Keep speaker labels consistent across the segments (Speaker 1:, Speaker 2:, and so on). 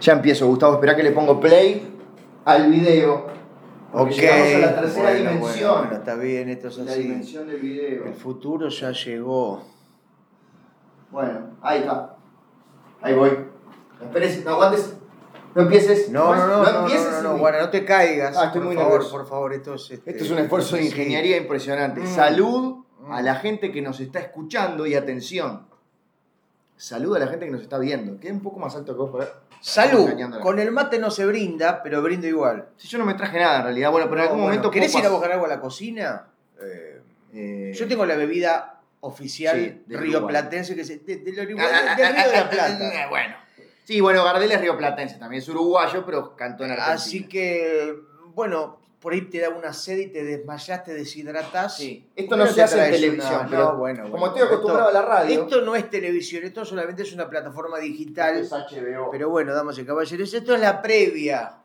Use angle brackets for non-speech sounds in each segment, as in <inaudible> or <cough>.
Speaker 1: Ya empiezo, Gustavo. Espera que le pongo play al video. Porque llegamos a la tercera
Speaker 2: bueno,
Speaker 1: dimensión.
Speaker 2: bueno, está bien, esto es
Speaker 1: La
Speaker 2: así.
Speaker 1: dimensión del video.
Speaker 2: El futuro ya llegó.
Speaker 1: Bueno, ahí está. Ahí voy. No esperes, no aguantes. No empieces.
Speaker 2: No, no, no, no, no,
Speaker 1: empieces
Speaker 2: no,
Speaker 1: en
Speaker 2: no,
Speaker 1: mí.
Speaker 2: bueno, no te caigas.
Speaker 1: Ah, estoy
Speaker 2: por
Speaker 1: muy
Speaker 2: favor,
Speaker 1: nervioso.
Speaker 2: por favor, esto es. este,
Speaker 1: Esto es un esfuerzo de
Speaker 2: sí.
Speaker 1: ingeniería impresionante.
Speaker 2: Mm.
Speaker 1: Salud
Speaker 2: Mm.
Speaker 1: a la gente que nos está escuchando y atención. Salud a la gente que nos está viendo. Queda un poco más alto que vos, por ahí.
Speaker 2: Salud.
Speaker 1: Engañándola.
Speaker 2: Con el mate no se brinda, pero brindo igual.
Speaker 1: Si yo no me traje nada en realidad, bueno, pero en algún
Speaker 2: No, bueno,
Speaker 1: momento.
Speaker 2: ¿Querés
Speaker 1: puedo
Speaker 2: ir a
Speaker 1: pas-
Speaker 2: buscar algo a la cocina? Eh,
Speaker 1: Eh,
Speaker 2: Yo tengo la bebida oficial
Speaker 1: Sí, del
Speaker 2: rioplatense que se. De, del Uruguay,
Speaker 1: Ah, ah,
Speaker 2: del
Speaker 1: ah,
Speaker 2: Río de
Speaker 1: ah,
Speaker 2: la
Speaker 1: ah,
Speaker 2: Plata.
Speaker 1: Bueno. Sí, bueno, Gardel es rioplatense también, es uruguayo, pero cantó en Argentina.
Speaker 2: Así que, bueno, por ahí te da una sed y te desmayás, te deshidratás.
Speaker 1: Sí. Esto no
Speaker 2: Pero
Speaker 1: se
Speaker 2: te
Speaker 1: hace en
Speaker 2: traes
Speaker 1: televisión,
Speaker 2: una-
Speaker 1: pero
Speaker 2: no, bueno,
Speaker 1: como
Speaker 2: bueno,
Speaker 1: estoy acostumbrado
Speaker 2: esto-
Speaker 1: a la radio-
Speaker 2: Esto no es televisión, esto solamente es una plataforma digital.
Speaker 1: Es HBO.
Speaker 2: Pero bueno, damas y caballeros, esto es la previa.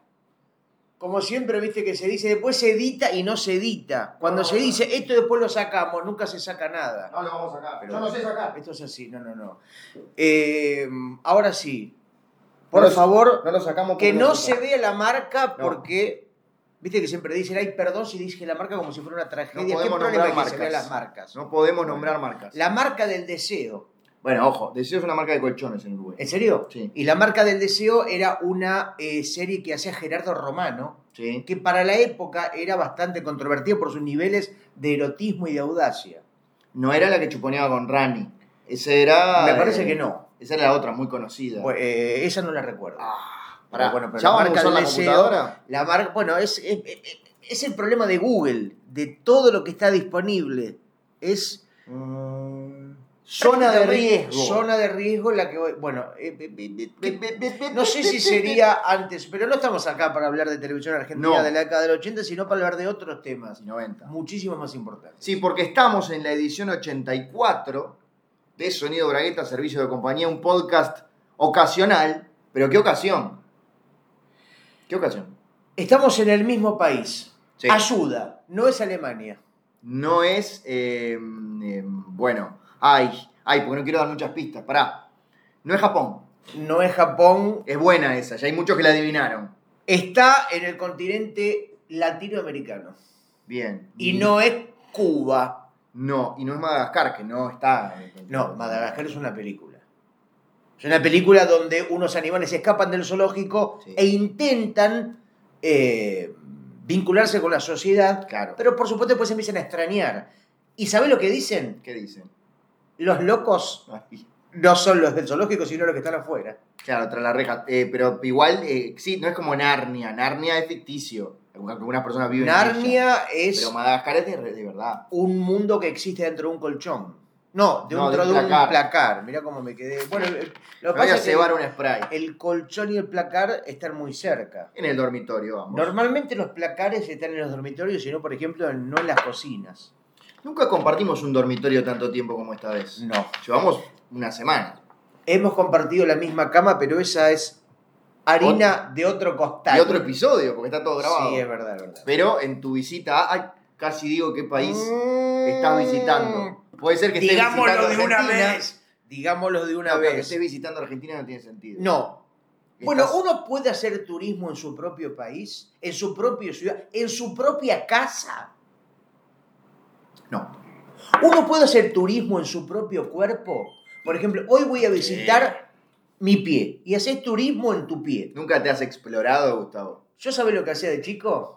Speaker 2: Como siempre, viste que se dice, después se edita y no se edita. Cuando
Speaker 1: No,
Speaker 2: se
Speaker 1: no.
Speaker 2: dice, esto después lo sacamos, nunca se saca nada.
Speaker 1: No lo vamos a sacar.
Speaker 2: Pero
Speaker 1: Yo no sé sacar.
Speaker 2: Esto es así, no, no, no. Eh, ahora sí, por
Speaker 1: No lo-
Speaker 2: favor,
Speaker 1: No lo sacamos
Speaker 2: que
Speaker 1: porque
Speaker 2: no
Speaker 1: sé
Speaker 2: se
Speaker 1: sacar.
Speaker 2: vea la marca
Speaker 1: No.
Speaker 2: porque, viste que siempre dicen, ay, perdón si dije la marca como si fuera una tragedia. ¿Qué
Speaker 1: podemos
Speaker 2: problema es
Speaker 1: nombrar
Speaker 2: que se vean
Speaker 1: marcas.
Speaker 2: las marcas?
Speaker 1: No podemos nombrar marcas.
Speaker 2: La marca del deseo.
Speaker 1: Bueno, ojo, Deseo es una marca de colchones en Uruguay.
Speaker 2: ¿En serio?
Speaker 1: Sí.
Speaker 2: Y la marca del deseo era una eh, serie que hacía Gerardo Romano,
Speaker 1: Sí.
Speaker 2: que para la época era bastante controvertido por sus niveles de erotismo y de audacia.
Speaker 1: No era la que chuponeaba con Rani. Esa era.
Speaker 2: Me parece
Speaker 1: eh,
Speaker 2: que no.
Speaker 1: Esa era la otra, muy conocida.
Speaker 2: Pues, eh, esa no la recuerdo.
Speaker 1: Ah, pará.
Speaker 2: Pero bueno, pero
Speaker 1: ¿Ya
Speaker 2: la
Speaker 1: vamos a
Speaker 2: marca
Speaker 1: usar la
Speaker 2: del deseo-
Speaker 1: computadora?
Speaker 2: La marca, bueno, es, es- es- es el problema de Google, de todo lo que está disponible. Es
Speaker 1: Zona de riesgo.
Speaker 2: Mm. Zona de riesgo la que, voy- bueno, eh, eh, eh, eh, no sé
Speaker 1: <laughs>
Speaker 2: si
Speaker 1: sería.
Speaker 2: sería antes, pero no estamos acá para hablar de televisión argentina
Speaker 1: No.
Speaker 2: de la década del 80, sino para hablar de otros temas
Speaker 1: 90.
Speaker 2: muchísimo más importantes.
Speaker 1: Sí, porque estamos en la edición 84 de Sonido Bragueta, Servicio de Compañía, un podcast ocasional. Pero ¿qué ocasión? ¿Qué ocasión?
Speaker 2: Estamos en el mismo país.
Speaker 1: Sí.
Speaker 2: Ayuda, no es Alemania.
Speaker 1: No es. eh, eh, bueno, ay, ay, porque no quiero dar muchas pistas. Pará. No es Japón.
Speaker 2: No es Japón.
Speaker 1: Es buena esa, ya hay muchos que la adivinaron.
Speaker 2: Está en el continente latinoamericano.
Speaker 1: Bien.
Speaker 2: Y no es Cuba.
Speaker 1: No, y no es Madagascar, que no está.
Speaker 2: No, Madagascar es una película. Es una película donde unos animales escapan del zoológico
Speaker 1: Sí.
Speaker 2: e intentan eh, vincularse con la sociedad,
Speaker 1: Claro.
Speaker 2: pero por supuesto después empiezan a extrañar. ¿Y sabés lo que dicen?
Speaker 1: ¿Qué dicen?
Speaker 2: Los locos
Speaker 1: Ay,
Speaker 2: no son los del zoológico, sino los que están afuera.
Speaker 1: Claro, tras la reja. Eh, pero igual, eh, sí, no es como Narnia. Narnia es ficticio. Algunas algunas personas viven en ella.
Speaker 2: Narnia es
Speaker 1: Pero Madagascar es de, de verdad.
Speaker 2: un mundo que existe dentro de un colchón. No, de
Speaker 1: No,
Speaker 2: un,
Speaker 1: de un
Speaker 2: de un
Speaker 1: placar.
Speaker 2: placar. Mirá cómo me quedé. Bueno, eh, lo
Speaker 1: Me
Speaker 2: que
Speaker 1: voy
Speaker 2: pasa
Speaker 1: a
Speaker 2: es que
Speaker 1: cebar un spray.
Speaker 2: el colchón y el placar están muy cerca.
Speaker 1: En el dormitorio, vamos.
Speaker 2: Normalmente los placares están en los dormitorios, sino por ejemplo en- no en las cocinas.
Speaker 1: Nunca compartimos un dormitorio tanto tiempo como esta vez.
Speaker 2: No.
Speaker 1: Llevamos una semana.
Speaker 2: Hemos compartido la misma cama, pero esa es harina de otro costal.
Speaker 1: Y otro episodio, porque está todo grabado.
Speaker 2: Sí, es verdad, es verdad.
Speaker 1: Pero en tu visita, ay, casi digo qué país
Speaker 2: Mm,
Speaker 1: estás visitando. Puede ser que estés
Speaker 2: Digámoslo
Speaker 1: visitando
Speaker 2: de una
Speaker 1: Argentina.
Speaker 2: vez. Digámoslo de una
Speaker 1: Una vez que
Speaker 2: vez.
Speaker 1: estés visitando Argentina no tiene sentido.
Speaker 2: No.
Speaker 1: Estás-
Speaker 2: Bueno, uno puede hacer turismo en su propio país, en su propia ciudad, en su propia casa.
Speaker 1: No.
Speaker 2: Uno puede hacer turismo en su propio cuerpo. Por ejemplo, hoy voy a visitar mi pie y haces turismo en tu pie.
Speaker 1: Nunca te has explorado, Gustavo.
Speaker 2: Yo sabía lo que hacía de chico,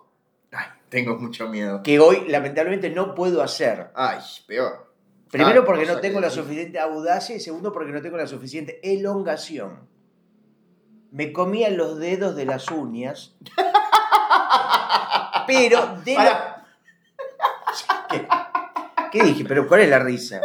Speaker 1: Ay, tengo mucho miedo.
Speaker 2: que hoy lamentablemente no puedo hacer.
Speaker 1: Ay, peor.
Speaker 2: Primero
Speaker 1: Ah,
Speaker 2: porque
Speaker 1: cosa
Speaker 2: no tengo
Speaker 1: que
Speaker 2: la
Speaker 1: sí.
Speaker 2: suficiente audacia y segundo porque no tengo la suficiente elongación. Me comía los dedos de las
Speaker 1: <laughs>
Speaker 2: uñas. Pero de la-
Speaker 1: Pará,
Speaker 2: ¿Qué dije? Pero ¿cuál es la risa?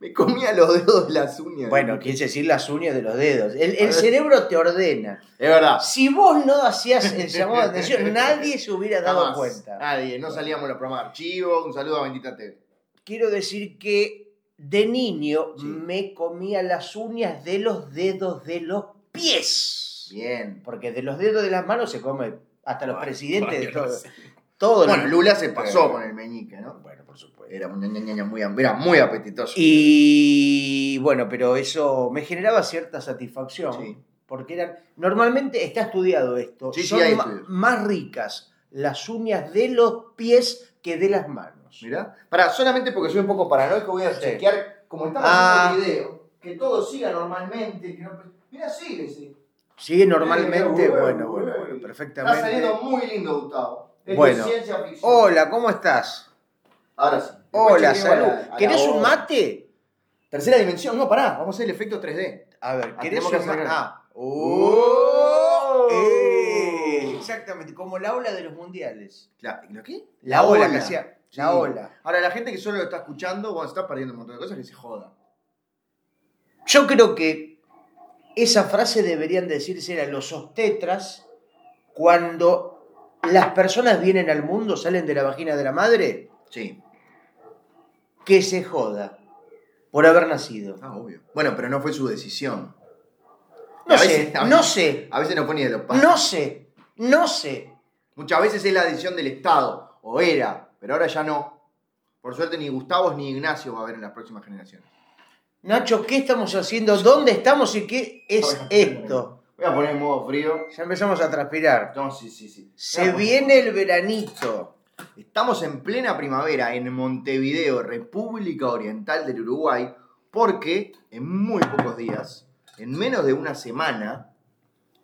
Speaker 1: me comía los dedos de las uñas.
Speaker 2: Bueno, quise decir las uñas de los dedos. El-
Speaker 1: A ver.
Speaker 2: el cerebro te ordena.
Speaker 1: es verdad.
Speaker 2: Si vos no hacías el llamado de
Speaker 1: <laughs>
Speaker 2: atención, nadie se hubiera dado
Speaker 1: Jamás.
Speaker 2: cuenta.
Speaker 1: Nadie, no salíamos a los programas de archivo. Un saludo a Bendita TV.
Speaker 2: Quiero decir que de niño
Speaker 1: Sí.
Speaker 2: me comía las uñas de los dedos de los pies.
Speaker 1: Bien.
Speaker 2: Porque de los dedos de las manos se come hasta los
Speaker 1: Bueno,
Speaker 2: presidentes de
Speaker 1: bueno,
Speaker 2: todo.
Speaker 1: no
Speaker 2: todo
Speaker 1: Bueno,
Speaker 2: lo-
Speaker 1: Lula se pasó
Speaker 2: Pero-
Speaker 1: con el meñique, ¿no?
Speaker 2: Bueno, por supuesto.
Speaker 1: Era muy, muy, era muy apetitoso.
Speaker 2: Y bueno, pero eso me generaba cierta satisfacción.
Speaker 1: Sí.
Speaker 2: Porque eran. Normalmente está estudiado esto.
Speaker 1: Sí, sí,
Speaker 2: Son
Speaker 1: hay
Speaker 2: ma-
Speaker 1: estudios.
Speaker 2: más ricas las uñas de los pies que de las manos.
Speaker 1: Mirá. Pará, solamente porque soy un poco paranoico voy a
Speaker 2: Sí.
Speaker 1: chequear, como estamos
Speaker 2: Ah.
Speaker 1: haciendo el video, que todo siga normalmente. Que no... Mirá, sigue, sí.
Speaker 2: Sí, normalmente.
Speaker 1: Eh, bueno,
Speaker 2: bueno, bueno,
Speaker 1: bueno.
Speaker 2: bueno,
Speaker 1: Está
Speaker 2: perfectamente.
Speaker 1: saliendo muy lindo, Gustavo. Es de
Speaker 2: Bueno.
Speaker 1: ciencia ficción.
Speaker 2: Hola, ¿cómo estás?
Speaker 1: Ahora sí. Después
Speaker 2: Hola,
Speaker 1: chequeo a la-
Speaker 2: salud.
Speaker 1: a la
Speaker 2: ¿Querés un
Speaker 1: hora.
Speaker 2: mate?
Speaker 1: Tercera dimensión, no, pará, vamos a hacer el efecto 3D.
Speaker 2: A ver,
Speaker 1: Ah,
Speaker 2: ¿querés
Speaker 1: tenemos que
Speaker 2: un mate?
Speaker 1: hacer-
Speaker 2: Ah.
Speaker 1: ¡Oh!
Speaker 2: ¡Eh! Exactamente, como la ola de los mundiales.
Speaker 1: Claro, ¿lo qué?
Speaker 2: La, ola, que hacía.
Speaker 1: Sí.
Speaker 2: La ola.
Speaker 1: Ahora, la gente que solo lo está escuchando, bueno, se está perdiendo un montón de cosas que se joda.
Speaker 2: Yo creo que esa frase deberían decirse a los obstetras cuando las personas vienen al mundo, salen de la vagina de la madre,
Speaker 1: Sí.
Speaker 2: que se joda por haber nacido.
Speaker 1: Ah, obvio. Bueno, pero no fue su decisión.
Speaker 2: No
Speaker 1: A veces-
Speaker 2: sé,
Speaker 1: a veces-
Speaker 2: no sé,
Speaker 1: A veces no ponía de los padres.
Speaker 2: no sé, no sé.
Speaker 1: Muchas veces es la decisión del Estado, o era, pero ahora ya no. Por suerte ni Gustavos ni Ignacio va a haber en las próximas generaciones.
Speaker 2: Nacho, ¿qué estamos haciendo? ¿Dónde estamos y qué es esto?
Speaker 1: Voy a poner en modo frío.
Speaker 2: Ya empezamos a transpirar.
Speaker 1: No, sí, sí, sí.
Speaker 2: Se viene el veranito.
Speaker 1: Estamos en plena primavera en Montevideo, República Oriental del Uruguay, porque en muy pocos días, en menos de una semana,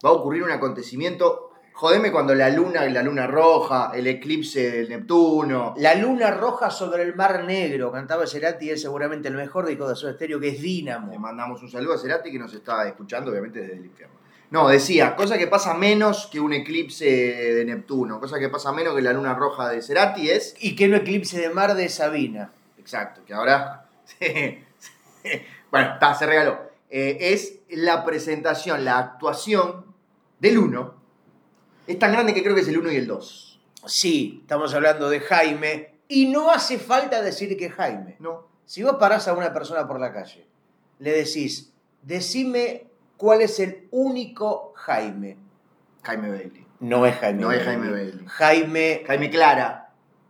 Speaker 1: va a ocurrir un acontecimiento. Jodeme cuando la luna, la luna roja, el eclipse del Neptuno.
Speaker 2: La luna roja sobre el mar negro, cantaba Cerati, es seguramente el mejor disco de su estéreo, que es Dínamo.
Speaker 1: Le mandamos un saludo a Cerati que nos está escuchando, obviamente, desde el infierno. No, decía, cosa que pasa menos que un eclipse de Neptuno, cosa que pasa menos que la luna roja de Cerati es.
Speaker 2: Y que no eclipse de mar de Sabina.
Speaker 1: Exacto, que ahora. <laughs> sí, sí. bueno, está, se regaló. Eh, es la presentación, la actuación del 1. Es tan grande que creo que es el 1 y el 2.
Speaker 2: Sí, estamos hablando de Jaime. Y no hace falta decir que Jaime.
Speaker 1: No.
Speaker 2: Si vos parás a una persona por la calle, le decís, decime cuál es el único Jaime.
Speaker 1: Jaime Bailey.
Speaker 2: No es Jaime.
Speaker 1: No es Jaime
Speaker 2: Bailey.
Speaker 1: Bailey.
Speaker 2: Jaime.
Speaker 1: Jaime Clara.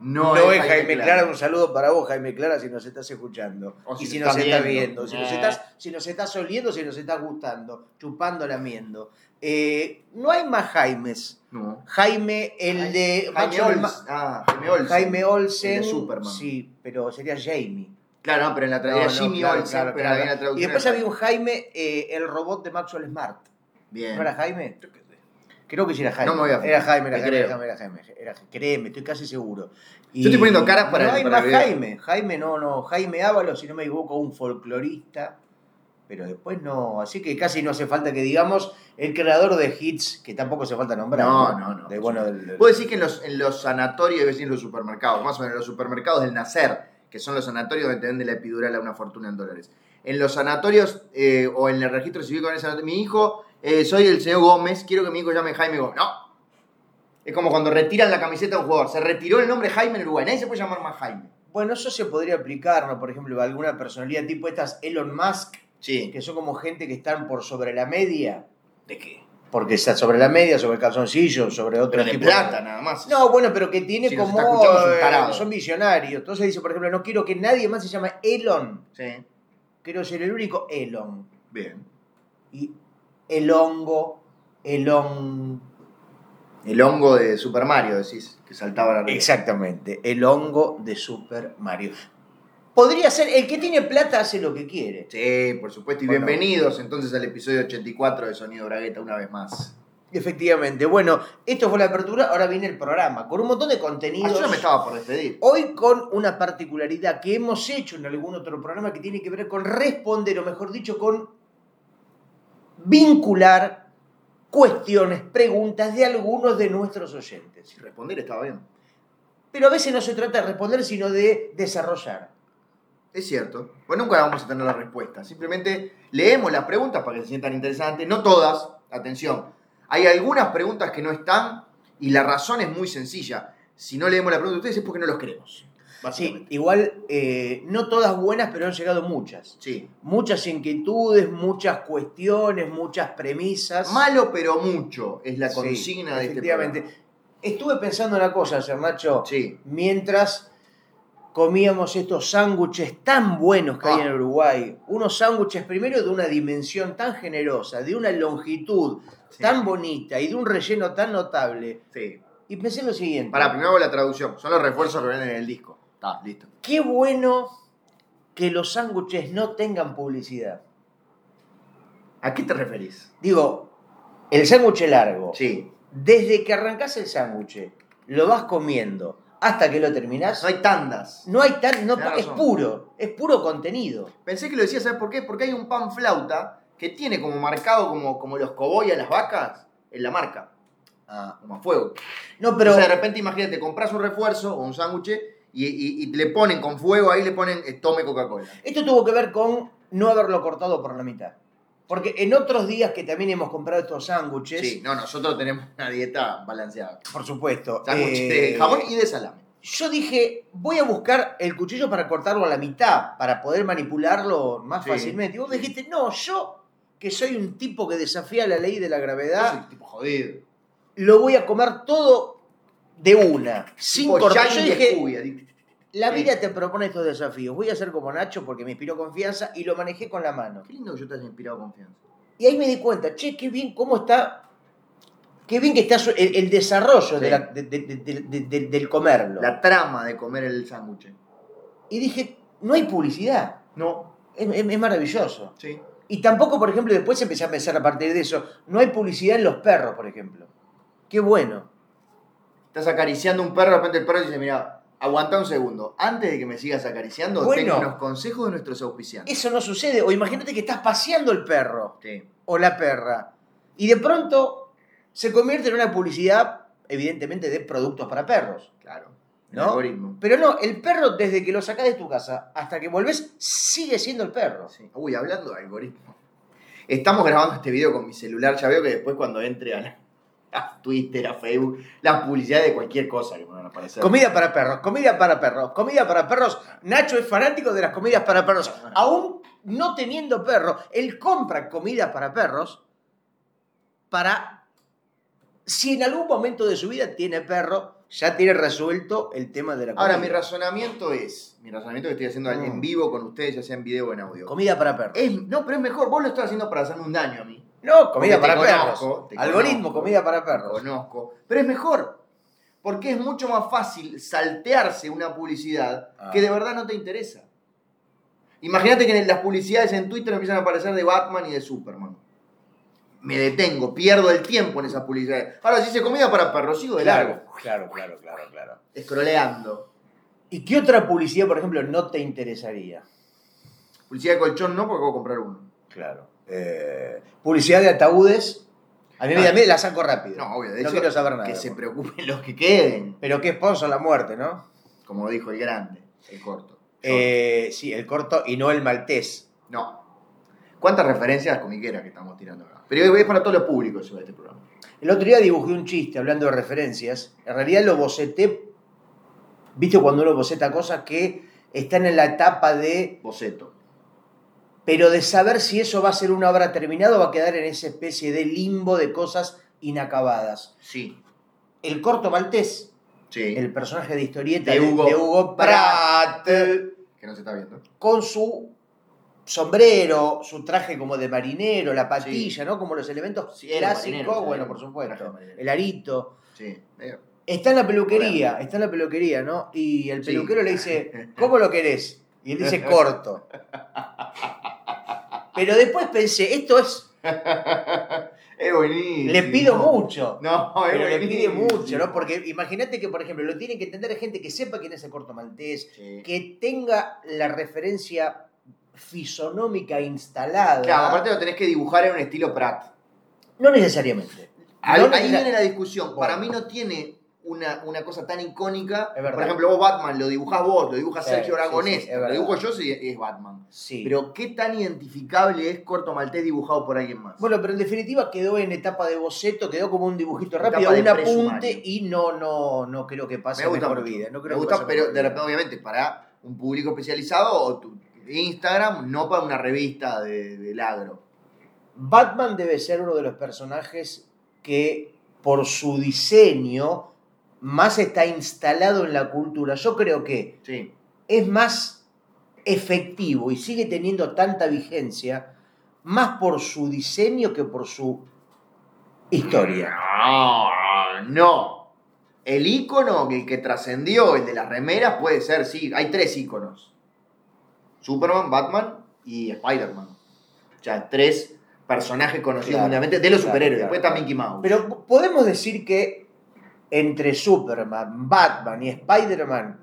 Speaker 2: No,
Speaker 1: No,
Speaker 2: es Jaime, Clara. un saludo para vos, Jaime Clara, si nos estás escuchando.
Speaker 1: O si
Speaker 2: y si
Speaker 1: nos
Speaker 2: nos
Speaker 1: estás
Speaker 2: estás
Speaker 1: viendo.
Speaker 2: viendo, si nos
Speaker 1: Eh.
Speaker 2: estás, si nos estás oliendo, si nos estás gustando, chupando, lamiendo. Eh, no hay más Jaimes.
Speaker 1: No.
Speaker 2: Jaime, el de
Speaker 1: Jaime
Speaker 2: Macho del
Speaker 1: Olsen.
Speaker 2: Ma-
Speaker 1: Ah, Jaime Olsen.
Speaker 2: Jaime Olsen.
Speaker 1: El de Superman.
Speaker 2: Sí, pero sería Jamie.
Speaker 1: Claro, no, pero en la
Speaker 2: No,
Speaker 1: traducción.
Speaker 2: no,
Speaker 1: era Jimmy
Speaker 2: claro,
Speaker 1: Olsen,
Speaker 2: claro,
Speaker 1: pero
Speaker 2: claro.
Speaker 1: había la traducción.
Speaker 2: Y después había un Jaime, eh, el robot de Maxwell Smart.
Speaker 1: Bien.
Speaker 2: ¿No era Jaime? Creo que sí era Jaime.
Speaker 1: No me voy a fijar,
Speaker 2: Era Jaime, era
Speaker 1: te
Speaker 2: Jaime, era
Speaker 1: creo.
Speaker 2: Jaime, era Jaime. era- créeme, estoy casi seguro. Y-
Speaker 1: Yo estoy poniendo caras para
Speaker 2: No
Speaker 1: el-
Speaker 2: hay
Speaker 1: para
Speaker 2: más
Speaker 1: el video.
Speaker 2: Jaime. Jaime, no, no. Jaime Ábalos, si no me equivoco, un folclorista. Pero después no. Así que casi no hace falta que digamos el creador de hits, que tampoco hace falta nombrar.
Speaker 1: No, no, no.
Speaker 2: De, bueno, del- del-
Speaker 1: Puedo decir que en los, en los sanatorios, iba a decir los supermercados, más o menos los supermercados del nacer, que son los sanatorios donde te venden la epidural a una fortuna en dólares. En los sanatorios eh, o en el registro civil con el sanatorio, mi hijo, eh, soy el señor Gómez, quiero que mi hijo llame Jaime Gómez. No. Es como cuando retiran la camiseta a un jugador. Se retiró el nombre Jaime en Uruguay. Nadie se puede llamar más Jaime.
Speaker 2: Bueno, eso se podría aplicar, ¿no? Por ejemplo, a alguna personalidad tipo estas Elon Musk,
Speaker 1: Sí.
Speaker 2: que son como gente que están por sobre la media.
Speaker 1: ¿De qué?
Speaker 2: Porque está sobre la media, sobre el calzoncillo, sobre otro
Speaker 1: Pero de
Speaker 2: tipo
Speaker 1: plata, nada más.
Speaker 2: No, bueno, pero que tiene
Speaker 1: Si nos está
Speaker 2: como.
Speaker 1: escuchando es un
Speaker 2: eh,
Speaker 1: tarado.
Speaker 2: son millonarios. Entonces dice, por ejemplo, no quiero que nadie más se llame Elon.
Speaker 1: Sí.
Speaker 2: Quiero ser el único Elon.
Speaker 1: Bien.
Speaker 2: Y el hongo, Elon.
Speaker 1: El hongo de Super Mario, decís, que saltaba la red.
Speaker 2: Exactamente, el hongo de Super Mario. Podría ser, el que tiene plata hace lo que quiere.
Speaker 1: Sí, por supuesto. Y
Speaker 2: Bueno.
Speaker 1: bienvenidos entonces al episodio 84 de Sonido Bragueta, una vez más.
Speaker 2: Efectivamente, bueno, esto fue la apertura, ahora viene el programa, con un montón de contenidos.
Speaker 1: Ah, yo no me estaba por despedir.
Speaker 2: Hoy con una particularidad que hemos hecho en algún otro programa que tiene que ver con responder, o mejor dicho, con vincular cuestiones, preguntas de algunos de nuestros oyentes.
Speaker 1: Si responder estaba bien.
Speaker 2: Pero a veces no se trata de responder, sino de desarrollar.
Speaker 1: Es cierto. Pues nunca vamos a tener la respuesta. Simplemente leemos las preguntas para que se sientan interesantes. No todas, atención. Hay algunas preguntas que no están y la razón es muy sencilla. Si no leemos la pregunta de ustedes es porque no los creemos.
Speaker 2: Sí,
Speaker 1: Básicamente.
Speaker 2: igual, eh, no todas buenas, pero han llegado muchas.
Speaker 1: Sí.
Speaker 2: Muchas inquietudes, muchas cuestiones, muchas premisas.
Speaker 1: Malo pero mucho es la
Speaker 2: Sí,
Speaker 1: consigna de este
Speaker 2: efectivamente.
Speaker 1: programa.
Speaker 2: Estuve pensando en una cosa, Sernacho.
Speaker 1: Sí.
Speaker 2: mientras comíamos estos sándwiches tan buenos que hay
Speaker 1: Ah.
Speaker 2: en Uruguay. Unos sándwiches primero de una dimensión tan generosa, de una longitud
Speaker 1: Sí.
Speaker 2: tan bonita y de un relleno tan notable.
Speaker 1: Sí.
Speaker 2: Y pensé en lo siguiente.
Speaker 1: Para, primero hago la traducción. Son los refuerzos que venden en el disco. Está, listo.
Speaker 2: Qué bueno que los sándwiches no tengan publicidad.
Speaker 1: ¿A qué te referís?
Speaker 2: Digo, el sándwich largo.
Speaker 1: Sí.
Speaker 2: Desde que arrancás el sándwich, lo vas comiendo hasta que lo terminás.
Speaker 1: No hay tandas.
Speaker 2: No hay tan. No,
Speaker 1: Tenés
Speaker 2: es
Speaker 1: razón.
Speaker 2: puro. Es puro contenido.
Speaker 1: Pensé que lo decía, ¿sabes por qué? Porque hay un pan flauta que tiene como marcado como, como los cowboys a las vacas en la marca, Ah, como a fuego.
Speaker 2: No, pero.
Speaker 1: o sea, de repente imagínate, compras un refuerzo o un sándwich y, y- y le ponen con fuego, ahí le ponen eh, tome Coca-Cola.
Speaker 2: Esto tuvo que ver con no haberlo cortado por la mitad. Porque en otros días que también hemos comprado estos sándwiches,
Speaker 1: Sí, no, nosotros tenemos una dieta balanceada.
Speaker 2: por supuesto,
Speaker 1: Sándwich
Speaker 2: eh,
Speaker 1: de jamón y de salame.
Speaker 2: yo dije, voy a buscar el cuchillo para cortarlo a la mitad, para poder manipularlo más
Speaker 1: Sí.
Speaker 2: fácilmente. Y vos dijiste, no, yo, que soy un tipo que desafía la ley de la
Speaker 1: Yo
Speaker 2: gravedad,
Speaker 1: soy tipo jodido.
Speaker 2: lo voy a comer todo de una, sin
Speaker 1: Tipo
Speaker 2: cortar.
Speaker 1: Yang
Speaker 2: Yo
Speaker 1: de
Speaker 2: dije,
Speaker 1: Scooby, así.
Speaker 2: la
Speaker 1: Sí.
Speaker 2: vida te propone estos desafíos. Voy a hacer como Nacho porque me inspiró confianza y lo manejé con la mano.
Speaker 1: Qué lindo que yo te haya inspirado confianza.
Speaker 2: Y ahí me di cuenta, che, qué bien cómo está, qué bien que está su- el, el desarrollo
Speaker 1: Sí.
Speaker 2: de la- de- de- de- de- de- del comerlo.
Speaker 1: La trama de comer el sándwich.
Speaker 2: Y dije, no hay publicidad,
Speaker 1: No,
Speaker 2: es, es- es maravilloso.
Speaker 1: sí.
Speaker 2: Y tampoco, por ejemplo, después empecé a pensar a partir de eso, no hay publicidad en los perros, por ejemplo. Qué bueno.
Speaker 1: Estás acariciando un perro, de repente el perro dice, mira, aguanta un segundo. Antes de que me sigas acariciando,
Speaker 2: Bueno.
Speaker 1: tengo unos consejos de nuestros auspiciantes.
Speaker 2: Eso no sucede. O imagínate que estás paseando el perro
Speaker 1: Sí.
Speaker 2: o la perra y de pronto se convierte en una publicidad, evidentemente, de productos para perros.
Speaker 1: Claro. El
Speaker 2: ¿No?
Speaker 1: algoritmo.
Speaker 2: Pero no, el perro desde que lo sacás de tu casa hasta que volvés sigue siendo el perro.
Speaker 1: Sí. Uy, hablando de algoritmo. Estamos grabando este video con mi celular. Ya veo que después cuando entre a, la- a Twitter, a Facebook, la publicidad de cualquier cosa que me van a aparecer.
Speaker 2: Comida para perros, comida para perros, comida para perros. Nacho es fanático de las comidas para perros. Aún no teniendo perro, él compra comida para perros para... Si en algún momento de su vida tiene perro, ya tiene resuelto el tema de la comida.
Speaker 1: Ahora, mi razonamiento es, mi razonamiento que estoy haciendo
Speaker 2: Mm.
Speaker 1: en vivo con ustedes, ya sea en video o en audio.
Speaker 2: Comida para perros.
Speaker 1: Es, no, pero es mejor, vos lo estás haciendo para hacerme un daño a mí.
Speaker 2: No, comida
Speaker 1: Porque te
Speaker 2: para
Speaker 1: conozco, te
Speaker 2: perros. Algoritmo,
Speaker 1: conozco.
Speaker 2: comida para
Speaker 1: lo
Speaker 2: perros.
Speaker 1: conozco, pero es mejor. Porque es mucho más fácil saltearse una publicidad
Speaker 2: Ah.
Speaker 1: que de verdad no te interesa. Imagínate que en las publicidades en Twitter empiezan a aparecer de Batman y de Superman. Me detengo, pierdo el tiempo en esas publicidades. Ahora, si dice comida para perros, sigo de largo,
Speaker 2: claro, claro, claro, claro.
Speaker 1: escroleando.
Speaker 2: ¿Y qué otra publicidad, por ejemplo, no te interesaría?
Speaker 1: Publicidad de colchón no, porque voy a comprar uno.
Speaker 2: Claro. Eh, publicidad de ataúdes. A mí, me- a mí la saco rápido.
Speaker 1: Ah. No, obvio, de
Speaker 2: No
Speaker 1: eso
Speaker 2: quiero saber nada.
Speaker 1: que se preocupen los que queden,
Speaker 2: Pero qué sponsor la muerte, ¿no?
Speaker 1: como dijo el grande, el corto.
Speaker 2: Eh, sí, el corto y no el maltés.
Speaker 1: No. ¿Cuántas referencias comiqueras que estamos tirando acá? Pero es para todos los públicos eso de este programa.
Speaker 2: El otro día dibujé un chiste hablando de referencias. En realidad lo boceté. ¿Viste cuando uno boceta cosas que están en la etapa de.
Speaker 1: Boceto.
Speaker 2: Pero de saber si eso va a ser una obra terminada o va a quedar en esa especie de limbo de cosas inacabadas.
Speaker 1: Sí.
Speaker 2: El corto maltés
Speaker 1: Sí.
Speaker 2: el personaje de historieta
Speaker 1: de Hugo,
Speaker 2: Pratt,
Speaker 1: Pratt. Que no se está viendo.
Speaker 2: con su sombrero, su traje como de marinero, la patilla, ¿no? Como los elementos
Speaker 1: Sí, era
Speaker 2: clásicos,
Speaker 1: marinero, sí,
Speaker 2: bueno,
Speaker 1: era
Speaker 2: por
Speaker 1: un traje de
Speaker 2: supuesto,
Speaker 1: marinero.
Speaker 2: el arito.
Speaker 1: Sí. <laughs> medio-
Speaker 2: Está en la peluquería, está en la peluquería, ¿no? Y el
Speaker 1: Sí.
Speaker 2: peluquero le dice, ¿cómo lo querés? Y él dice, corto. Pero después pensé, esto es,
Speaker 1: Es buenísimo.
Speaker 2: le pido mucho.
Speaker 1: No, es
Speaker 2: Pero le pide
Speaker 1: buenísimo.
Speaker 2: mucho, ¿no? Porque imagínate que, por ejemplo, lo tienen que entender gente que sepa quién es el corto maltés,
Speaker 1: Sí.
Speaker 2: que tenga la referencia fisonómica instalada.
Speaker 1: Claro, aparte lo tenés que dibujar en un estilo Pratt.
Speaker 2: No necesariamente.
Speaker 1: Ahí,
Speaker 2: No
Speaker 1: ahí
Speaker 2: necesar-
Speaker 1: viene la discusión. Para mí
Speaker 2: Bueno.
Speaker 1: no tiene una, una cosa tan icónica.
Speaker 2: Es verdad.
Speaker 1: Por ejemplo, vos Batman lo dibujás vos, lo dibuja
Speaker 2: Sí,
Speaker 1: Sergio
Speaker 2: sí,
Speaker 1: Aragonés.
Speaker 2: sí, es
Speaker 1: lo
Speaker 2: verdad.
Speaker 1: dibujo yo, sí, es Batman.
Speaker 2: Sí.
Speaker 1: Pero ¿qué tan identificable es Corto Maltés dibujado por alguien más?
Speaker 2: bueno, pero en definitiva quedó en etapa de boceto, quedó como un dibujito
Speaker 1: Etapa
Speaker 2: rápido,
Speaker 1: de
Speaker 2: un apunte
Speaker 1: presumario.
Speaker 2: y no, no, no creo que pase mejor
Speaker 1: mucho.
Speaker 2: vida. No creo
Speaker 1: me
Speaker 2: que
Speaker 1: gusta,
Speaker 2: pase
Speaker 1: pero
Speaker 2: mejor
Speaker 1: de
Speaker 2: vida.
Speaker 1: repente, obviamente, para un público especializado o tu Instagram, no para una revista de, del agro.
Speaker 2: Batman debe ser uno de los personajes que por su diseño más está instalado en la cultura. Yo creo que
Speaker 1: Sí.
Speaker 2: es más efectivo y sigue teniendo tanta vigencia más por su diseño que por su historia.
Speaker 1: No, no. El icono, el que trascendió, el de las remeras, puede ser, sí. Hay tres iconos: Superman, Batman y Spider-Man. O sea, tres personajes conocidos
Speaker 2: Claro,
Speaker 1: mundialmente de los
Speaker 2: claro,
Speaker 1: superhéroes.
Speaker 2: claro.
Speaker 1: Después está Mickey Mouse.
Speaker 2: Pero podemos decir que entre Superman, Batman y Spider-Man,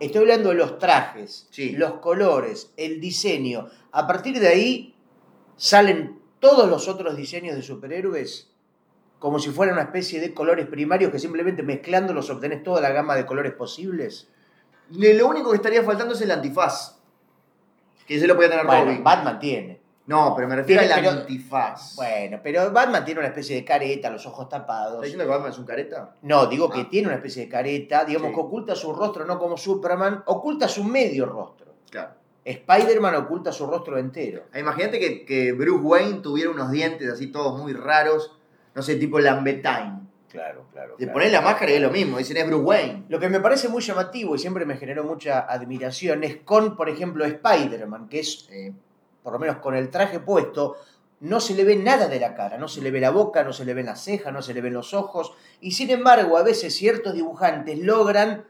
Speaker 2: estoy hablando de los trajes,
Speaker 1: Sí.
Speaker 2: los colores, el diseño. A partir de ahí salen todos los otros diseños de superhéroes como si fuera una especie de colores primarios que simplemente mezclándolos obtenés toda la gama de colores posibles.
Speaker 1: Le- Lo único que estaría faltando es el antifaz. Que se lo podía tener
Speaker 2: Bueno,
Speaker 1: Robin.
Speaker 2: Batman tiene.
Speaker 1: No, pero me refiero
Speaker 2: Tiene-
Speaker 1: al
Speaker 2: pero-
Speaker 1: antifaz.
Speaker 2: Bueno, pero Batman tiene una especie de careta, los ojos tapados.
Speaker 1: ¿Estás diciendo que Batman es un careta?
Speaker 2: No, digo que
Speaker 1: Ah.
Speaker 2: tiene una especie de careta, digamos
Speaker 1: Sí.
Speaker 2: que oculta su rostro, no como Superman, oculta su medio rostro.
Speaker 1: Claro.
Speaker 2: Spider-Man oculta su rostro entero.
Speaker 1: Ah, Imagínate que, que Bruce Wayne tuviera unos dientes así todos muy raros, no sé, tipo Lambetine.
Speaker 2: Claro, claro.
Speaker 1: Te pones la máscara y es lo mismo, dicen es Bruce Wayne.
Speaker 2: Lo que me parece muy llamativo y siempre me generó mucha admiración es con, por ejemplo, Spider-Man, que es,
Speaker 1: Eh,
Speaker 2: por lo menos con el traje puesto, no se le ve nada de la cara, no se le ve la boca, no se le ven las cejas, no se le ven los ojos, y sin embargo a veces ciertos dibujantes logran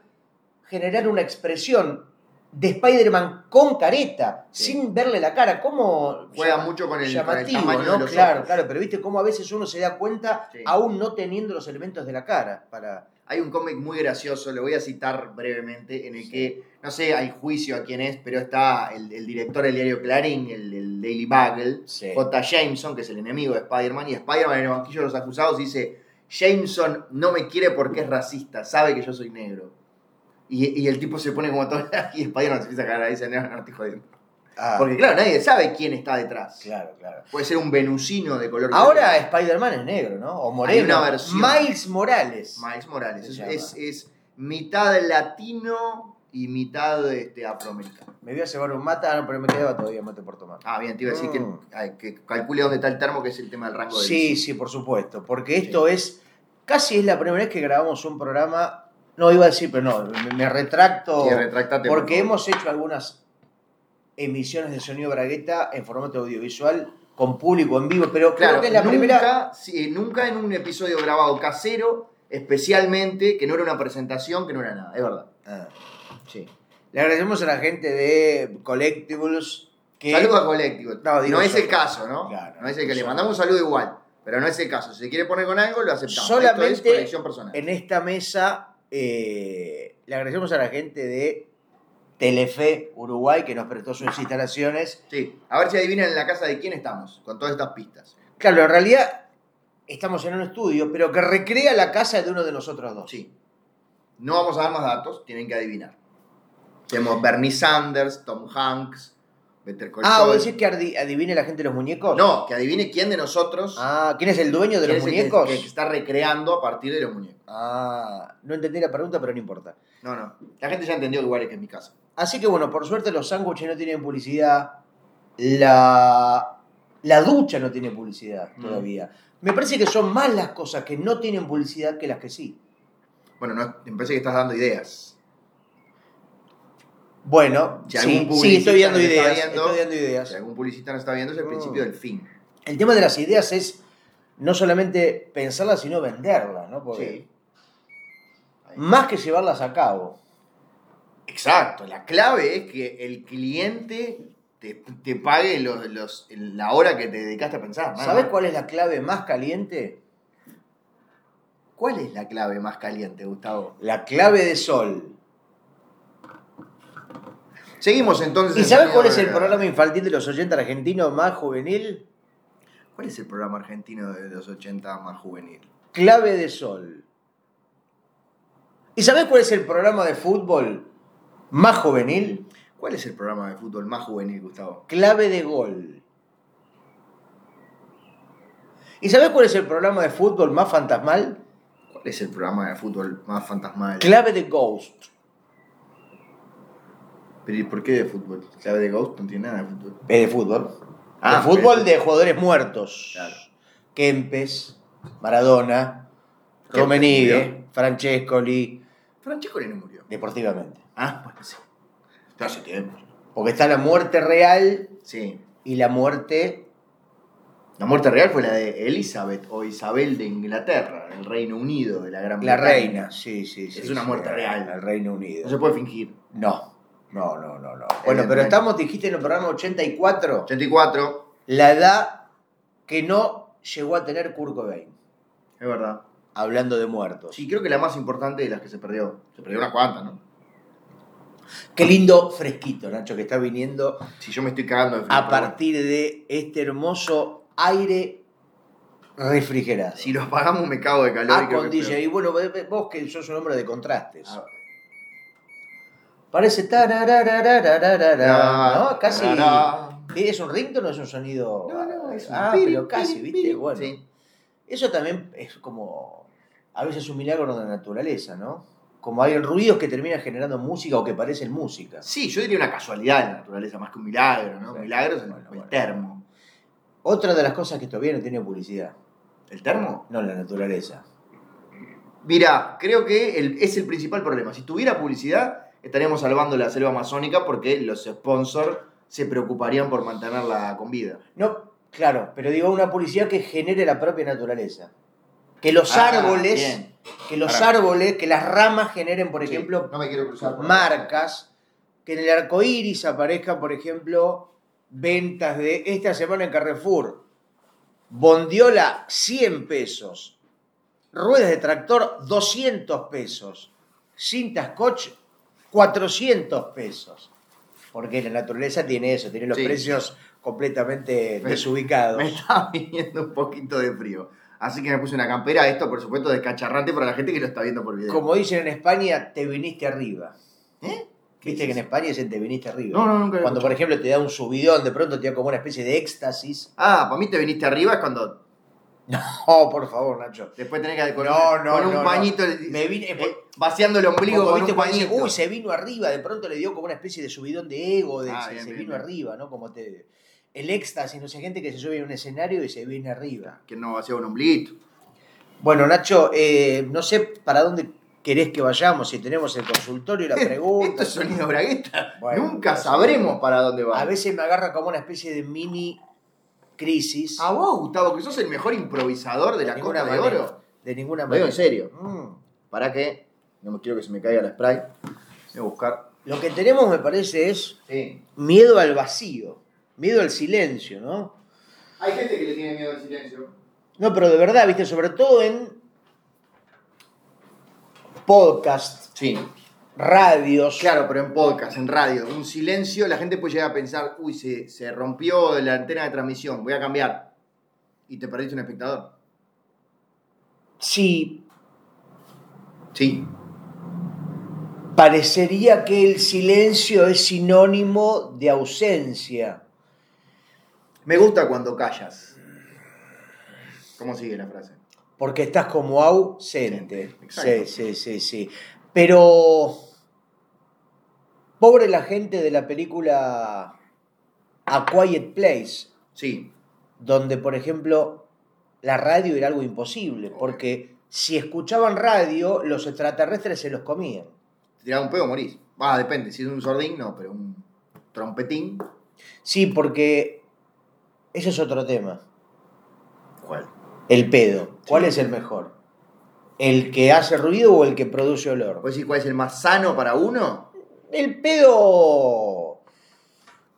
Speaker 2: generar una expresión de Spider-Man con careta,
Speaker 1: Sí.
Speaker 2: sin verle la cara, como
Speaker 1: juega mucho con el, con el
Speaker 2: llamativo,
Speaker 1: tamaño
Speaker 2: ¿no?
Speaker 1: de los
Speaker 2: claro,
Speaker 1: ojos.
Speaker 2: claro, pero viste cómo a veces uno se da cuenta
Speaker 1: Sí.
Speaker 2: aún no teniendo los elementos de la cara para
Speaker 1: Hay un cómic muy gracioso, lo voy a citar brevemente, en el
Speaker 2: Sí.
Speaker 1: que, no sé, hay juicio a quién es, pero está el, el director del diario Clarín, el, el Daily Bugle,
Speaker 2: Sí.
Speaker 1: J. Jameson, que es el enemigo de Spider-Man, y Spider-Man en el banquillo de los acusados dice, Jameson no me quiere porque es racista, sabe que yo soy negro. Y, y el tipo se pone como todo, <laughs> y Spider-Man se empieza a cagar, dice, no, no estoy jodiendo.
Speaker 2: Ah,
Speaker 1: Porque claro, nadie sabe quién está detrás.
Speaker 2: claro, claro.
Speaker 1: Puede ser un venusino de color
Speaker 2: Ahora
Speaker 1: verde.
Speaker 2: Spider-Man es negro, ¿no? O moreno.
Speaker 1: Hay una versión.
Speaker 2: Miles Morales.
Speaker 1: Miles Morales,
Speaker 2: Se
Speaker 1: es,
Speaker 2: llama.
Speaker 1: es- es mitad latino y mitad este, afroamericano.
Speaker 2: Me voy a llevar un mate, ah, no, pero me quedaba todavía mate por tomar.
Speaker 1: Ah, bien, te iba a decir
Speaker 2: Mm.
Speaker 1: que, ay, que calcule dónde está el termo, que es el tema del rango de
Speaker 2: Sí, sí, por supuesto, porque esto es casi es la primera vez que grabamos un programa. No iba a decir, pero no, me, me retracto.
Speaker 1: retractate. por
Speaker 2: Porque
Speaker 1: favor.
Speaker 2: hemos hecho algunas emisiones de Sonido Bragueta en formato audiovisual con público en vivo, pero
Speaker 1: Claro,
Speaker 2: creo que es la
Speaker 1: nunca,
Speaker 2: primera.
Speaker 1: sí, nunca en un episodio grabado casero, especialmente, que no era una presentación, que no era nada, es verdad.
Speaker 2: Ah,
Speaker 1: Sí.
Speaker 2: Le agradecemos a la gente de Collectibles que
Speaker 1: Saludo a colectivo.
Speaker 2: Eh, No,
Speaker 1: No,
Speaker 2: digo
Speaker 1: es
Speaker 2: yo.
Speaker 1: el caso, ¿no?
Speaker 2: Claro,
Speaker 1: no es el que le
Speaker 2: yo.
Speaker 1: mandamos un saludo igual, pero no es el caso. Si se quiere poner con algo, lo aceptamos.
Speaker 2: Solamente
Speaker 1: Esto es conexión personal.
Speaker 2: en esta mesa eh, le agradecemos a la gente de Telefe Uruguay que nos prestó sus instalaciones.
Speaker 1: Sí. A ver si adivinan en la casa de quién estamos, con todas estas pistas.
Speaker 2: Claro, en realidad estamos en un estudio, pero que recrea la casa de uno de nosotros dos.
Speaker 1: Sí. No vamos a dar más datos, tienen que adivinar. Tenemos Bernie Sanders, Tom Hanks, Better Call
Speaker 2: Ah, ¿vos
Speaker 1: Saul.
Speaker 2: decís que ardi- adivine la gente de los muñecos?
Speaker 1: No, que adivine quién de nosotros
Speaker 2: Ah, ¿quién es el dueño de
Speaker 1: ¿Quién
Speaker 2: los
Speaker 1: es el que-
Speaker 2: muñecos?
Speaker 1: Que, que está recreando a partir de los muñecos.
Speaker 2: Ah, no entendí la pregunta, pero no importa.
Speaker 1: No, no. La gente ya entendió que igual es que en mi casa.
Speaker 2: Así que bueno, por suerte los sándwiches no tienen publicidad. La, la ducha no tiene publicidad
Speaker 1: Mm.
Speaker 2: todavía. Me parece que son más las cosas que no tienen publicidad que las que sí.
Speaker 1: Bueno, no, me parece que estás dando ideas.
Speaker 2: Bueno,
Speaker 1: Si
Speaker 2: sí,
Speaker 1: algún
Speaker 2: sí,
Speaker 1: publicista
Speaker 2: estoy dando
Speaker 1: nos está
Speaker 2: ideas.
Speaker 1: viendo,
Speaker 2: estoy dando ideas.
Speaker 1: Si algún publicista no está viendo, es el
Speaker 2: Mm.
Speaker 1: principio del fin.
Speaker 2: El tema de las ideas es no solamente pensarlas, sino venderlas, ¿no?
Speaker 1: Sí.
Speaker 2: Porque
Speaker 1: Ahí.
Speaker 2: más que llevarlas a cabo.
Speaker 1: Exacto. La clave es que el cliente te, te pague los, los- la hora que te dedicaste a pensar. nada
Speaker 2: ¿Sabes
Speaker 1: más.
Speaker 2: cuál es la clave más caliente?
Speaker 1: cuál es la clave más caliente, Gustavo?
Speaker 2: La clave de sol.
Speaker 1: Seguimos entonces.
Speaker 2: ¿Y
Speaker 1: en
Speaker 2: sabes
Speaker 1: Sonido
Speaker 2: cuál es el
Speaker 1: Vergara.
Speaker 2: programa infantil de los 80 argentinos más juvenil?
Speaker 1: ¿Cuál es el programa argentino de los 80 más juvenil?
Speaker 2: Clave de sol. ¿Y sabes cuál es el programa de fútbol más juvenil?
Speaker 1: ¿Cuál es el programa de fútbol más juvenil, Gustavo?
Speaker 2: Clave de gol. ¿Y sabes cuál es el programa de fútbol más fantasmal?
Speaker 1: ¿Cuál es el programa de fútbol más fantasmal?
Speaker 2: Clave de ghost.
Speaker 1: Pero ¿y por qué de fútbol? Clave de Ghost no tiene nada de fútbol.
Speaker 2: Es de fútbol.
Speaker 1: Ah,
Speaker 2: de fútbol
Speaker 1: pero-
Speaker 2: de jugadores muertos.
Speaker 1: Claro.
Speaker 2: Kempes, Maradona,
Speaker 1: Kempes
Speaker 2: Romenigue,
Speaker 1: murió.
Speaker 2: Francescoli,
Speaker 1: Francesco no murió.
Speaker 2: deportivamente.
Speaker 1: Ah, bueno, sí. Está hace tiempo.
Speaker 2: Porque está la muerte real
Speaker 1: Sí.
Speaker 2: y la muerte.
Speaker 1: La muerte real fue la de Elizabeth o Isabel de Inglaterra, el Reino Unido de la Gran
Speaker 2: La
Speaker 1: Bretaña.
Speaker 2: reina, sí, sí, sí.
Speaker 1: Es una
Speaker 2: sí,
Speaker 1: muerte real.
Speaker 2: El Reino Unido.
Speaker 1: No se puede fingir.
Speaker 2: No, no, no, no, no. Bueno, pero
Speaker 1: Evidentemente.
Speaker 2: estamos, dijiste en el programa 84,
Speaker 1: 84,
Speaker 2: la edad que no llegó a tener Kurt Cobain,
Speaker 1: es verdad.
Speaker 2: hablando de muertos.
Speaker 1: Sí, creo que la más importante de las que se perdió. Se perdió unas cuantas, ¿no?
Speaker 2: Qué lindo fresquito, Nacho, que está viniendo
Speaker 1: Si yo me estoy cagando de frío.
Speaker 2: a
Speaker 1: pero bueno.
Speaker 2: partir de este hermoso aire refrigerado.
Speaker 1: Si lo apagamos me cago de calor.
Speaker 2: Ah,
Speaker 1: y creo
Speaker 2: con
Speaker 1: que es peor.
Speaker 2: DJ. Y bueno, ve- ve- vos que sos un hombre de contrastes.
Speaker 1: Ah.
Speaker 2: Parece tararararararara, ¿no? Casi...
Speaker 1: Tarará.
Speaker 2: ¿Es un ringtone o es un sonido?
Speaker 1: No, no, es un
Speaker 2: Ah,
Speaker 1: piri,
Speaker 2: pero casi,
Speaker 1: piri,
Speaker 2: ¿viste?
Speaker 1: piri.
Speaker 2: Bueno,
Speaker 1: Sí.
Speaker 2: eso también es como... A veces un milagro de la naturaleza, ¿no? Como hay ruidos que terminan generando música o que parecen música.
Speaker 1: Sí, yo diría una casualidad de la naturaleza, más que un milagro, ¿no?
Speaker 2: Sí.
Speaker 1: Milagro es el,
Speaker 2: Bueno,
Speaker 1: el
Speaker 2: bueno.
Speaker 1: termo.
Speaker 2: Otra de las cosas que todavía no tiene publicidad.
Speaker 1: ¿El termo?
Speaker 2: No, la naturaleza.
Speaker 1: Mira, creo que el- es el principal problema. Si tuviera publicidad, estaríamos salvando la selva amazónica porque los sponsors se preocuparían por mantenerla con vida.
Speaker 2: No, claro, pero digo una publicidad que genere la propia naturaleza. Que los
Speaker 1: Ah,
Speaker 2: árboles...
Speaker 1: bien.
Speaker 2: que los
Speaker 1: Pará.
Speaker 2: árboles, que las ramas generen, por ejemplo,
Speaker 1: Sí, no me quiero cruzar. por-
Speaker 2: marcas, que en el arco iris aparezcan, por ejemplo, ventas de esta semana en Carrefour, bondiola 100 pesos, ruedas de tractor 200 pesos, cintas coach 400 pesos. Porque la naturaleza tiene eso, tiene los
Speaker 1: Sí.
Speaker 2: precios completamente
Speaker 1: Me-
Speaker 2: desubicados.
Speaker 1: <laughs> Me está viniendo un poquito de frío. Así que me puse una campera, esto por supuesto descacharrante para la gente que lo está viendo por video.
Speaker 2: Como dicen en España, te viniste arriba.
Speaker 1: ¿Eh? ¿Qué
Speaker 2: Viste que en
Speaker 1: dices?
Speaker 2: España dicen te viniste arriba.
Speaker 1: No, no, nunca lo
Speaker 2: Cuando,
Speaker 1: escuché.
Speaker 2: por ejemplo, te da un subidón, de pronto te da como una especie de éxtasis.
Speaker 1: Ah, para mí te viniste arriba es cuando
Speaker 2: Oh, por favor, Nacho.
Speaker 1: después tenés que con,
Speaker 2: No,
Speaker 1: un-
Speaker 2: no,
Speaker 1: con un
Speaker 2: no, no.
Speaker 1: pañito
Speaker 2: Me vine-
Speaker 1: eh, vaciando el ombligo
Speaker 2: Como
Speaker 1: con
Speaker 2: viste
Speaker 1: un
Speaker 2: cuando dice,
Speaker 1: pañito.
Speaker 2: Uy, se vino arriba, de pronto le dio como una especie de subidón de ego, de
Speaker 1: Ah,
Speaker 2: se,
Speaker 1: bien,
Speaker 2: se
Speaker 1: bien,
Speaker 2: vino
Speaker 1: bien.
Speaker 2: arriba, ¿no? Como te. El éxtasis, no sé, gente que se sube a un escenario y se viene arriba.
Speaker 1: Que no vacía un ombliguito.
Speaker 2: Bueno, Nacho, eh, no sé para dónde querés que vayamos, si tenemos el consultorio
Speaker 1: <laughs>
Speaker 2: y la
Speaker 1: Esto
Speaker 2: pregunta.
Speaker 1: es sonido bragueta.
Speaker 2: Bueno,
Speaker 1: nunca
Speaker 2: pero-
Speaker 1: sabremos para dónde va.
Speaker 2: A veces me agarra como una especie de mini crisis.
Speaker 1: A vos, Gustavo, que sos el mejor improvisador de Ah, la
Speaker 2: ninguna
Speaker 1: Costa de
Speaker 2: manera,
Speaker 1: Oro.
Speaker 2: De ninguna
Speaker 1: Lo digo
Speaker 2: manera.
Speaker 1: en serio.
Speaker 2: Mm.
Speaker 1: ¿Para qué? No me quiero que se me caiga la spray. Voy a buscar.
Speaker 2: Lo que tenemos, me parece, es
Speaker 1: Sí.
Speaker 2: miedo al vacío, miedo al silencio, ¿no?
Speaker 1: Hay gente que le tiene miedo al silencio.
Speaker 2: No, pero de verdad, viste, sobre todo en podcast,
Speaker 1: Sí.
Speaker 2: radios.
Speaker 1: Claro, pero en podcast, en radio, un silencio, la gente puede llegar a pensar, uy, se, se rompió la antena de transmisión, voy a cambiar. Y te perdiste un espectador.
Speaker 2: Sí,
Speaker 1: Sí.
Speaker 2: parecería que el silencio es sinónimo de ausencia.
Speaker 1: Me gusta cuando callas. ¿Cómo sigue la frase?
Speaker 2: Porque estás como ausente. Sí,
Speaker 1: Exacto.
Speaker 2: sí, sí, sí. Pero. Pobre la gente de la película A Quiet Place,
Speaker 1: Sí.
Speaker 2: donde, por ejemplo, la radio era algo imposible,
Speaker 1: Ok.
Speaker 2: porque si escuchaban radio, los extraterrestres se los comían.
Speaker 1: Te tirás un pedo, morís. Va, depende, si es un sordín, no, pero un trompetín.
Speaker 2: Sí, porque ese es otro tema,
Speaker 1: ¿Cuál?
Speaker 2: el pedo. ¿Cuál es el mejor? ¿El que hace ruido o el que produce olor?
Speaker 1: ¿Puedes decir cuál es el más sano para uno?
Speaker 2: El pedo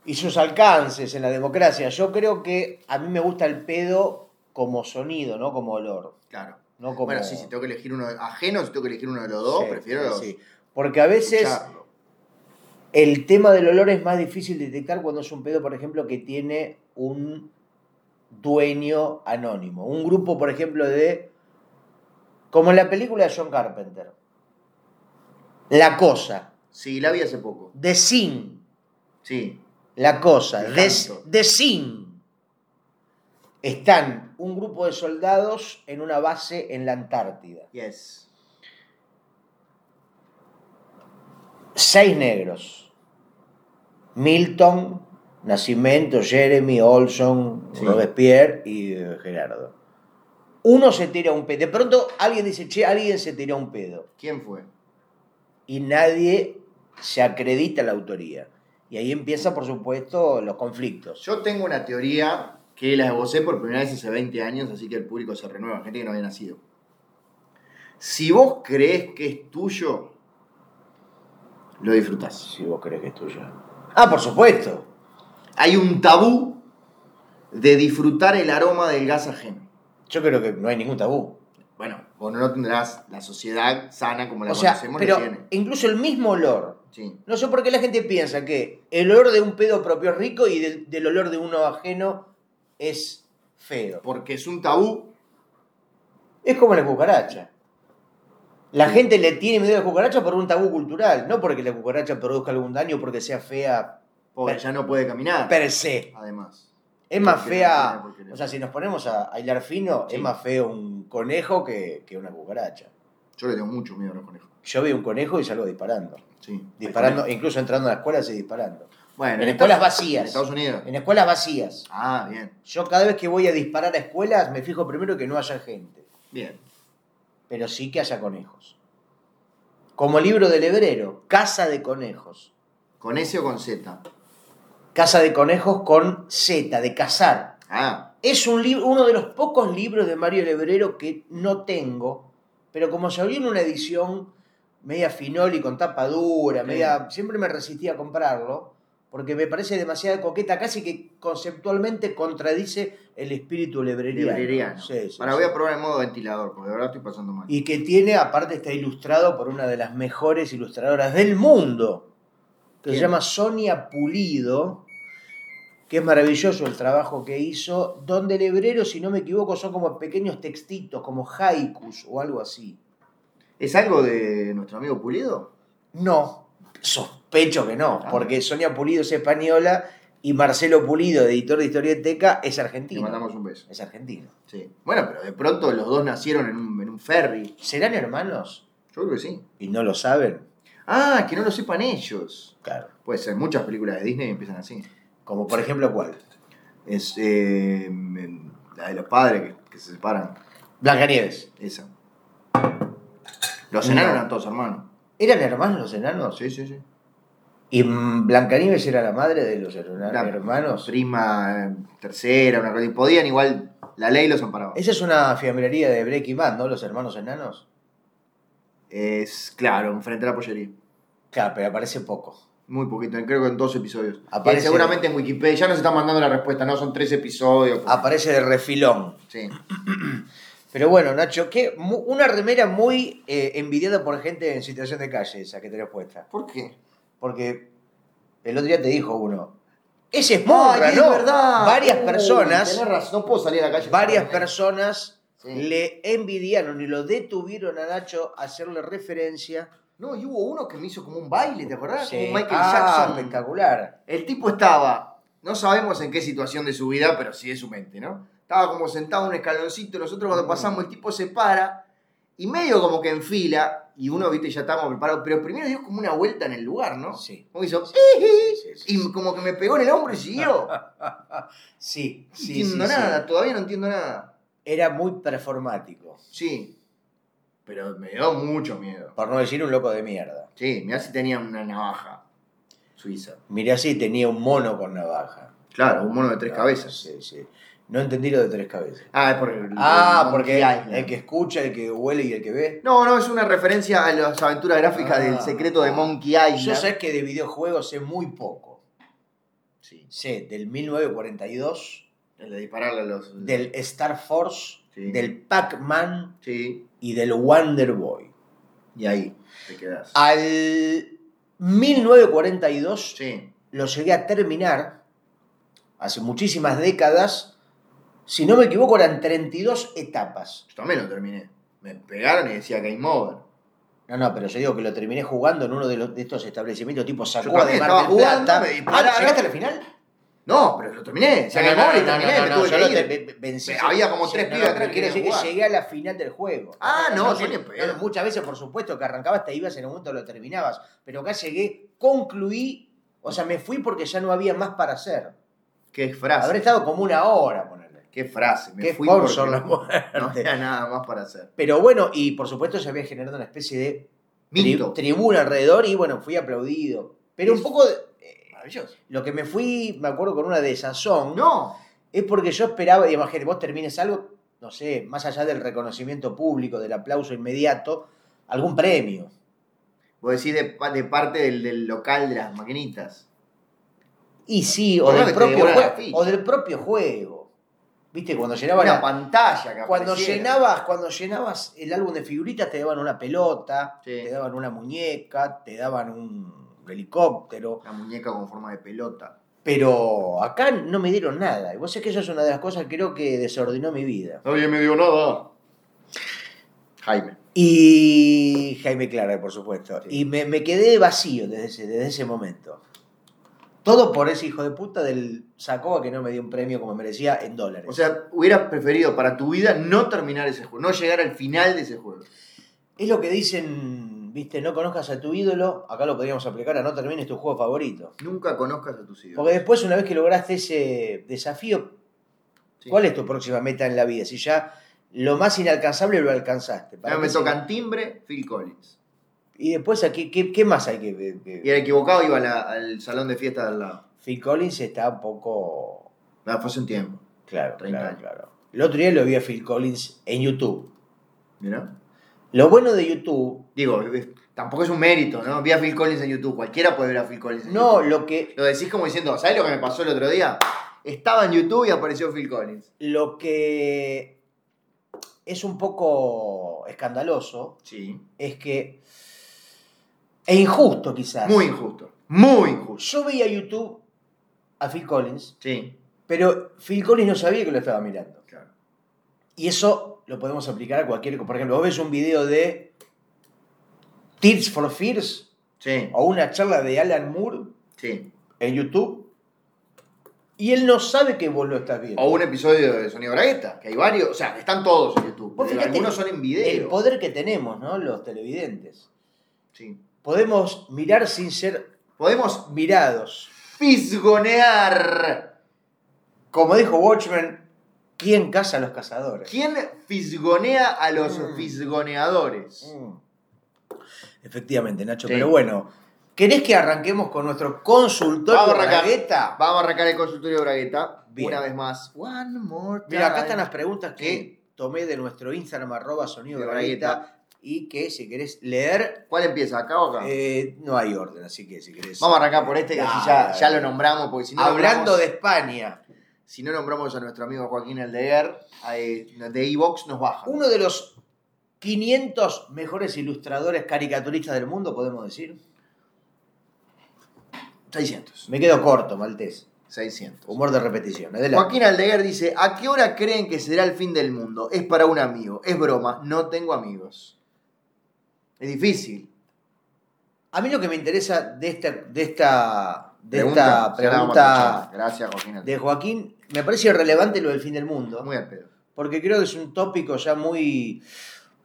Speaker 2: y sus alcances en la democracia. Yo creo que a mí me gusta el pedo como sonido, no como olor.
Speaker 1: Claro.
Speaker 2: No como...
Speaker 1: Bueno, sí, si tengo que elegir uno de- ajeno, si tengo que elegir uno de los dos,
Speaker 2: Sí,
Speaker 1: prefiero
Speaker 2: sí, sí. Porque a veces
Speaker 1: escucharlo.
Speaker 2: el tema del olor es más difícil de detectar cuando es un pedo, por ejemplo, que tiene un dueño anónimo. Un grupo, por ejemplo, de... Como en la película de John Carpenter. La cosa.
Speaker 1: Sí, la vi hace poco.
Speaker 2: De Sin.
Speaker 1: Sí.
Speaker 2: La cosa,
Speaker 1: De
Speaker 2: de,
Speaker 1: Hanson.
Speaker 2: de Sin. Están un grupo de soldados en una base en la Antártida.
Speaker 1: Yes.
Speaker 2: Seis negros. Milton, Nacimiento, Jeremy, Olson,
Speaker 1: Sí.
Speaker 2: Robespierre y eh, Gerardo. Uno se tira un pedo. De pronto alguien dice, che, alguien se tiró un pedo.
Speaker 1: ¿Quién fue?
Speaker 2: Y nadie se acredita la autoría. Y ahí empiezan, por supuesto, los conflictos.
Speaker 1: Yo tengo una teoría que la esbocé por primera vez hace 20 años, así que el público se renueva, gente que no había nacido. Si vos crees que es tuyo, lo disfrutás.
Speaker 2: Si vos crees que es tuyo. Ah, por supuesto.
Speaker 1: Hay un tabú de disfrutar el aroma del gas ajeno.
Speaker 2: Yo creo que no hay ningún tabú.
Speaker 1: Bueno, vos no tendrás la sociedad sana como la
Speaker 2: o sea,
Speaker 1: conocemos,
Speaker 2: pero
Speaker 1: la tiene.
Speaker 2: incluso el mismo olor.
Speaker 1: Sí.
Speaker 2: No sé por qué la gente piensa que el olor de un pedo propio es rico y del, del olor de uno ajeno es feo.
Speaker 1: Porque es un tabú.
Speaker 2: Es como la cucaracha. La gente le tiene miedo a la cucaracha por un tabú cultural, no porque la cucaracha produzca algún daño o porque sea fea
Speaker 1: Pobre,
Speaker 2: Pero-
Speaker 1: ya no puede caminar.
Speaker 2: per se.
Speaker 1: Además.
Speaker 2: Es más
Speaker 1: Porque no
Speaker 2: fea,
Speaker 1: tiene por qué no.
Speaker 2: o sea, si nos ponemos a, a hilar fino,
Speaker 1: Sí.
Speaker 2: es más feo un conejo que, que una cucaracha.
Speaker 1: Yo le tengo mucho miedo a los conejos.
Speaker 2: Yo veo un conejo y salgo disparando.
Speaker 1: Sí.
Speaker 2: Disparando, incluso entrando a las escuelas y disparando.
Speaker 1: Bueno,
Speaker 2: En escuelas
Speaker 1: Estados-
Speaker 2: vacías.
Speaker 1: En Estados Unidos.
Speaker 2: En escuelas vacías.
Speaker 1: Ah, bien.
Speaker 2: Yo cada vez que voy a disparar a escuelas me fijo primero que no haya gente,
Speaker 1: Bien.
Speaker 2: pero sí que haya conejos. Como el libro del hebrero, Casa de Conejos.
Speaker 1: ¿Con S o con Z?
Speaker 2: Casa de Conejos con Z, de cazar.
Speaker 1: Ah,
Speaker 2: Es un libro, uno de los pocos libros de Mario el Hebrero que no tengo, pero como se abrió en una edición media finoli con tapa dura,
Speaker 1: Sí.
Speaker 2: media, siempre me resistí a comprarlo, porque me parece demasiado coqueta, casi que conceptualmente contradice el espíritu lebreriano.
Speaker 1: libreriano.
Speaker 2: Sí, sí,
Speaker 1: Ahora
Speaker 2: sí.
Speaker 1: voy a probar en modo ventilador, porque de verdad estoy pasando mal.
Speaker 2: Y que tiene, aparte está ilustrado por una de las mejores ilustradoras del mundo, que se
Speaker 1: ¿Quién?
Speaker 2: llama Sonia Pulido, que es maravilloso el trabajo que hizo, donde el hebrero, si no me equivoco, son como pequeños textitos, como haikus o algo así.
Speaker 1: ¿Es algo de nuestro amigo Pulido?
Speaker 2: No, sospecho que no,
Speaker 1: Ah.
Speaker 2: porque Sonia Pulido es española y Marcelo Pulido, editor de Historieteca, es
Speaker 1: Le
Speaker 2: argentino.
Speaker 1: mandamos un beso.
Speaker 2: Es argentino.
Speaker 1: Sí. Bueno, pero de pronto los dos nacieron en un, en un ferry.
Speaker 2: ¿Serán hermanos?
Speaker 1: Yo creo que sí.
Speaker 2: ¿Y no lo saben?
Speaker 1: Ah, que no lo sepan ellos.
Speaker 2: Claro.
Speaker 1: Puede ser, muchas películas de Disney empiezan así.
Speaker 2: Como por ejemplo, ¿cuál?
Speaker 1: Es eh, em, la de los padres que, que se separan.
Speaker 2: Blancanieves.
Speaker 1: Esa. Los
Speaker 2: No.
Speaker 1: enanos eran todos hermanos.
Speaker 2: ¿Eran hermanos los enanos? ¿eh?
Speaker 1: Sí, sí, sí.
Speaker 2: ¿Y mm, Blancanieves era la madre de los herna-
Speaker 1: La
Speaker 2: hermanos?
Speaker 1: Prima, eh, tercera, una cosa. y Podían igual, la ley los amparaba.
Speaker 2: Esa es una fiambrería de Breaking Bad, ¿no? Los hermanos enanos.
Speaker 1: Es claro, enfrente a la pollería.
Speaker 2: Claro, pero aparece poco.
Speaker 1: Muy poquito, creo que en dos episodios.
Speaker 2: Aparece-
Speaker 1: Y seguramente en Wikipedia ya nos están mandando la respuesta, no son tres episodios. pues.
Speaker 2: Aparece de refilón.
Speaker 1: Sí.
Speaker 2: Pero bueno, Nacho, que una remera muy eh, envidiada por gente en situación de calle, esa que tenés puesta.
Speaker 1: ¿Por qué?
Speaker 2: Porque el otro día te dijo uno. Ese es
Speaker 1: Ay,
Speaker 2: Morra,
Speaker 1: es
Speaker 2: ¿no?
Speaker 1: verdad.
Speaker 2: Varias
Speaker 1: Uy,
Speaker 2: personas.
Speaker 1: tenés razón, no puedo salir a la calle. ¿eh?
Speaker 2: Varias personas
Speaker 1: Sí.
Speaker 2: le envidiaron y lo detuvieron a Nacho a hacerle referencia.
Speaker 1: No, y hubo uno que me hizo como un baile, ¿te acordás? Como
Speaker 2: Sí.
Speaker 1: Michael
Speaker 2: Ah,
Speaker 1: Jackson.
Speaker 2: Espectacular.
Speaker 1: El tipo estaba, no sabemos en qué situación de su vida, pero sí de su mente, ¿no? Estaba como sentado en un escaloncito, nosotros cuando
Speaker 2: Mm.
Speaker 1: pasamos el tipo se para y medio como que enfila y uno, viste, ya estábamos preparados, pero primero dio como una vuelta en el lugar, ¿no?
Speaker 2: Sí.
Speaker 1: Como hizo,
Speaker 2: sí, sí, sí, sí.
Speaker 1: y como que me pegó en el hombro y
Speaker 2: <laughs>
Speaker 1: siguió. No
Speaker 2: Sí, sí, sí,
Speaker 1: entiendo
Speaker 2: sí.
Speaker 1: nada, todavía no entiendo nada.
Speaker 2: Era muy performático.
Speaker 1: Sí, pero me dio mucho miedo.
Speaker 2: Por no decir un loco de mierda.
Speaker 1: Sí, mirá si tenía una navaja suiza.
Speaker 2: Mirá si tenía un mono con navaja.
Speaker 1: Claro, un mono de tres
Speaker 2: Ah,
Speaker 1: cabezas.
Speaker 2: Sí, sí. No entendí lo de tres cabezas.
Speaker 1: Ah, es por el-
Speaker 2: Ah,
Speaker 1: el
Speaker 2: porque
Speaker 1: Monkey Island.
Speaker 2: el que escucha, el que huele y el que ve.
Speaker 1: No, no, es una referencia a las aventuras gráficas
Speaker 2: Ah.
Speaker 1: del secreto de Monkey Island.
Speaker 2: Yo sé que de videojuegos sé muy poco.
Speaker 1: Sí,
Speaker 2: Sé del 1942,
Speaker 1: el de dispararle a los.
Speaker 2: del Star Force,
Speaker 1: Sí.
Speaker 2: del Pac-Man
Speaker 1: Sí,
Speaker 2: y del Wonder Boy.
Speaker 1: y ahí te quedas.
Speaker 2: Ah. Al 1942
Speaker 1: Sí,
Speaker 2: lo llegué a terminar hace muchísimas décadas. Si no me equivoco, eran 32 etapas.
Speaker 1: yo también lo terminé. Me pegaron y decía Game Over.
Speaker 2: No, no, pero yo digo que lo terminé jugando en uno de, los- de estos establecimientos tipo
Speaker 1: Yo
Speaker 2: Sacúa
Speaker 1: también
Speaker 2: de Mar
Speaker 1: estaba
Speaker 2: del
Speaker 1: jugando,
Speaker 2: Plata.
Speaker 1: me dispararon.
Speaker 2: Ah, ¿Llegaste a la final?
Speaker 1: No, pero lo terminé. Decía Game Over y terminé. me tuve
Speaker 2: yo lo
Speaker 1: que ir.
Speaker 2: te- ve- vencí.
Speaker 1: Ve- había como tres
Speaker 2: no,
Speaker 1: pibes
Speaker 2: no,
Speaker 1: atrás que
Speaker 2: quiero decir
Speaker 1: querían
Speaker 2: que llegué a la final del juego.
Speaker 1: Ah, no, yo
Speaker 2: que-
Speaker 1: ni en pedo.
Speaker 2: no, Muchas veces, por supuesto, que arrancabas, te ibas, en un momento lo terminabas. Pero acá llegué, concluí, o sea, me fui porque ya no había más para hacer.
Speaker 1: Qué
Speaker 2: Habré
Speaker 1: frase.
Speaker 2: estado como una hora, ponerle.
Speaker 1: Qué frase. Me
Speaker 2: Qué
Speaker 1: fui
Speaker 2: sponsor la
Speaker 1: porque
Speaker 2: muerte.
Speaker 1: No había nada más para hacer.
Speaker 2: Pero bueno, y por supuesto se había generado una especie de tri-
Speaker 1: Minto.
Speaker 2: tribuna alrededor y bueno, fui aplaudido. Pero un
Speaker 1: Es-
Speaker 2: poco de- eh,
Speaker 1: Maravilloso.
Speaker 2: lo que me fui, me acuerdo con una desazón,
Speaker 1: No.
Speaker 2: es porque yo esperaba, imagínate, vos termines algo, no sé, más allá del reconocimiento público, del aplauso inmediato, algún premio.
Speaker 1: Vos decís de, pa- de parte del, del local de las maquinitas.
Speaker 2: Y sí, o
Speaker 1: Por lo
Speaker 2: del,
Speaker 1: que te
Speaker 2: propio
Speaker 1: devuelvan la
Speaker 2: jue-
Speaker 1: ficha.
Speaker 2: o del propio juego. ¿Viste? Cuando llenaba
Speaker 1: Una
Speaker 2: la-
Speaker 1: pantalla que
Speaker 2: Cuando
Speaker 1: apareciera.
Speaker 2: llenabas, cuando llenabas el álbum de figuritas, te daban una pelota,
Speaker 1: Sí.
Speaker 2: te daban una muñeca, te daban un helicóptero.
Speaker 1: Una muñeca con forma de pelota.
Speaker 2: Pero acá no me dieron nada. Y vos sé que eso es una de las cosas que creo que desordenó mi vida.
Speaker 1: Nadie me dio nada. Jaime.
Speaker 2: Y Jaime Clara, por supuesto.
Speaker 1: Sí.
Speaker 2: Y me, me quedé vacío desde ese, desde ese momento. Todo por ese hijo de puta del Sacoa que no me dio un premio como merecía en dólares.
Speaker 1: O sea, hubieras preferido para tu vida no terminar ese juego, no llegar al final de ese juego.
Speaker 2: Es lo que dicen, viste, no conozcas a tu ídolo, acá lo podríamos aplicar a no termines tu juego favorito.
Speaker 1: Nunca conozcas a tus hijos.
Speaker 2: Porque después, una vez que lograste ese desafío,
Speaker 1: Sí.
Speaker 2: ¿cuál es tu próxima meta en la vida? Si ya lo más inalcanzable lo alcanzaste. ¿para
Speaker 1: Ahora
Speaker 2: qué
Speaker 1: me
Speaker 2: se-
Speaker 1: tocan timbre, Phil Collins.
Speaker 2: Y después, aquí, ¿qué, qué más hay que que- que-
Speaker 1: Y el equivocado iba a la- al salón de fiesta de al lado.
Speaker 2: Phil Collins está un poco...
Speaker 1: Ah, fue hace un tiempo.
Speaker 2: Claro,
Speaker 1: 30
Speaker 2: claro,
Speaker 1: años.
Speaker 2: claro. El otro día lo vi a Phil Collins en YouTube.
Speaker 1: Mirá.
Speaker 2: Lo bueno de YouTube...
Speaker 1: Digo, eh, tampoco es un mérito, ¿no? Vi a Phil Collins en YouTube. Cualquiera puede ver a Phil Collins en
Speaker 2: No,
Speaker 1: YouTube.
Speaker 2: lo que,
Speaker 1: Lo decís como diciendo, ¿sabés lo que me pasó el otro día? Estaba en YouTube y apareció Phil Collins.
Speaker 2: lo que es un poco escandaloso
Speaker 1: Sí.
Speaker 2: es que e injusto quizás.
Speaker 1: Muy injusto. Muy injusto.
Speaker 2: Yo veía YouTube a Phil Collins,
Speaker 1: Sí.
Speaker 2: pero Phil Collins no sabía que lo estaba mirando.
Speaker 1: Claro.
Speaker 2: Y eso lo podemos aplicar a cualquier Por ejemplo, vos ves un video de Tears for Fears
Speaker 1: Sí.
Speaker 2: o una charla de Alan Moore
Speaker 1: Sí.
Speaker 2: en YouTube y él no sabe que vos lo estás viendo.
Speaker 1: O un episodio de Sonido Bragueta, que hay varios, o sea, están todos en YouTube.
Speaker 2: Vos
Speaker 1: pero
Speaker 2: fíjate,
Speaker 1: algunos son en
Speaker 2: El
Speaker 1: video.
Speaker 2: poder que tenemos, ¿no? Los televidentes.
Speaker 1: Sí.
Speaker 2: Podemos mirar sin ser
Speaker 1: Podemos
Speaker 2: mirados.
Speaker 1: fisgonear.
Speaker 2: Como dijo Watchmen, ¿quién caza a los cazadores?
Speaker 1: ¿Quién fisgonea a los
Speaker 2: Mm.
Speaker 1: fisgoneadores?
Speaker 2: Mm. Efectivamente, Nacho.
Speaker 1: Sí.
Speaker 2: Pero bueno, ¿querés que arranquemos con nuestro consultorio
Speaker 1: Vamos a arrancar.
Speaker 2: bragueta?
Speaker 1: Vamos a arrancar el consultorio de Bragueta
Speaker 2: Bien.
Speaker 1: una vez más. One more time.
Speaker 2: Mira, acá están las preguntas que
Speaker 1: Sí.
Speaker 2: tomé de nuestro Instagram, arroba sonido
Speaker 1: De
Speaker 2: bragueta, y que si querés leer,
Speaker 1: ¿Cuál empieza? ¿Acá o acá?
Speaker 2: eh, no hay orden, así que si querés.
Speaker 1: Vamos a arrancar por este que así ya,
Speaker 2: Dale.
Speaker 1: ya lo nombramos, porque si no
Speaker 2: Hablando
Speaker 1: nombramos-
Speaker 2: de España,
Speaker 1: si no nombramos a nuestro amigo Joaquín Aldeguer, eh, de Evox nos baja.
Speaker 2: uno de los 500 mejores ilustradores caricaturistas del mundo, podemos decir.
Speaker 1: 600.
Speaker 2: Me quedo corto, Maltés.
Speaker 1: 600.
Speaker 2: Humor de repetición. Adelante.
Speaker 1: Joaquín Aldeguer dice, ¿a qué hora creen que será el fin del mundo? Es para un amigo, es broma, no tengo amigos. Es difícil.
Speaker 2: A mí lo que me interesa de esta, de esta, de
Speaker 1: Pregunta,
Speaker 2: esta
Speaker 1: ya la vamos a
Speaker 2: pregunta
Speaker 1: escuchar. Gracias, Joaquín Aldeguer.
Speaker 2: de Joaquín, me parece irrelevante lo del fin del mundo,
Speaker 1: Muy al pedo.
Speaker 2: porque creo que es un tópico ya muy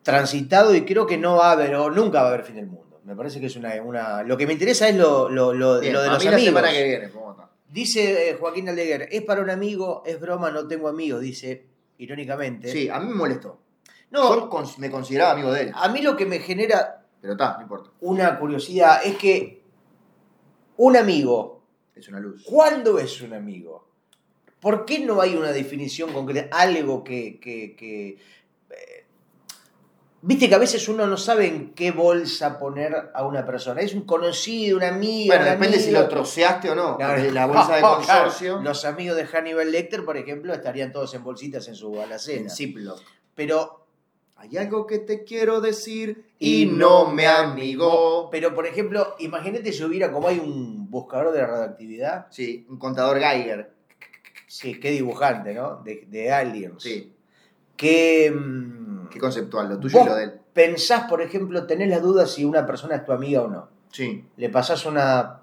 Speaker 2: transitado y creo que no va a haber, o nunca va a haber fin del mundo. Me parece que es una... una- lo que me interesa es lo, lo- lo-
Speaker 1: Bien,
Speaker 2: lo de
Speaker 1: a
Speaker 2: los
Speaker 1: mí la
Speaker 2: amigos.
Speaker 1: semana que viene, ¿cómo está?
Speaker 2: Dice eh, Joaquín Aldeguer, es para un amigo, es broma, no tengo amigos, dice irónicamente.
Speaker 1: Sí, a mí me molestó. Yo
Speaker 2: No, Ah.
Speaker 1: cons- me consideraba amigo de él,
Speaker 2: a mí lo que me genera
Speaker 1: pero está, no importa.
Speaker 2: una curiosidad es que un amigo
Speaker 1: Es una luz.
Speaker 2: ¿Cuándo es un amigo? ¿Por qué no hay una definición concreta? Algo que. que- que, eh, Viste que a veces uno no sabe en qué bolsa poner a una persona. Es un conocido, un amigo.
Speaker 1: Bueno,
Speaker 2: un
Speaker 1: depende
Speaker 2: amigo.
Speaker 1: si lo troceaste o no.
Speaker 2: No,
Speaker 1: porque <laughs>
Speaker 2: no.
Speaker 1: La bolsa de
Speaker 2: Claro,
Speaker 1: consorcio.
Speaker 2: Los amigos de Hannibal Lecter, por ejemplo, estarían todos en bolsitas en su
Speaker 1: en
Speaker 2: alacena.
Speaker 1: Ziploc.
Speaker 2: Pero,
Speaker 1: Hay algo que te quiero decir
Speaker 2: Y
Speaker 1: y
Speaker 2: no
Speaker 1: no me amigó.
Speaker 2: pero, por ejemplo, imagínate si hubiera como hay un buscador de radioactividad.
Speaker 1: Sí, un contador Geiger.
Speaker 2: Sí, qué dibujante, ¿no? De, de aliens.
Speaker 1: Sí,
Speaker 2: Que. mm,
Speaker 1: qué conceptual, lo tuyo y
Speaker 2: Vos-
Speaker 1: lo de él.
Speaker 2: pensás, por ejemplo, tenés la duda si una persona es tu amiga o no.
Speaker 1: Sí.
Speaker 2: Le pasás una,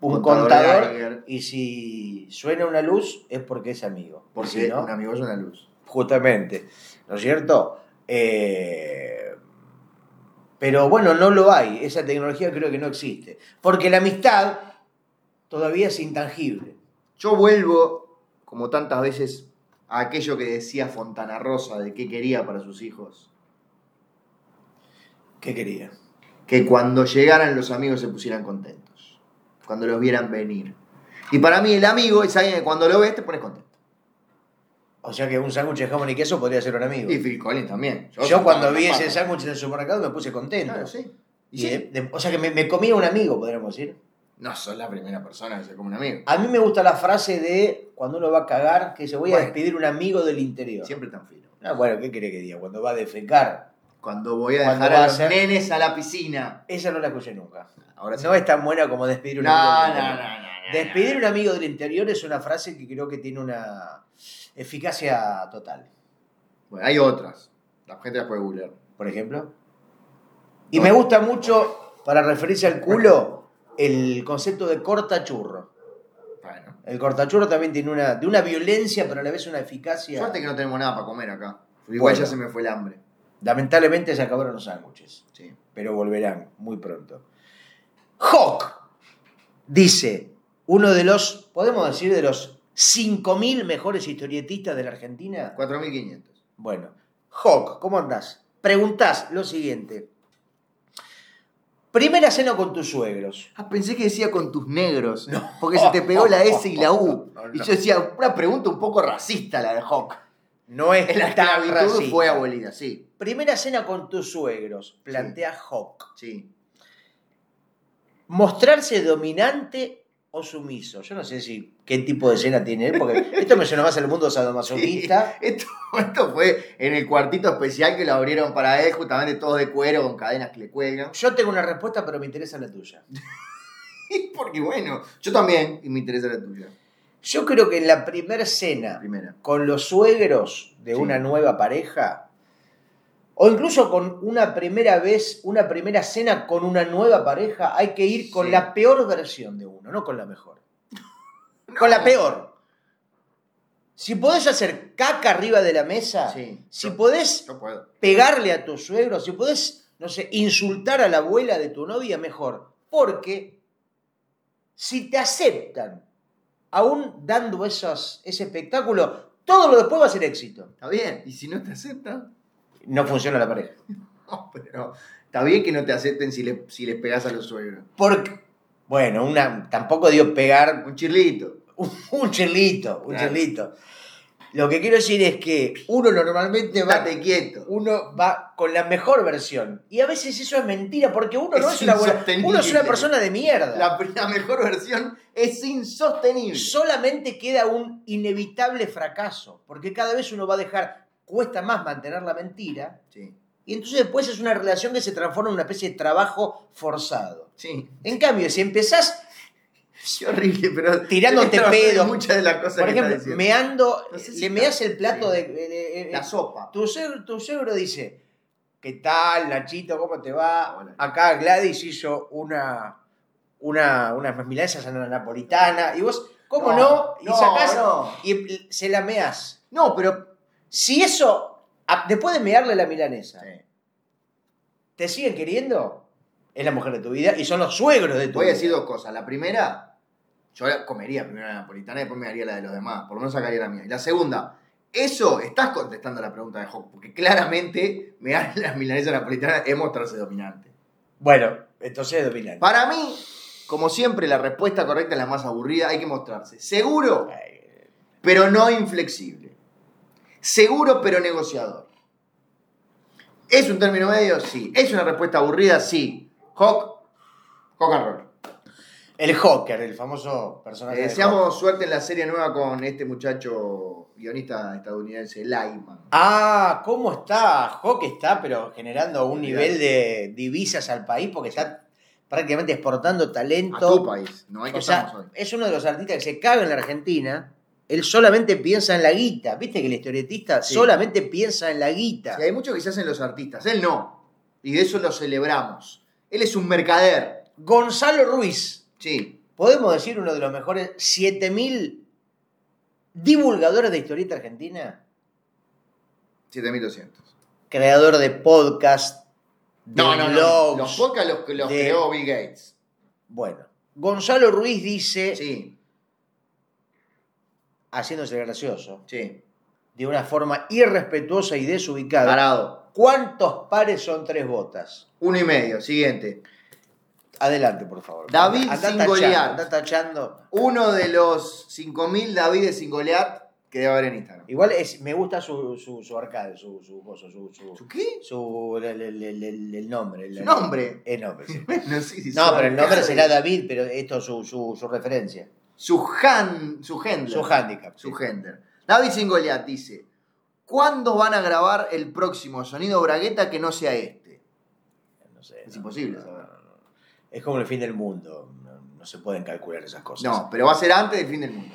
Speaker 2: un
Speaker 1: Contador
Speaker 2: contador
Speaker 1: Geiger.
Speaker 2: y si suena una luz es porque es amigo.
Speaker 1: Porque
Speaker 2: Si no,
Speaker 1: un amigo es una luz.
Speaker 2: justamente. ¿No es cierto? Eh, pero bueno, no lo hay. Esa tecnología creo que no existe. Porque la amistad todavía es intangible.
Speaker 1: Yo vuelvo, como tantas veces, a aquello que decía Fontana Rosa de qué quería para sus hijos.
Speaker 2: ¿Qué quería?
Speaker 1: que cuando llegaran los amigos se pusieran contentos, cuando los vieran venir. Y para mí el amigo es alguien que cuando lo ves te pones contento.
Speaker 2: O sea que un sándwich de jamón y queso podría ser un amigo.
Speaker 1: Y Phil Collins también.
Speaker 2: yo cuando vi ese sándwich en el supermercado me puse contento.
Speaker 1: Claro, sí. Y
Speaker 2: Y
Speaker 1: sí,
Speaker 2: de- de- o sea que me, me comía un amigo, podríamos decir.
Speaker 1: No sos la primera persona que se come un amigo.
Speaker 2: A mí me gusta la frase de cuando uno va a cagar, que se voy a
Speaker 1: Bueno.
Speaker 2: despedir un amigo del interior.
Speaker 1: Siempre tan fino.
Speaker 2: Ah, bueno, ¿qué querés que diga? Cuando va a defecar.
Speaker 1: Cuando voy a
Speaker 2: Cuando
Speaker 1: dejar
Speaker 2: va a
Speaker 1: a los
Speaker 2: ser-
Speaker 1: nenes a la piscina.
Speaker 2: Esa no la escuché nunca.
Speaker 1: Ahora sí.
Speaker 2: No es tan buena como despedir
Speaker 1: no,
Speaker 2: un
Speaker 1: no,
Speaker 2: amigo. del
Speaker 1: no,
Speaker 2: interior.
Speaker 1: no, no,
Speaker 2: Despedir un amigo del interior es una frase que creo que tiene una eficacia total.
Speaker 1: Bueno, hay otras. La gente las puede googlear.
Speaker 2: por ejemplo. Y me gusta mucho, para referirse al culo, el concepto de cortachurro.
Speaker 1: Bueno.
Speaker 2: El cortachurro también tiene una, de una violencia, pero a la vez una eficacia.
Speaker 1: Suerte que no tenemos nada para comer acá. Igual
Speaker 2: Bueno.
Speaker 1: ya se me fue el hambre.
Speaker 2: Lamentablemente se acabaron los sándwiches,
Speaker 1: Sí.
Speaker 2: pero volverán muy pronto. Hawk dice, uno de los, podemos decir, de los 5.000 mejores historietistas de la Argentina.
Speaker 1: 4.500.
Speaker 2: Bueno, Hawk, ¿cómo andás? Preguntás lo siguiente. Primera cena con tus suegros.
Speaker 1: Ah, pensé que decía con tus negros. Porque se te pegó la S y la U.
Speaker 2: No, no.
Speaker 1: Y yo decía, una pregunta un poco racista la de Hawk.
Speaker 2: No es
Speaker 1: La
Speaker 2: tan
Speaker 1: esclavitud
Speaker 2: racista.
Speaker 1: fue abolida, sí.
Speaker 2: Primera cena con tus suegros, plantea Hawk.
Speaker 1: Sí.
Speaker 2: ¿Mostrarse dominante o sumiso? Yo no sé si qué tipo de cena tiene
Speaker 1: <laughs>
Speaker 2: él, porque esto me suena más al mundo sadomasoquista.
Speaker 1: Esto, <laughs> esto fue en el cuartito especial que lo abrieron para él, justamente todos de cuero con cadenas que le cuelgan. <laughs>
Speaker 2: Yo tengo una respuesta, pero me interesa la tuya.
Speaker 1: Porque bueno, yo también, y me interesa la tuya.
Speaker 2: Yo creo que en la primera cena
Speaker 1: La primera.
Speaker 2: con los suegros de
Speaker 1: Sí.
Speaker 2: una nueva pareja, o incluso con una primera vez, una primera cena con una nueva pareja, hay que ir con
Speaker 1: Sí.
Speaker 2: la peor versión de uno, no con la mejor. Con la peor. Si podés hacer caca arriba de la mesa,
Speaker 1: Sí.
Speaker 2: si
Speaker 1: Yo-
Speaker 2: podés
Speaker 1: Yo puedo.
Speaker 2: pegarle a tu suegro, si podés, no sé, insultar a la abuela de tu novia, mejor. Porque si te aceptan, aún dando esos, ese espectáculo, todo lo después va a ser éxito.
Speaker 1: Está bien. Y si no te aceptan, <laughs>
Speaker 2: No funciona la pareja.
Speaker 1: no, pero está bien que no te acepten si, le, si les pegás a los suegros.
Speaker 2: Porque, bueno, una, tampoco dio pegar
Speaker 1: Un chirlito.
Speaker 2: un chelito, un
Speaker 1: Claro.
Speaker 2: chelito. Lo que quiero decir es que uno normalmente va,
Speaker 1: Estate quieto.
Speaker 2: uno va con la mejor versión. Y a veces eso es mentira, porque uno no
Speaker 1: Es
Speaker 2: es una buena.
Speaker 1: insostenible.
Speaker 2: Uno es una persona de mierda.
Speaker 1: La, la mejor versión es insostenible.
Speaker 2: solamente queda un inevitable fracaso, porque cada vez uno va a dejar, cuesta más mantener la mentira,
Speaker 1: Sí.
Speaker 2: y entonces después es una relación que se transforma en una especie de trabajo forzado.
Speaker 1: Sí.
Speaker 2: En cambio, si empezás,
Speaker 1: Qué horrible, <laughs> pero.
Speaker 2: Tirándote
Speaker 1: Tenés razón en
Speaker 2: pedos.
Speaker 1: Muchas de las cosas
Speaker 2: por
Speaker 1: que estás
Speaker 2: ejemplo,
Speaker 1: diciendo.
Speaker 2: meando,
Speaker 1: No sé si
Speaker 2: le
Speaker 1: está-
Speaker 2: meas el plato
Speaker 1: sí.
Speaker 2: de... de- de-
Speaker 1: La sopa.
Speaker 2: tu, suegro, tu suegro dice, ¿qué tal, Nachito? ¿Cómo te va?
Speaker 1: Hola.
Speaker 2: Acá Gladys hizo una, una, unas milanesas a la napolitana, y vos, ¿cómo no? Y
Speaker 1: no,
Speaker 2: sacás
Speaker 1: no.
Speaker 2: y se la meás.
Speaker 1: No, pero.
Speaker 2: Si eso, a- después de mearle la milanesa,
Speaker 1: Sí.
Speaker 2: ¿te siguen queriendo? Es la mujer de tu vida y son los suegros de tu
Speaker 1: Voy a
Speaker 2: vida.
Speaker 1: decir dos cosas. La primera, yo la comería primero la napolitana y después me haría la de los demás. Por lo menos sacaría la mía. Y la segunda, eso estás contestando la pregunta de Hawk, porque claramente me dan <laughs> la milanesa napolitana es mostrarse dominante.
Speaker 2: Bueno, entonces dominan.
Speaker 1: Para mí, como siempre, la respuesta correcta es la más aburrida. Hay que mostrarse. Seguro,
Speaker 2: Ay,
Speaker 1: pero no inflexible. Seguro, pero negociador. ¿Es un término medio? Sí. ¿Es una respuesta aburrida? Sí. Hawk, Hawk and roll.
Speaker 2: El Joker, el famoso
Speaker 1: Le
Speaker 2: personaje. de
Speaker 1: Eh,
Speaker 2: Joker.
Speaker 1: deseamos suerte en la serie nueva con este muchacho guionista estadounidense, Lyman.
Speaker 2: Ah, ¿cómo está? Hawk está, pero generando un
Speaker 1: Mirá.
Speaker 2: nivel de divisas al país porque está prácticamente exportando
Speaker 1: A tu
Speaker 2: talento.
Speaker 1: país. No hay que
Speaker 2: O sea,
Speaker 1: estamos hoy.
Speaker 2: es uno de los artistas que se caga en la Argentina. Él solamente piensa en la guita. ¿Viste que el historietista
Speaker 1: Sí.
Speaker 2: solamente piensa en la guita?
Speaker 1: Sí, hay mucho que se hacen los artistas. Él no. Y de eso lo celebramos. Él es un mercader.
Speaker 2: Gonzalo Ruiz.
Speaker 1: Sí.
Speaker 2: podemos decir uno de los mejores 7000 divulgadores de historieta argentina,
Speaker 1: 7200.
Speaker 2: creador de podcast, de
Speaker 1: No, no, no.
Speaker 2: blogs.
Speaker 1: Los podcasts los, los
Speaker 2: de-
Speaker 1: creó Bill Gates.
Speaker 2: Bueno, Gonzalo Ruiz dice,
Speaker 1: Sí,
Speaker 2: haciéndose gracioso,
Speaker 1: sí.
Speaker 2: de una forma irrespetuosa y desubicada,
Speaker 1: Parado.
Speaker 2: ¿Cuántos pares son tres botas?
Speaker 1: Uno y medio, siguiente.
Speaker 2: Adelante, por favor.
Speaker 1: David
Speaker 2: Andá
Speaker 1: sin
Speaker 2: tachando,
Speaker 1: golear.
Speaker 2: andá tachando.
Speaker 1: Uno de los 5.000 David de Singoleat que debe haber en Instagram.
Speaker 2: Igual es, me gusta su, su, su arcade, su, su coso, su, su,
Speaker 1: ¿Su qué?
Speaker 2: su- el, el- el- el- el nombre. El,
Speaker 1: ¿Su nombre? <laughs>
Speaker 2: El nombre, Eh, sí.
Speaker 1: No, sé si
Speaker 2: No,
Speaker 1: su
Speaker 2: pero el nombre
Speaker 1: arcade.
Speaker 2: será David, pero esto es su, su, su referencia.
Speaker 1: Su han, su handler.
Speaker 2: Su handicap.
Speaker 1: Su handler. David Singoliat dice, ¿cuándo van a grabar el próximo sonido bragueta que no sea este?
Speaker 2: No sé,
Speaker 1: Es
Speaker 2: no,
Speaker 1: imposible
Speaker 2: no,
Speaker 1: saber.
Speaker 2: no, no. Es como el fin del mundo. No, no se pueden calcular esas cosas.
Speaker 1: No, pero va a ser antes del fin del mundo.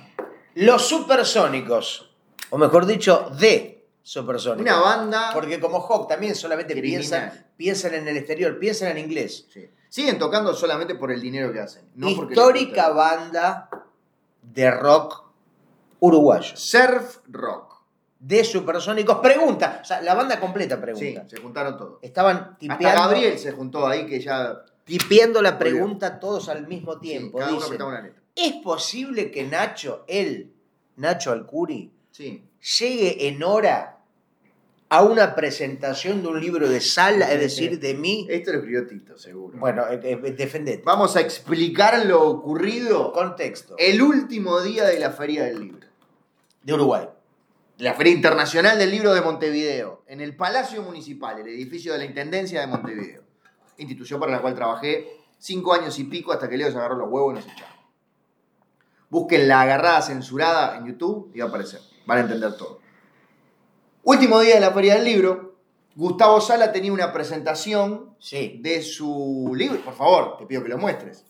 Speaker 2: Los supersónicos. O mejor dicho, de supersónicos.
Speaker 1: Una banda...
Speaker 2: Porque como Hawk también solamente
Speaker 1: Criminal.
Speaker 2: piensan, piensan en el exterior, piensan en inglés.
Speaker 1: Sí. Siguen tocando solamente por el dinero que hacen. no porque les
Speaker 2: Histórica
Speaker 1: gusta.
Speaker 2: banda de rock uruguayo.
Speaker 1: Surf rock.
Speaker 2: De supersónicos. Pregunta. O sea, la banda completa
Speaker 1: Sí,
Speaker 2: pregunta.
Speaker 1: se juntaron todos.
Speaker 2: Estaban
Speaker 1: Hasta
Speaker 2: tipeando,
Speaker 1: Gabriel se juntó ahí que ya...
Speaker 2: tipeando la pregunta todos al mismo tiempo.
Speaker 1: cada uno
Speaker 2: Dicen,
Speaker 1: apretaba una letra.
Speaker 2: ¿Es posible que Nacho, él, Nacho Alcuri,
Speaker 1: Sí.
Speaker 2: llegue en hora a una presentación de un libro de sala, es decir, de mí?
Speaker 1: Esto lo escribió Tito, seguro.
Speaker 2: Bueno, eh, eh, defendete.
Speaker 1: Vamos a explicar lo ocurrido
Speaker 2: Contexto.
Speaker 1: el último día de la Feria del Libro.
Speaker 2: De Uruguay.
Speaker 1: La Feria Internacional del Libro de Montevideo, en el Palacio Municipal, el edificio de la Intendencia de Montevideo. Institución para la cual trabajé cinco años y pico hasta que Leo se agarró los huevos y nos echaron. Busquen la agarrada censurada en YouTube y va a aparecer. Van a entender todo. Último día de la Feria del Libro, Gustavo Sala tenía una presentación
Speaker 2: Sí.
Speaker 1: de su libro. Por favor, te pido que lo muestres.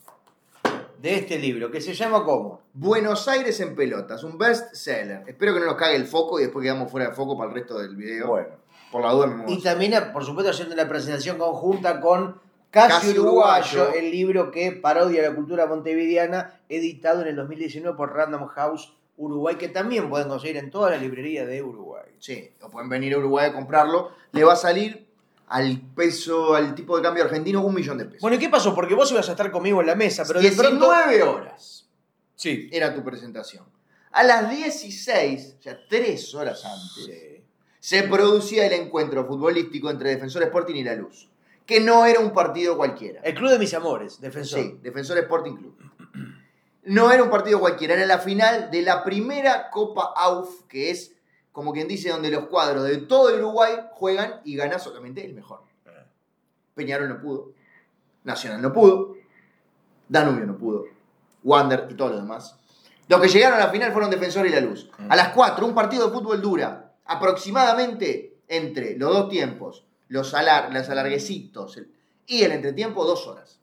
Speaker 2: De este libro, que se llama ¿Cómo?
Speaker 1: Buenos Aires en pelotas, un best seller. Espero que no nos cague el foco y después quedamos fuera de foco para el resto del video.
Speaker 2: Bueno.
Speaker 1: Por la duda me muevo.
Speaker 2: Y también, por supuesto, haciendo una presentación conjunta con Casi,
Speaker 1: Casi
Speaker 2: Uruguayo,
Speaker 1: Uruguayo.
Speaker 2: el libro que parodia la cultura montevideana, editado en el 2019 por Random House Uruguay, que también pueden conseguir en todas las librerías de Uruguay.
Speaker 1: Sí, o pueden venir a Uruguay a comprarlo. Le va a salir al peso, al tipo de cambio argentino, un millón de pesos.
Speaker 2: Bueno, ¿y qué pasó? Porque vos ibas a estar conmigo en la mesa, pero de pronto...
Speaker 1: 19 horas
Speaker 2: Sí.
Speaker 1: era tu presentación. A las 16, o sea, tres horas antes,
Speaker 2: Sí.
Speaker 1: se producía el encuentro futbolístico entre Defensor Sporting y La Luz, que no era un partido cualquiera.
Speaker 2: El Club de Mis Amores, defensor.
Speaker 1: Sí, Defensor Sporting Club. No era un partido cualquiera, era la final de la primera Copa AUF, que es, como quien dice, donde los cuadros de todo el Uruguay juegan y gana solamente el mejor. Peñarol no pudo, Nacional no pudo, Danubio no pudo, Wander y todos los demás. Los que llegaron a la final fueron Defensor y La Luz.
Speaker 2: Mm.
Speaker 1: A las 4, un partido de fútbol dura aproximadamente entre los dos tiempos, los, alar los alarguecitos el- y el entretiempo, dos horas.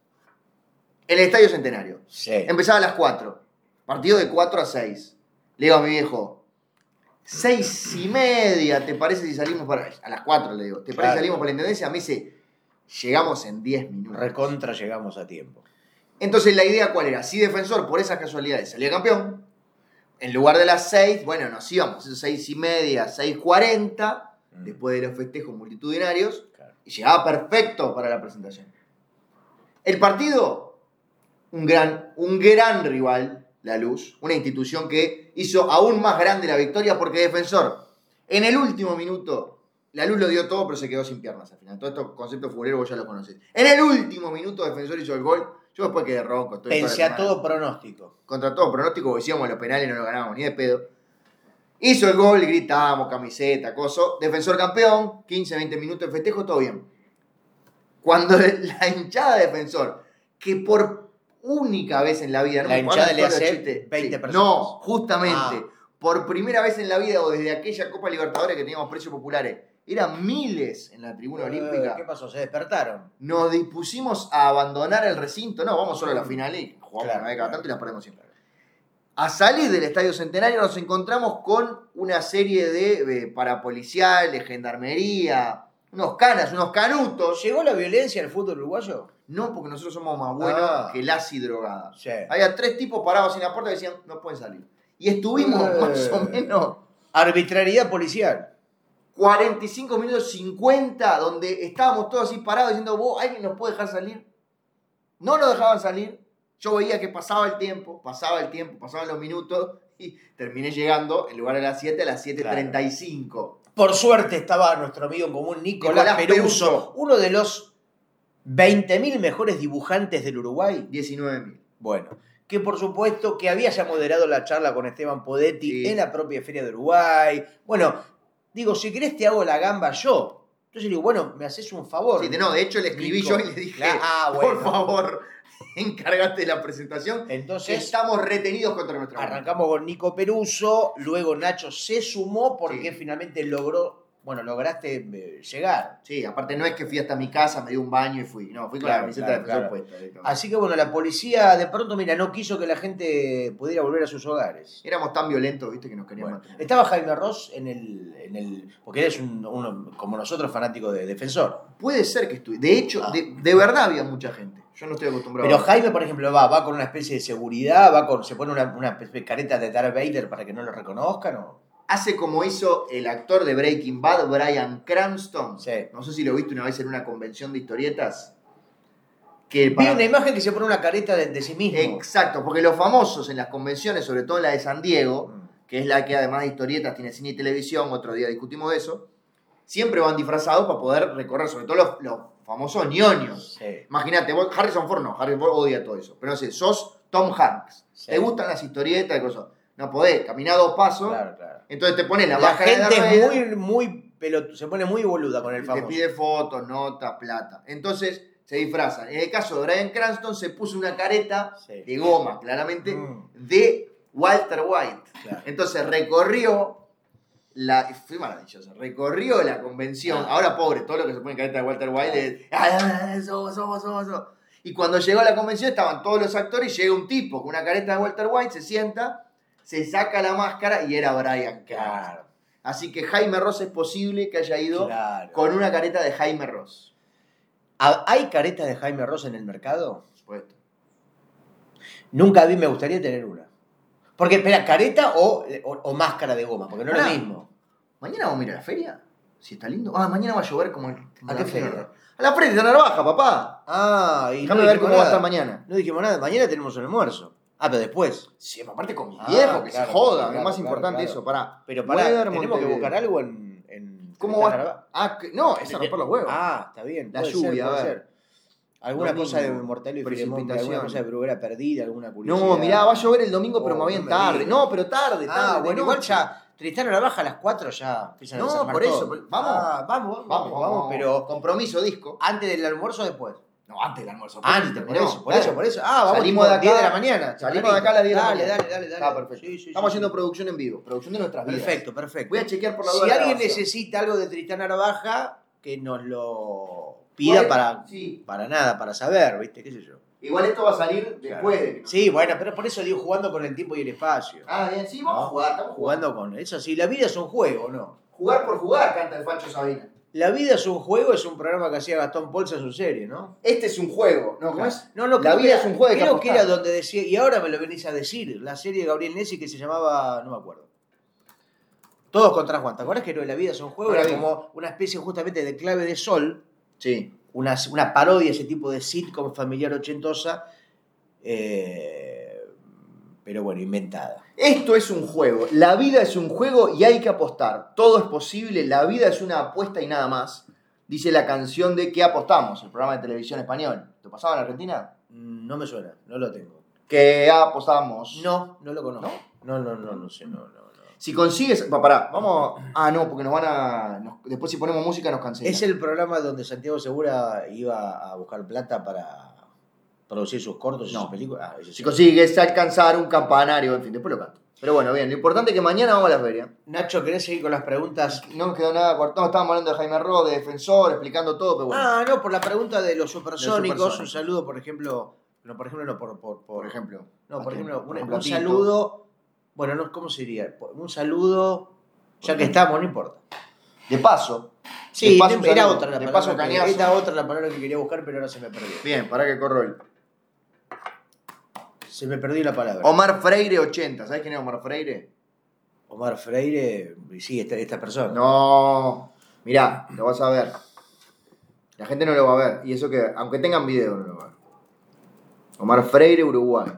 Speaker 1: El Estadio Centenario.
Speaker 2: Sí.
Speaker 1: Empezaba a las 4. Partido de 4 a 6. Le digo a mi viejo, 6 y media, ¿te parece si salimos para... A las 4 le digo, ¿te parece
Speaker 2: Claro.
Speaker 1: si salimos para la Intendencia? Me dice, llegamos en 10 minutos.
Speaker 2: Recontra llegamos a tiempo.
Speaker 1: Entonces la idea cuál era, si defensor por esas casualidades salía campeón, en lugar de las 6, bueno, nos íbamos, 6 y media, 6.40, después de los festejos multitudinarios,
Speaker 2: Mm. Claro.
Speaker 1: y llegaba perfecto para la presentación. El partido, un gran, un gran rival, La Luz, una institución que hizo aún más grande la victoria porque Defensor, en el último minuto, La Luz lo dio todo pero se quedó sin piernas al final. Todo estos conceptos futboleros vos ya los conocés. En el último minuto Defensor hizo el gol, yo después quedé ronco. estoy toda la
Speaker 2: Pensé a
Speaker 1: semana
Speaker 2: todo pronóstico.
Speaker 1: contra todo pronóstico, porque íbamos a los penales y no lo ganábamos ni de pedo. Hizo el gol, gritamos, camiseta, coso. Defensor campeón, 15, 20 minutos de festejo, todo bien. Cuando <laughs> la hinchada de defensor, que por única vez en la vida, no
Speaker 2: La
Speaker 1: me acuerdo
Speaker 2: hinchada le
Speaker 1: cuál era el
Speaker 2: hace
Speaker 1: chiste.
Speaker 2: 20
Speaker 1: Sí,
Speaker 2: personas.
Speaker 1: No, justamente,
Speaker 2: Ah.
Speaker 1: por primera vez en la vida o desde aquella Copa Libertadores que teníamos precios populares, eran miles en la tribuna olímpica
Speaker 2: Eh, ¿Qué pasó? ¿Se despertaron?
Speaker 1: nos dispusimos a abandonar el recinto. No, vamos solo a la final y jugamos
Speaker 2: Claro,
Speaker 1: una vez cada
Speaker 2: claro.
Speaker 1: tanto y las perdemos siempre. A salir del Estadio Centenario nos encontramos con una serie de eh, parapoliciales, gendarmería, unos canas, unos canutos.
Speaker 2: ¿Llegó la violencia al fútbol uruguayo?
Speaker 1: No, porque nosotros somos más buenos
Speaker 2: Ah.
Speaker 1: que las y drogadas.
Speaker 2: Sí.
Speaker 1: Había tres tipos parados en la puerta que decían, no pueden salir. Y estuvimos
Speaker 2: Eh.
Speaker 1: más o menos
Speaker 2: Arbitrariedad policial.
Speaker 1: 45 minutos 50, donde estábamos todos así parados diciendo, vos, ¿alguien nos puede dejar salir? No nos dejaban salir. Yo veía que pasaba el tiempo, pasaba el tiempo, pasaban los minutos y terminé llegando, en lugar de las 7, a las 7.35.
Speaker 2: Por suerte estaba nuestro amigo en común Nicolás,
Speaker 1: Nicolás
Speaker 2: Peruso,
Speaker 1: Peruso.
Speaker 2: uno de los 20.000 mejores dibujantes del Uruguay.
Speaker 1: 19.000.
Speaker 2: Bueno, que por supuesto que había ya moderado la charla con Esteban Podetti
Speaker 1: Sí.
Speaker 2: en la propia Feria de Uruguay. Bueno, digo, si querés te hago la gamba yo. Entonces le digo, bueno, me haces un favor.
Speaker 1: Sí, no, de hecho le escribí
Speaker 2: Nico.
Speaker 1: yo y le dije,
Speaker 2: Cla- ah, bueno.
Speaker 1: por favor, <laughs> encárgate de la presentación.
Speaker 2: Entonces
Speaker 1: Estamos retenidos contra nuestra mano".
Speaker 2: arrancamos con Nico Peruso, luego Nacho se sumó porque
Speaker 1: Sí.
Speaker 2: finalmente logró, bueno, lograste eh, llegar.
Speaker 1: Sí, aparte no es que fui hasta mi casa, me di un baño y fui. No, fui con
Speaker 2: Claro,
Speaker 1: la camiseta
Speaker 2: claro,
Speaker 1: de defensor
Speaker 2: claro.
Speaker 1: puesta. directamente.
Speaker 2: Así que bueno, la policía de pronto, mira, no quiso que la gente pudiera volver a sus hogares.
Speaker 1: Éramos tan violentos, viste, que nos querían
Speaker 2: Bueno,
Speaker 1: matar.
Speaker 2: estaba Jaime Ross en el, en el. Porque eres un, uno, como nosotros, fanático de defensor.
Speaker 1: Puede ser que estuve. De hecho,
Speaker 2: Ah.
Speaker 1: de, de verdad había mucha gente. Yo no estoy acostumbrado.
Speaker 2: Pero Jaime, por ejemplo, va, va con una especie de seguridad, va con. se pone una, una especie de careta de Darth Vader para que no lo reconozcan. ¿o?
Speaker 1: Hace como hizo el actor de Breaking Bad, Brian Cranston.
Speaker 2: Sí.
Speaker 1: No sé si lo viste una vez en una convención de historietas. Que
Speaker 2: Vi
Speaker 1: para-
Speaker 2: una imagen que se pone una careta de, de sí mismo.
Speaker 1: Exacto, porque los famosos en las convenciones, sobre todo en la de San Diego,
Speaker 2: Mm.
Speaker 1: que es la que además de historietas tiene cine y televisión, otro día discutimos de eso, siempre van disfrazados para poder recorrer, sobre todo los, los famosos ñoños.
Speaker 2: Mm, Sí.
Speaker 1: Imagínate, vos- Harrison Ford no, Harrison Ford odia todo eso, pero no sé, sos Tom Hanks,
Speaker 2: Sí.
Speaker 1: te gustan las historietas y cosas, no podés, caminar dos pasos,
Speaker 2: Claro, claro.
Speaker 1: entonces te pones la,
Speaker 2: La
Speaker 1: máscara de
Speaker 2: gente
Speaker 1: Darth
Speaker 2: es
Speaker 1: Vader,
Speaker 2: muy, muy pelotu- se pone muy boluda con el
Speaker 1: te
Speaker 2: famoso.
Speaker 1: pide fotos, notas, plata. Entonces se disfrazan. En el caso de Brian Cranston se puso una careta
Speaker 2: Sí.
Speaker 1: de goma, claramente,
Speaker 2: Mm.
Speaker 1: de Walter White.
Speaker 2: Claro.
Speaker 1: Entonces recorrió la. Fue maravilloso. Recorrió la convención.
Speaker 2: Ah.
Speaker 1: Ahora, pobre, todo lo que se pone en careta de Walter White
Speaker 2: <laughs>
Speaker 1: es. "Ah, ah, ah, somos, somos, somos, somos". Y cuando llegó a la convención estaban todos los actores y llega un tipo con una careta de Walter White, se sienta, se saca la máscara y era Brian Cranston.
Speaker 2: Claro,
Speaker 1: Así que Jaime Ross es posible que haya ido
Speaker 2: claro.
Speaker 1: con una careta de Jaime Ross.
Speaker 2: ¿Ha- Ah, ¿Hay caretas de Jaime Ross en el mercado?
Speaker 1: Por supuesto.
Speaker 2: Nunca vi, me gustaría tener una. Porque, espera, careta o, o- o máscara de goma, porque no es lo
Speaker 1: Pará.
Speaker 2: mismo.
Speaker 1: ¿Mañana vamos a ir a la feria? Si está lindo. Ah, mañana va a llover como. el- como
Speaker 2: ¿A
Speaker 1: la
Speaker 2: qué
Speaker 1: mierda.
Speaker 2: feria?
Speaker 1: A la feria de Narvaja, papá.
Speaker 2: Ah, y
Speaker 1: Déjame
Speaker 2: no
Speaker 1: ver
Speaker 2: dijimos
Speaker 1: cómo va a
Speaker 2: nada.
Speaker 1: estar mañana.
Speaker 2: No dijimos nada, mañana tenemos el almuerzo. Ah, pero después.
Speaker 1: Sí, pero aparte con mi
Speaker 2: Ah,
Speaker 1: viejo, que
Speaker 2: claro,
Speaker 1: se joda.
Speaker 2: claro,
Speaker 1: es más
Speaker 2: claro,
Speaker 1: importante
Speaker 2: claro.
Speaker 1: eso, pará.
Speaker 2: Pero pará,
Speaker 1: Weber,
Speaker 2: tenemos que
Speaker 1: Montevideo.
Speaker 2: buscar algo en... en-
Speaker 1: ¿Cómo
Speaker 2: en
Speaker 1: va?
Speaker 2: Tarragona.
Speaker 1: Ah, que- no, es a romper los huevos.
Speaker 2: Ah, está bien.
Speaker 1: La
Speaker 2: puede
Speaker 1: lluvia,
Speaker 2: ser, puede
Speaker 1: a ver.
Speaker 2: ser. Alguna
Speaker 1: Domingo,
Speaker 2: cosa de Mortalo y Filemón, alguna
Speaker 1: precipitación.
Speaker 2: cosa de Bruguera perdida, alguna curiosidad.
Speaker 1: no, mirá, va a llover el domingo, pero
Speaker 2: Oh,
Speaker 1: me va bien
Speaker 2: no me
Speaker 1: tarde.
Speaker 2: digas.
Speaker 1: No, pero tarde, tarde.
Speaker 2: Ah,
Speaker 1: de
Speaker 2: bueno, igual
Speaker 1: noche.
Speaker 2: ya. Tristano la baja a las 4 ya. empiezan a
Speaker 1: No,
Speaker 2: desarmar
Speaker 1: por eso,
Speaker 2: todo.
Speaker 1: por- vamos.
Speaker 2: Ah, vamos, vamos, vamos, pero
Speaker 1: Compromiso, disco.
Speaker 2: antes del almuerzo o después.
Speaker 1: No, antes del almuerzo.
Speaker 2: Antes, por
Speaker 1: no,
Speaker 2: eso, por
Speaker 1: claro.
Speaker 2: eso, por eso. Ah, vamos
Speaker 1: Salimos
Speaker 2: tipo
Speaker 1: de acá-
Speaker 2: 10 de la mañana.
Speaker 1: salimos de acá a las 10 de la
Speaker 2: Dale,
Speaker 1: mañana.
Speaker 2: Dale, dale, dale.
Speaker 1: Está perfecto.
Speaker 2: Sí, sí, sí,
Speaker 1: Estamos
Speaker 2: sí.
Speaker 1: haciendo producción en vivo, producción de nuestras vidas.
Speaker 2: Perfecto, perfecto.
Speaker 1: Voy a chequear por la duda.
Speaker 2: si
Speaker 1: la
Speaker 2: alguien
Speaker 1: grabación.
Speaker 2: necesita algo de Tristán Arbaja, que nos lo pida
Speaker 1: Igual-
Speaker 2: para,
Speaker 1: Sí,
Speaker 2: para nada, para saber, ¿viste? ¿Qué sé yo?
Speaker 1: igual esto va a salir después. de que nos-
Speaker 2: Sí, bueno, pero por eso digo jugando con el tiempo y el espacio.
Speaker 1: Ah, bien, sí, vamos
Speaker 2: No.
Speaker 1: a jugar, estamos jugando.
Speaker 2: Jugando con eso. Si la vida es un juego, ¿no?
Speaker 1: Jugar por jugar, canta el Pancho Sabina.
Speaker 2: La vida es un juego es un programa que hacía Gastón Polsa en su serie, ¿no?
Speaker 1: Este es un juego, ¿no? ¿Cómo es?
Speaker 2: No, no,
Speaker 1: La
Speaker 2: creo
Speaker 1: vida
Speaker 2: que
Speaker 1: es un juego de
Speaker 2: Creo que era
Speaker 1: apostar.
Speaker 2: donde decía, y ahora me lo venís a decir, la serie de Gabriel Nessi que se llamaba, no me acuerdo. Todos contra Juan. ¿Te acuerdas que lo de la vida es un juego?
Speaker 1: No la
Speaker 2: Era
Speaker 1: vi.
Speaker 2: como una especie justamente de clave de sol,
Speaker 1: Sí.
Speaker 2: una, una parodia, ese tipo de sitcom familiar ochentosa, eh, pero bueno, inventada.
Speaker 1: Esto es un juego, la vida es un juego y hay que apostar. Todo es posible, la vida es una apuesta y nada más. Dice la canción de ¿Qué apostamos? El programa de televisión español. ¿Lo pasaba en Argentina?
Speaker 2: Mm, No me suena, no lo tengo.
Speaker 1: ¿Qué apostamos?
Speaker 2: No, no lo conozco. No, no, no, no, sé, no, no. no.
Speaker 1: Si consigues. pa- Pará, vamos. Ah, no, porque nos van a. nos- Después, si ponemos música, nos cancelan.
Speaker 2: Es el programa donde Santiago Segura iba a buscar plata para producir sus cortos y
Speaker 1: No.
Speaker 2: sus películas. Ah, ese sí.
Speaker 1: Si consigues alcanzar un campanario, en fin, después lo canto. Pero bueno, bien, lo importante es que mañana vamos a la feria.
Speaker 2: Nacho, ¿querés seguir con las preguntas?
Speaker 1: No nos quedó nada cortado. Estábamos hablando de Jaime Ro, de defensor, explicando todo, pero bueno.
Speaker 2: Ah, no, por la pregunta de los supersónicos.
Speaker 1: De los supersónicos.
Speaker 2: Un saludo, por ejemplo. No, por ejemplo, no, por. por, por-
Speaker 1: por ejemplo.
Speaker 2: no, por
Speaker 1: Hasta
Speaker 2: ejemplo,
Speaker 1: un-
Speaker 2: un,
Speaker 1: un
Speaker 2: un
Speaker 1: platito.
Speaker 2: saludo. Bueno, no, ¿cómo sería? Un saludo. Ya que estamos, no importa.
Speaker 1: De paso.
Speaker 2: Sí,
Speaker 1: paso, un
Speaker 2: era
Speaker 1: saludo.
Speaker 2: otra la
Speaker 1: De
Speaker 2: palabra
Speaker 1: paso,
Speaker 2: que-
Speaker 1: cañazo.
Speaker 2: Era otra la palabra que quería buscar, pero ahora se me perdió.
Speaker 1: Bien, para que corro el.
Speaker 2: Se me perdió la palabra.
Speaker 1: Omar Freire 80. ¿Sabes quién es Omar Freire?
Speaker 2: Omar Freire, y sí, esta, esta persona.
Speaker 1: No. Mirá, lo vas a ver. La gente no lo va a ver. Y eso que, aunque tengan video, no lo va a ver. Omar Freire, Uruguay.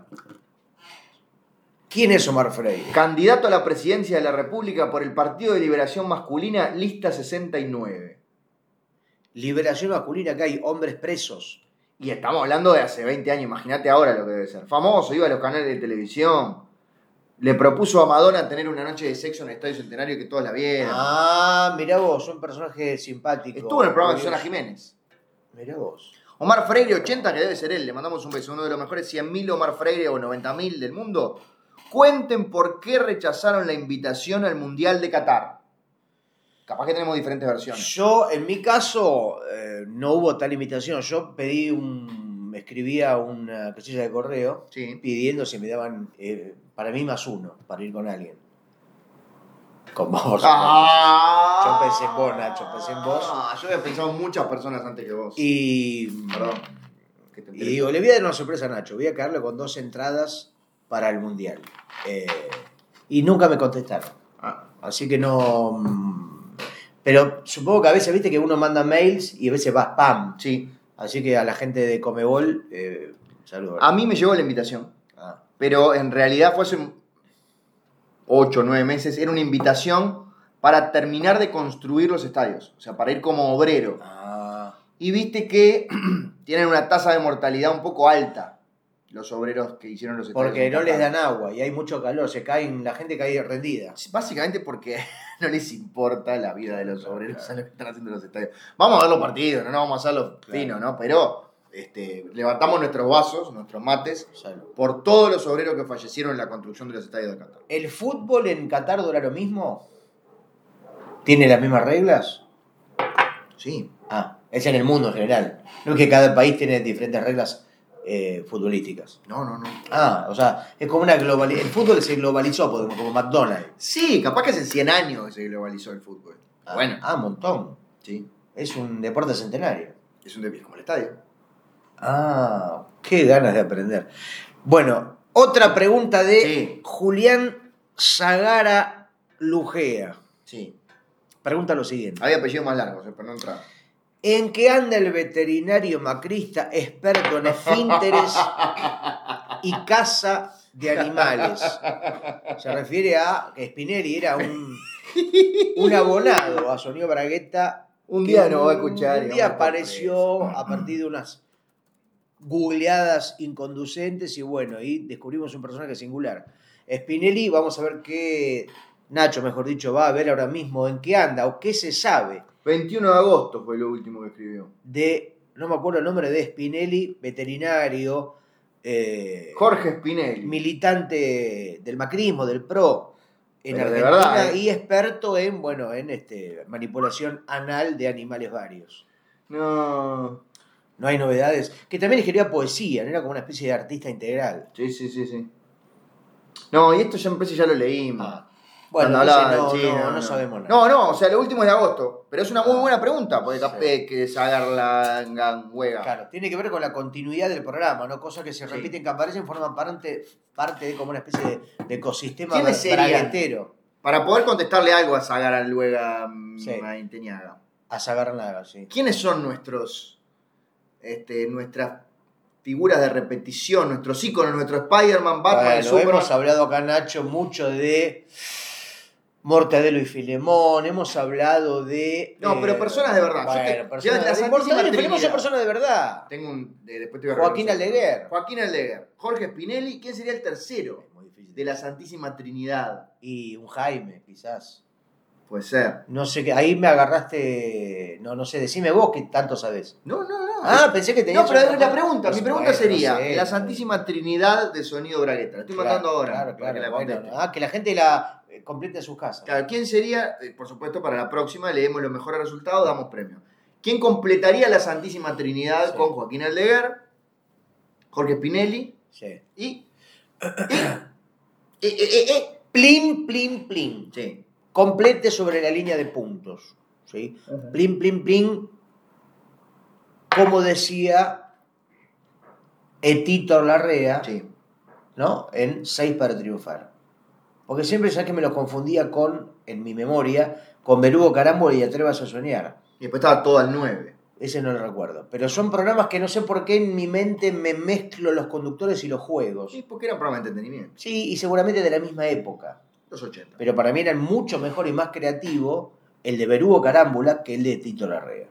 Speaker 2: ¿Quién es Omar Freire?
Speaker 1: Candidato a la presidencia de la República por el Partido de Liberación Masculina, lista 69.
Speaker 2: Liberación masculina, que hay hombres presos.
Speaker 1: Y estamos hablando de hace 20 años, imagínate ahora lo que debe ser. Famoso, iba a los canales de televisión. Le propuso a Madonna tener una noche de sexo en el Estadio Centenario que todos la vieran.
Speaker 2: Ah, mirá vos, un personaje simpático.
Speaker 1: Estuvo en el programa de Susana Jiménez.
Speaker 2: Mirá vos.
Speaker 1: Omar Freire, 80, que debe ser él. Le mandamos un beso, uno de los mejores 100.000 Omar Freire o 90.000 del mundo. Cuenten por qué rechazaron la invitación al Mundial de Qatar. Capaz que tenemos diferentes versiones.
Speaker 2: Yo, en mi caso, eh, no hubo tal invitación. Yo pedí un. Me escribía una casilla de correo
Speaker 1: Sí.
Speaker 2: pidiendo si me daban eh, para mí más uno, para ir con alguien. Con vos.
Speaker 1: Ah.
Speaker 2: Yo pensé en vos, Nacho, pensé en vos.
Speaker 1: Ah, yo había pensado en muchas personas antes que vos.
Speaker 2: Y,
Speaker 1: Perdón. Que te
Speaker 2: y
Speaker 1: enteres.
Speaker 2: digo, le voy a dar una sorpresa a Nacho. Voy a caerle con dos entradas para el mundial. Eh, y nunca me contestaron.
Speaker 1: Ah.
Speaker 2: Así que no. mm, Pero supongo que a veces, viste, que uno manda mails y a veces va spam.
Speaker 1: Sí.
Speaker 2: Así que a la gente de Comebol, eh, saludos.
Speaker 1: A mí me llegó la invitación.
Speaker 2: Ah,
Speaker 1: pero en realidad fue hace 8 o 9 meses, era una invitación para terminar de construir los estadios, o sea, para ir como obrero.
Speaker 2: ah,
Speaker 1: Y viste que <clears throat> tienen una tasa de mortalidad un poco alta los obreros que hicieron los estadios.
Speaker 2: porque
Speaker 1: en
Speaker 2: no les
Speaker 1: Qatar.
Speaker 2: dan agua y hay mucho calor, se caen, la gente cae rendida.
Speaker 1: Básicamente porque <laughs> no les importa la vida de los obreros <laughs> a los que están haciendo los estadios. Vamos a ver los partidos, no, no vamos a hacerlos
Speaker 2: Claro.
Speaker 1: finos, ¿no? Pero este, levantamos nuestros vasos, nuestros mates,
Speaker 2: Salud.
Speaker 1: por todos los obreros que fallecieron en la construcción de los estadios de Qatar.
Speaker 2: ¿El fútbol en Qatar dura lo mismo? ¿Tiene las mismas reglas?
Speaker 1: Sí,
Speaker 2: Ah, es en el mundo en general. No es que cada país tiene diferentes reglas eh, futbolísticas.
Speaker 1: no, no, no.
Speaker 2: Ah, o sea, es como una globalización. El fútbol se globalizó, podemos, como McDonald's.
Speaker 1: Sí, capaz que hace 100 años que se globalizó el fútbol.
Speaker 2: Ah,
Speaker 1: Bueno.
Speaker 2: Ah, un montón.
Speaker 1: Sí.
Speaker 2: Es un deporte centenario.
Speaker 1: Es un deporte como el estadio.
Speaker 2: Ah, qué ganas de aprender. Bueno, otra pregunta de
Speaker 1: Sí.
Speaker 2: Julián Zagara Lujea.
Speaker 1: Sí.
Speaker 2: Pregunta lo siguiente.
Speaker 1: Había apellido más largo, pero no entraba.
Speaker 2: ¿En qué anda el veterinario macrista experto en esfínteres y caza de animales? Se refiere a que Spinelli era un, un abonado a Sonido Bragueta.
Speaker 1: Un
Speaker 2: que
Speaker 1: día no va a escuchar y
Speaker 2: Un
Speaker 1: vamos
Speaker 2: día
Speaker 1: a estar
Speaker 2: apareció a
Speaker 1: <clears throat>
Speaker 2: partir de unas googleadas inconducentes y bueno, y descubrimos un personaje singular. Spinelli, vamos a ver qué Nacho, mejor dicho, va a ver ahora mismo en qué anda o qué se sabe
Speaker 1: 21 de agosto fue lo último que escribió.
Speaker 2: de, no me acuerdo el nombre, de Spinelli, veterinario, eh,
Speaker 1: Jorge Spinelli.
Speaker 2: militante del macrismo, del PRO, en
Speaker 1: Pero de
Speaker 2: Argentina
Speaker 1: verdad, ¿eh?
Speaker 2: y experto en, bueno, en este, manipulación anal de animales varios.
Speaker 1: No.
Speaker 2: No hay novedades. Que también escribía poesía, no era como una especie de artista integral.
Speaker 1: Sí, sí, sí, sí. No, y esto ya empecé, ya lo leímos.
Speaker 2: Bueno,
Speaker 1: Cuando hablaba
Speaker 2: entonces
Speaker 1: del
Speaker 2: no,
Speaker 1: chino,
Speaker 2: no, no sabemos nada.
Speaker 1: No, Ah. no, o sea, lo último es de agosto. Pero es una muy buena pregunta, porque
Speaker 2: Sí.
Speaker 1: capé que es agar la ganguega.
Speaker 2: Claro, tiene que ver con la continuidad del programa, ¿no? Cosas que se
Speaker 1: Sí.
Speaker 2: repiten, que aparecen, forman parte, parte de como una especie de, de ecosistema
Speaker 1: ¿Quiénes serían?
Speaker 2: braguetero.
Speaker 1: Para poder contestarle algo a Zagar Albuega
Speaker 2: Sí.
Speaker 1: Inteñaga.
Speaker 2: A saber nada, sí.
Speaker 1: ¿Quiénes son nuestros, este, nuestras figuras de repetición, nuestros íconos, nuestro Spider-Man, Batman,
Speaker 2: Bueno,
Speaker 1: Superman?
Speaker 2: hemos hablado acá, Nacho, mucho de Mortadelo y Filemón, hemos hablado de. eh,
Speaker 1: No, pero personas de verdad. Yo
Speaker 2: Bueno,
Speaker 1: te- yo
Speaker 2: personas
Speaker 1: la
Speaker 2: de
Speaker 1: Santísima
Speaker 2: Mortadelo y Filemón son
Speaker 1: Trinidad.
Speaker 2: personas de verdad.
Speaker 1: Tengo un. de- después te voy a
Speaker 2: Joaquín
Speaker 1: reconocer.
Speaker 2: Aldeguer.
Speaker 1: Joaquín Aldeguer. Jorge Spinelli. ¿Quién sería el tercero
Speaker 2: Es muy difícil.
Speaker 1: de la Santísima Trinidad?
Speaker 2: Y un Jaime, quizás.
Speaker 1: Puede ser.
Speaker 2: No sé qué. Ahí me agarraste. No, no sé, decime vos que tanto sabés.
Speaker 1: No, no, no.
Speaker 2: Ah, pensé que tenías.
Speaker 1: no, pero
Speaker 2: otra
Speaker 1: es la
Speaker 2: cosa.
Speaker 1: pregunta.
Speaker 2: No
Speaker 1: Mi
Speaker 2: sé,
Speaker 1: pregunta
Speaker 2: bueno, no
Speaker 1: sería:
Speaker 2: sé.
Speaker 1: la Santísima Trinidad de Sonido Bragueta. La estoy
Speaker 2: Claro,
Speaker 1: mandando ahora.
Speaker 2: Claro,
Speaker 1: para
Speaker 2: claro.
Speaker 1: que la
Speaker 2: bueno,
Speaker 1: conteste.
Speaker 2: ah, que la gente la eh, complete en sus casas.
Speaker 1: Claro, ¿quién sería? Eh, Por supuesto, para la próxima leemos los mejores resultados, damos premio. ¿Quién completaría la Santísima Trinidad
Speaker 2: Sí.
Speaker 1: con Joaquín Aldeguer, Jorge Spinelli
Speaker 2: Sí.
Speaker 1: y. y- eh, eh, eh, eh?
Speaker 2: Plin, plin, plin.
Speaker 1: Sí.
Speaker 2: Complete sobre la línea de puntos. ¿sí? Plin, plin, plin. Como decía Etito Larrea,
Speaker 1: Sí.
Speaker 2: ¿no? En Seis para triunfar. Porque siempre ya que me los confundía con, en mi memoria, con Belugo Carámbula y Atrevas a soñar.
Speaker 1: Y después estaba todo al 9.
Speaker 2: Ese no lo recuerdo. Pero son programas que no sé por qué en mi mente me mezclo los conductores y los juegos.
Speaker 1: Sí, porque era un programa de entretenimiento.
Speaker 2: Sí, y seguramente de la misma época.
Speaker 1: Los 80.
Speaker 2: Pero para mí era mucho mejor y más creativo el de Berugo Carámbula que el de Tito Larrea.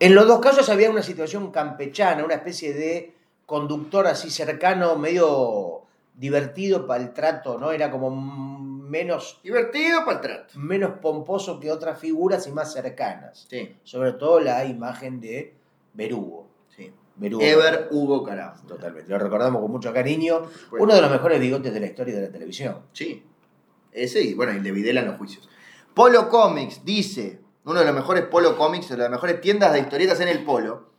Speaker 2: En los dos casos había una situación campechana, una especie de conductor así cercano, medio divertido para el trato, ¿no? Era como menos,
Speaker 1: Divertido para el trato.
Speaker 2: menos pomposo que otras figuras y más cercanas.
Speaker 1: Sí,
Speaker 2: Sobre todo la imagen de Berugo.
Speaker 1: sí.
Speaker 2: Berugo.
Speaker 1: Ever Hugo Carámbula.
Speaker 2: Totalmente. Lo recordamos con mucho cariño.
Speaker 1: Bueno.
Speaker 2: Uno de los mejores bigotes de la historia de la televisión.
Speaker 1: Sí. Ese y bueno, el de Videla en los juicios. Polo Comics dice, uno de los mejores Polo Comics, de las mejores tiendas de historietas en el Polo,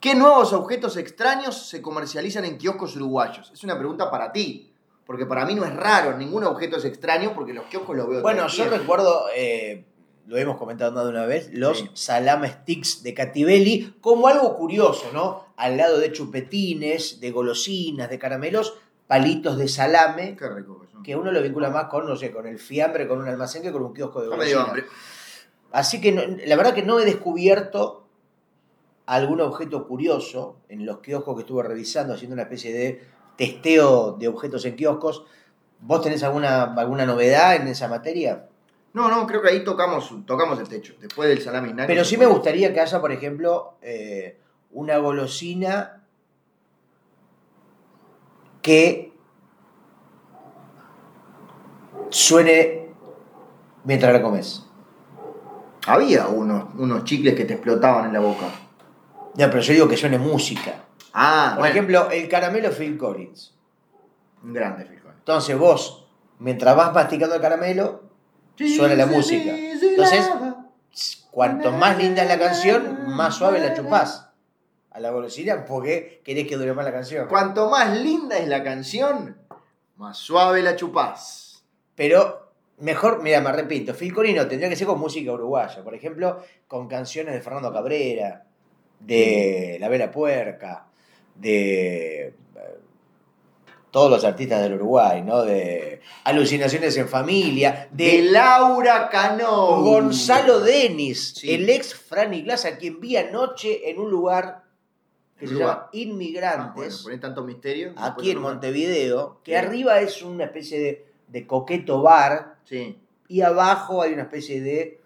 Speaker 1: ¿qué nuevos objetos extraños se comercializan en kioscos uruguayos? Es una pregunta para ti, porque para mí no es raro, ningún objeto es extraño porque los kioscos los veo. todo
Speaker 2: Bueno,
Speaker 1: el
Speaker 2: yo
Speaker 1: tiempo.
Speaker 2: recuerdo, eh, lo hemos comentado más de una vez, los
Speaker 1: Sí.
Speaker 2: salame sticks de Cativelli como algo curioso, ¿no? Al lado de chupetines, de golosinas, de caramelos, palitos de salame,
Speaker 1: Qué rico eso.
Speaker 2: que uno lo vincula más con, no sé, con el fiambre, con un almacén que con un kiosco de
Speaker 1: Ya me dio
Speaker 2: golosinas.
Speaker 1: hambre.
Speaker 2: Así que no- la verdad que no he descubierto algún objeto curioso en los kioscos que estuve revisando, haciendo una especie de testeo de objetos en kioscos. ¿Vos tenés alguna, alguna novedad en esa materia?
Speaker 1: No, no, creo que ahí tocamos, tocamos el techo. Después del salami snack.
Speaker 2: Pero sí me gustaría que haya, por ejemplo, eh, una golosina que suene mientras la comes.
Speaker 1: Había unos, unos chicles que te explotaban en la boca.
Speaker 2: Ya, pero yo digo que suene música.
Speaker 1: Ah,
Speaker 2: Por
Speaker 1: bueno.
Speaker 2: ejemplo, el caramelo Phil Collins.
Speaker 1: Un grande frijol.
Speaker 2: Entonces vos, mientras vas masticando el caramelo, Suena la música. Entonces, cuanto más linda es la canción, más suave la chupás a la golosina porque querés que dure más la canción.
Speaker 1: Cuanto más linda es la canción, más suave la chupás.
Speaker 2: Pero mejor, mira, me repito, Phil Collins no, tendría que ser con música uruguaya, por ejemplo, con canciones de Fernando Cabrera, de La Vela Puerca, de eh, todos los artistas del Uruguay, ¿no? De Alucinaciones en Familia,
Speaker 1: De,
Speaker 2: de
Speaker 1: Laura Cano.
Speaker 2: Gonzalo Denis,
Speaker 1: Sí.
Speaker 2: el ex Fran Glass, a quien vi anoche en un lugar que
Speaker 1: El
Speaker 2: se
Speaker 1: lugar.
Speaker 2: llama
Speaker 1: Ah, bueno,
Speaker 2: Inmigrantes,
Speaker 1: poné tanto misterio. después
Speaker 2: aquí en
Speaker 1: lo-
Speaker 2: Montevideo, que
Speaker 1: Sí.
Speaker 2: arriba es una especie de, de coqueto bar
Speaker 1: Sí.
Speaker 2: y abajo hay una especie de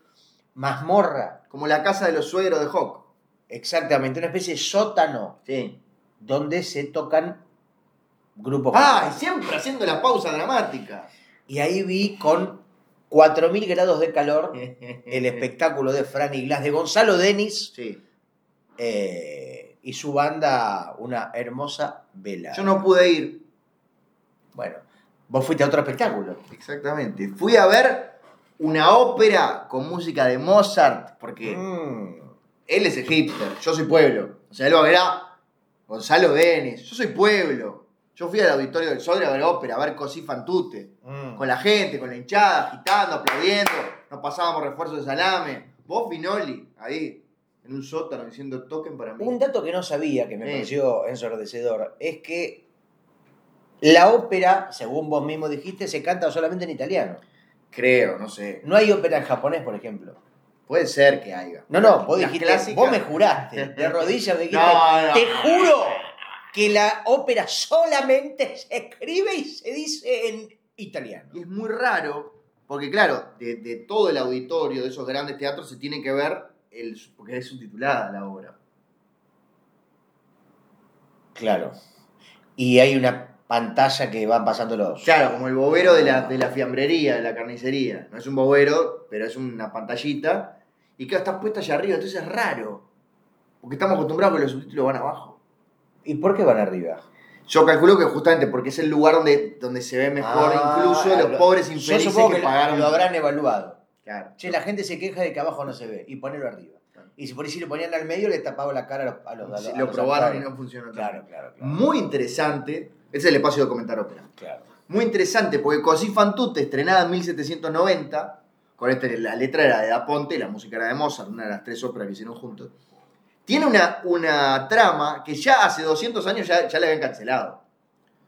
Speaker 2: mazmorra,
Speaker 1: Como la casa de los suegros de Hawk.
Speaker 2: exactamente, una especie de sótano
Speaker 1: Sí.
Speaker 2: donde se tocan grupos.
Speaker 1: Ah, y siempre haciendo la pausa dramática.
Speaker 2: Y ahí vi con 4.000 grados de
Speaker 1: Eh,
Speaker 2: calor el
Speaker 1: El
Speaker 2: espectáculo de Fran Glass, de Gonzalo Denis.
Speaker 1: Sí.
Speaker 2: eh, y su banda una hermosa vela.
Speaker 1: Yo no pude ir.
Speaker 2: Bueno, vos fuiste a otro espectáculo.
Speaker 1: Exactamente. Fui a ver una ópera con música de Mozart. Porque.
Speaker 2: Mm.
Speaker 1: Él es el hipster, yo soy pueblo. O sea, él va a ver a Gonzalo Denis, yo soy pueblo. Yo fui al auditorio del Sodre a ver ópera, a ver Così fan tutte.
Speaker 2: Mm.
Speaker 1: Con la gente, con la hinchada, agitando, aplaudiendo. Nos pasábamos refuerzos de salame. Vos, Finoli, ahí, en un sótano diciendo toquen para mí.
Speaker 2: Un dato que no sabía, que me
Speaker 1: Sí.
Speaker 2: pareció ensordecedor, es que la ópera, según vos mismo dijiste, se canta solamente en italiano.
Speaker 1: Creo, no sé.
Speaker 2: No hay ópera en japonés, por ejemplo.
Speaker 1: Puede ser que haya.
Speaker 2: No, no, vos
Speaker 1: Las
Speaker 2: dijiste,
Speaker 1: clásicas-
Speaker 2: vos me juraste, de rodillas me dijiste,
Speaker 1: No, no.
Speaker 2: te juro que la ópera solamente se escribe y se dice en italiano.
Speaker 1: Y es muy raro, porque claro, de, de todo el auditorio de esos grandes teatros se tiene que ver, el, porque es subtitulada la obra.
Speaker 2: Claro. Y hay una pantalla que van pasando los.
Speaker 1: Claro, como el bobero de la, de la fiambrería, de la carnicería. No es un bobero, pero es una pantallita. Y claro, está puesta allá arriba, entonces es raro. Porque estamos acostumbrados que los subtítulos van abajo.
Speaker 2: ¿Y por qué van arriba?
Speaker 1: Yo calculo que justamente porque es el lugar donde, donde se ve mejor
Speaker 2: Ah,
Speaker 1: incluso los
Speaker 2: lo-
Speaker 1: pobres
Speaker 2: yo
Speaker 1: infelices
Speaker 2: supongo
Speaker 1: que,
Speaker 2: lo-
Speaker 1: pagaron.
Speaker 2: Lo habrán evaluado.
Speaker 1: Claro.
Speaker 2: Che, la gente se queja de que abajo no se ve. Y ponerlo arriba.
Speaker 1: Claro.
Speaker 2: Y si por ahí si lo ponían al medio, le tapaba la cara a los. A los, a
Speaker 1: Sí,
Speaker 2: los- a
Speaker 1: lo
Speaker 2: los
Speaker 1: probaron y
Speaker 2: actores.
Speaker 1: no funcionó.
Speaker 2: Claro, claro, claro.
Speaker 1: Muy interesante. Ese es el espacio de comentar ópera.
Speaker 2: claro.
Speaker 1: Muy interesante, porque Così fan tutte, estrenada en 1790, con este, la letra era de Da Ponte y la música era de Mozart, una de las tres óperas que hicieron juntos, tiene una, una trama que ya hace 200 años ya, ya la habían cancelado.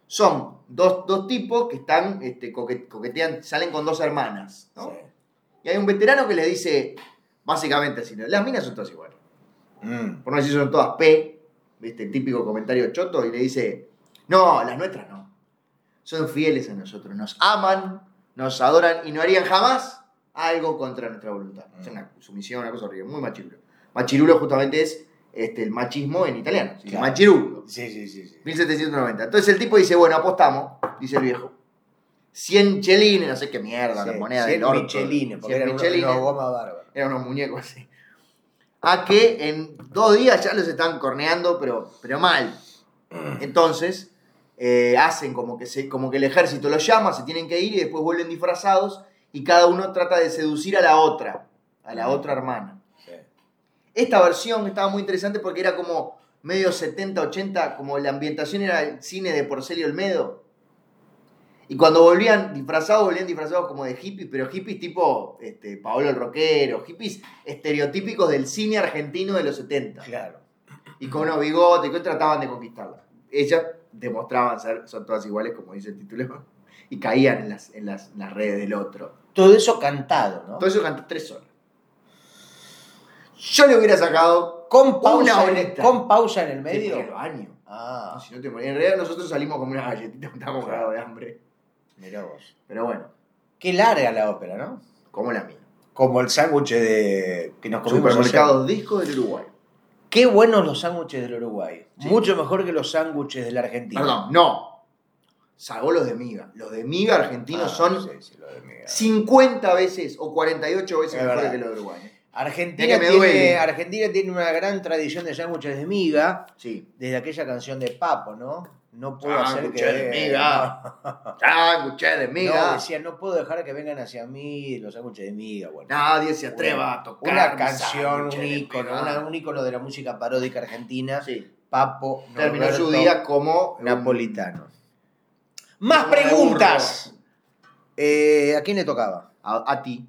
Speaker 1: Son dos, dos tipos que están, este, coque- coquetean, salen con dos hermanas, ¿no?
Speaker 2: Sí.
Speaker 1: Y hay un veterano que le dice, básicamente así, las minas son todas iguales.
Speaker 2: Mm.
Speaker 1: por no decir son todas P, ¿viste? El típico comentario choto, y le dice, no, las nuestras no. Son fieles a nosotros, nos aman, nos adoran y no harían jamás algo contra nuestra voluntad.
Speaker 2: Mm.
Speaker 1: Es una sumisión, una cosa horrible, muy machirulo. Machirulo justamente es este, el machismo en italiano, así que
Speaker 2: Claro.
Speaker 1: machirulo.
Speaker 2: Sí, sí, sí. sí.
Speaker 1: 1790. Entonces el tipo dice, bueno, apostamos, dice el viejo. 100 chelines, no sé qué mierda, la
Speaker 2: Sí,
Speaker 1: moneda
Speaker 2: cien
Speaker 1: del orto.
Speaker 2: michelines, porque
Speaker 1: 100
Speaker 2: eran unos-
Speaker 1: michelines
Speaker 2: unos gomas bárbaras.
Speaker 1: eran unos muñecos así. A que en dos días ya los están corneando, pero, pero mal. Entonces, eh, hacen como que, se, como que el ejército los llama, se tienen que ir y después vuelven disfrazados y cada uno trata de seducir a la otra, a la otra hermana. Esta versión estaba muy interesante porque era como medio 70, 80, como la ambientación era el cine de Porcelio Olmedo. Y cuando volvían disfrazados, volvían disfrazados como de hippies, pero hippies tipo este, Paolo el Rockero, hippies estereotípicos del cine argentino de los 70.
Speaker 2: Claro.
Speaker 1: Y con unos bigotes, que hoy trataban de conquistarla. Ellas demostraban ser, son todas iguales, como dice el título, y caían en las, en las, en las redes del otro.
Speaker 2: Todo eso cantado, ¿no?
Speaker 1: Todo eso cantó tres horas. Yo le hubiera sacado
Speaker 2: con, pausa
Speaker 1: una
Speaker 2: en el,
Speaker 1: horita.
Speaker 2: con pausa en el
Speaker 1: Te ponía el
Speaker 2: medio.
Speaker 1: baño.
Speaker 2: Ah,
Speaker 1: Si no te ponía- En realidad nosotros salimos como unas galletitas, <laughs> estábamos cagados de hambre.
Speaker 2: mirá vos.
Speaker 1: Pero bueno,
Speaker 2: Qué larga la ópera, ¿no?
Speaker 1: como la mía.
Speaker 2: Como el sándwich de que nos comimos ayer.
Speaker 1: Supermercados Disco del Uruguay.
Speaker 2: Qué buenos los sándwiches del Uruguay.
Speaker 1: Sí.
Speaker 2: Mucho mejor que los sándwiches de la Argentina.
Speaker 1: Perdón, no. Salvo los de miga. Los de miga argentinos
Speaker 2: Ah,
Speaker 1: son
Speaker 2: sí, sí, lo de mi-
Speaker 1: 50 veces o 48 veces
Speaker 2: Es
Speaker 1: mejores
Speaker 2: verdad.
Speaker 1: que los de Uruguay. ¿eh?
Speaker 2: Argentina
Speaker 1: Mira que me
Speaker 2: tiene,
Speaker 1: duele.
Speaker 2: Argentina tiene una gran tradición de sándwiches de miga,
Speaker 1: Sí.
Speaker 2: desde aquella canción de Papo, ¿no? No puedo hacer que.
Speaker 1: Ah, Sándwiches de miga. Ah, escuché de
Speaker 2: No,
Speaker 1: <laughs> miga.
Speaker 2: decía, no puedo dejar que vengan hacia mí los sándwiches de miga. Bueno,
Speaker 1: Nadie se atreva a tocar.
Speaker 2: una
Speaker 1: mis
Speaker 2: canción,
Speaker 1: sándwiches
Speaker 2: un
Speaker 1: de
Speaker 2: ícono,
Speaker 1: miga.
Speaker 2: una- un ícono de la música paródica argentina.
Speaker 1: Sí.
Speaker 2: Papo,
Speaker 1: Terminó
Speaker 2: Norberto,
Speaker 1: su día como
Speaker 2: napolitano. Más
Speaker 1: Un
Speaker 2: preguntas. Eh, ¿A quién le tocaba?
Speaker 1: A, a ti.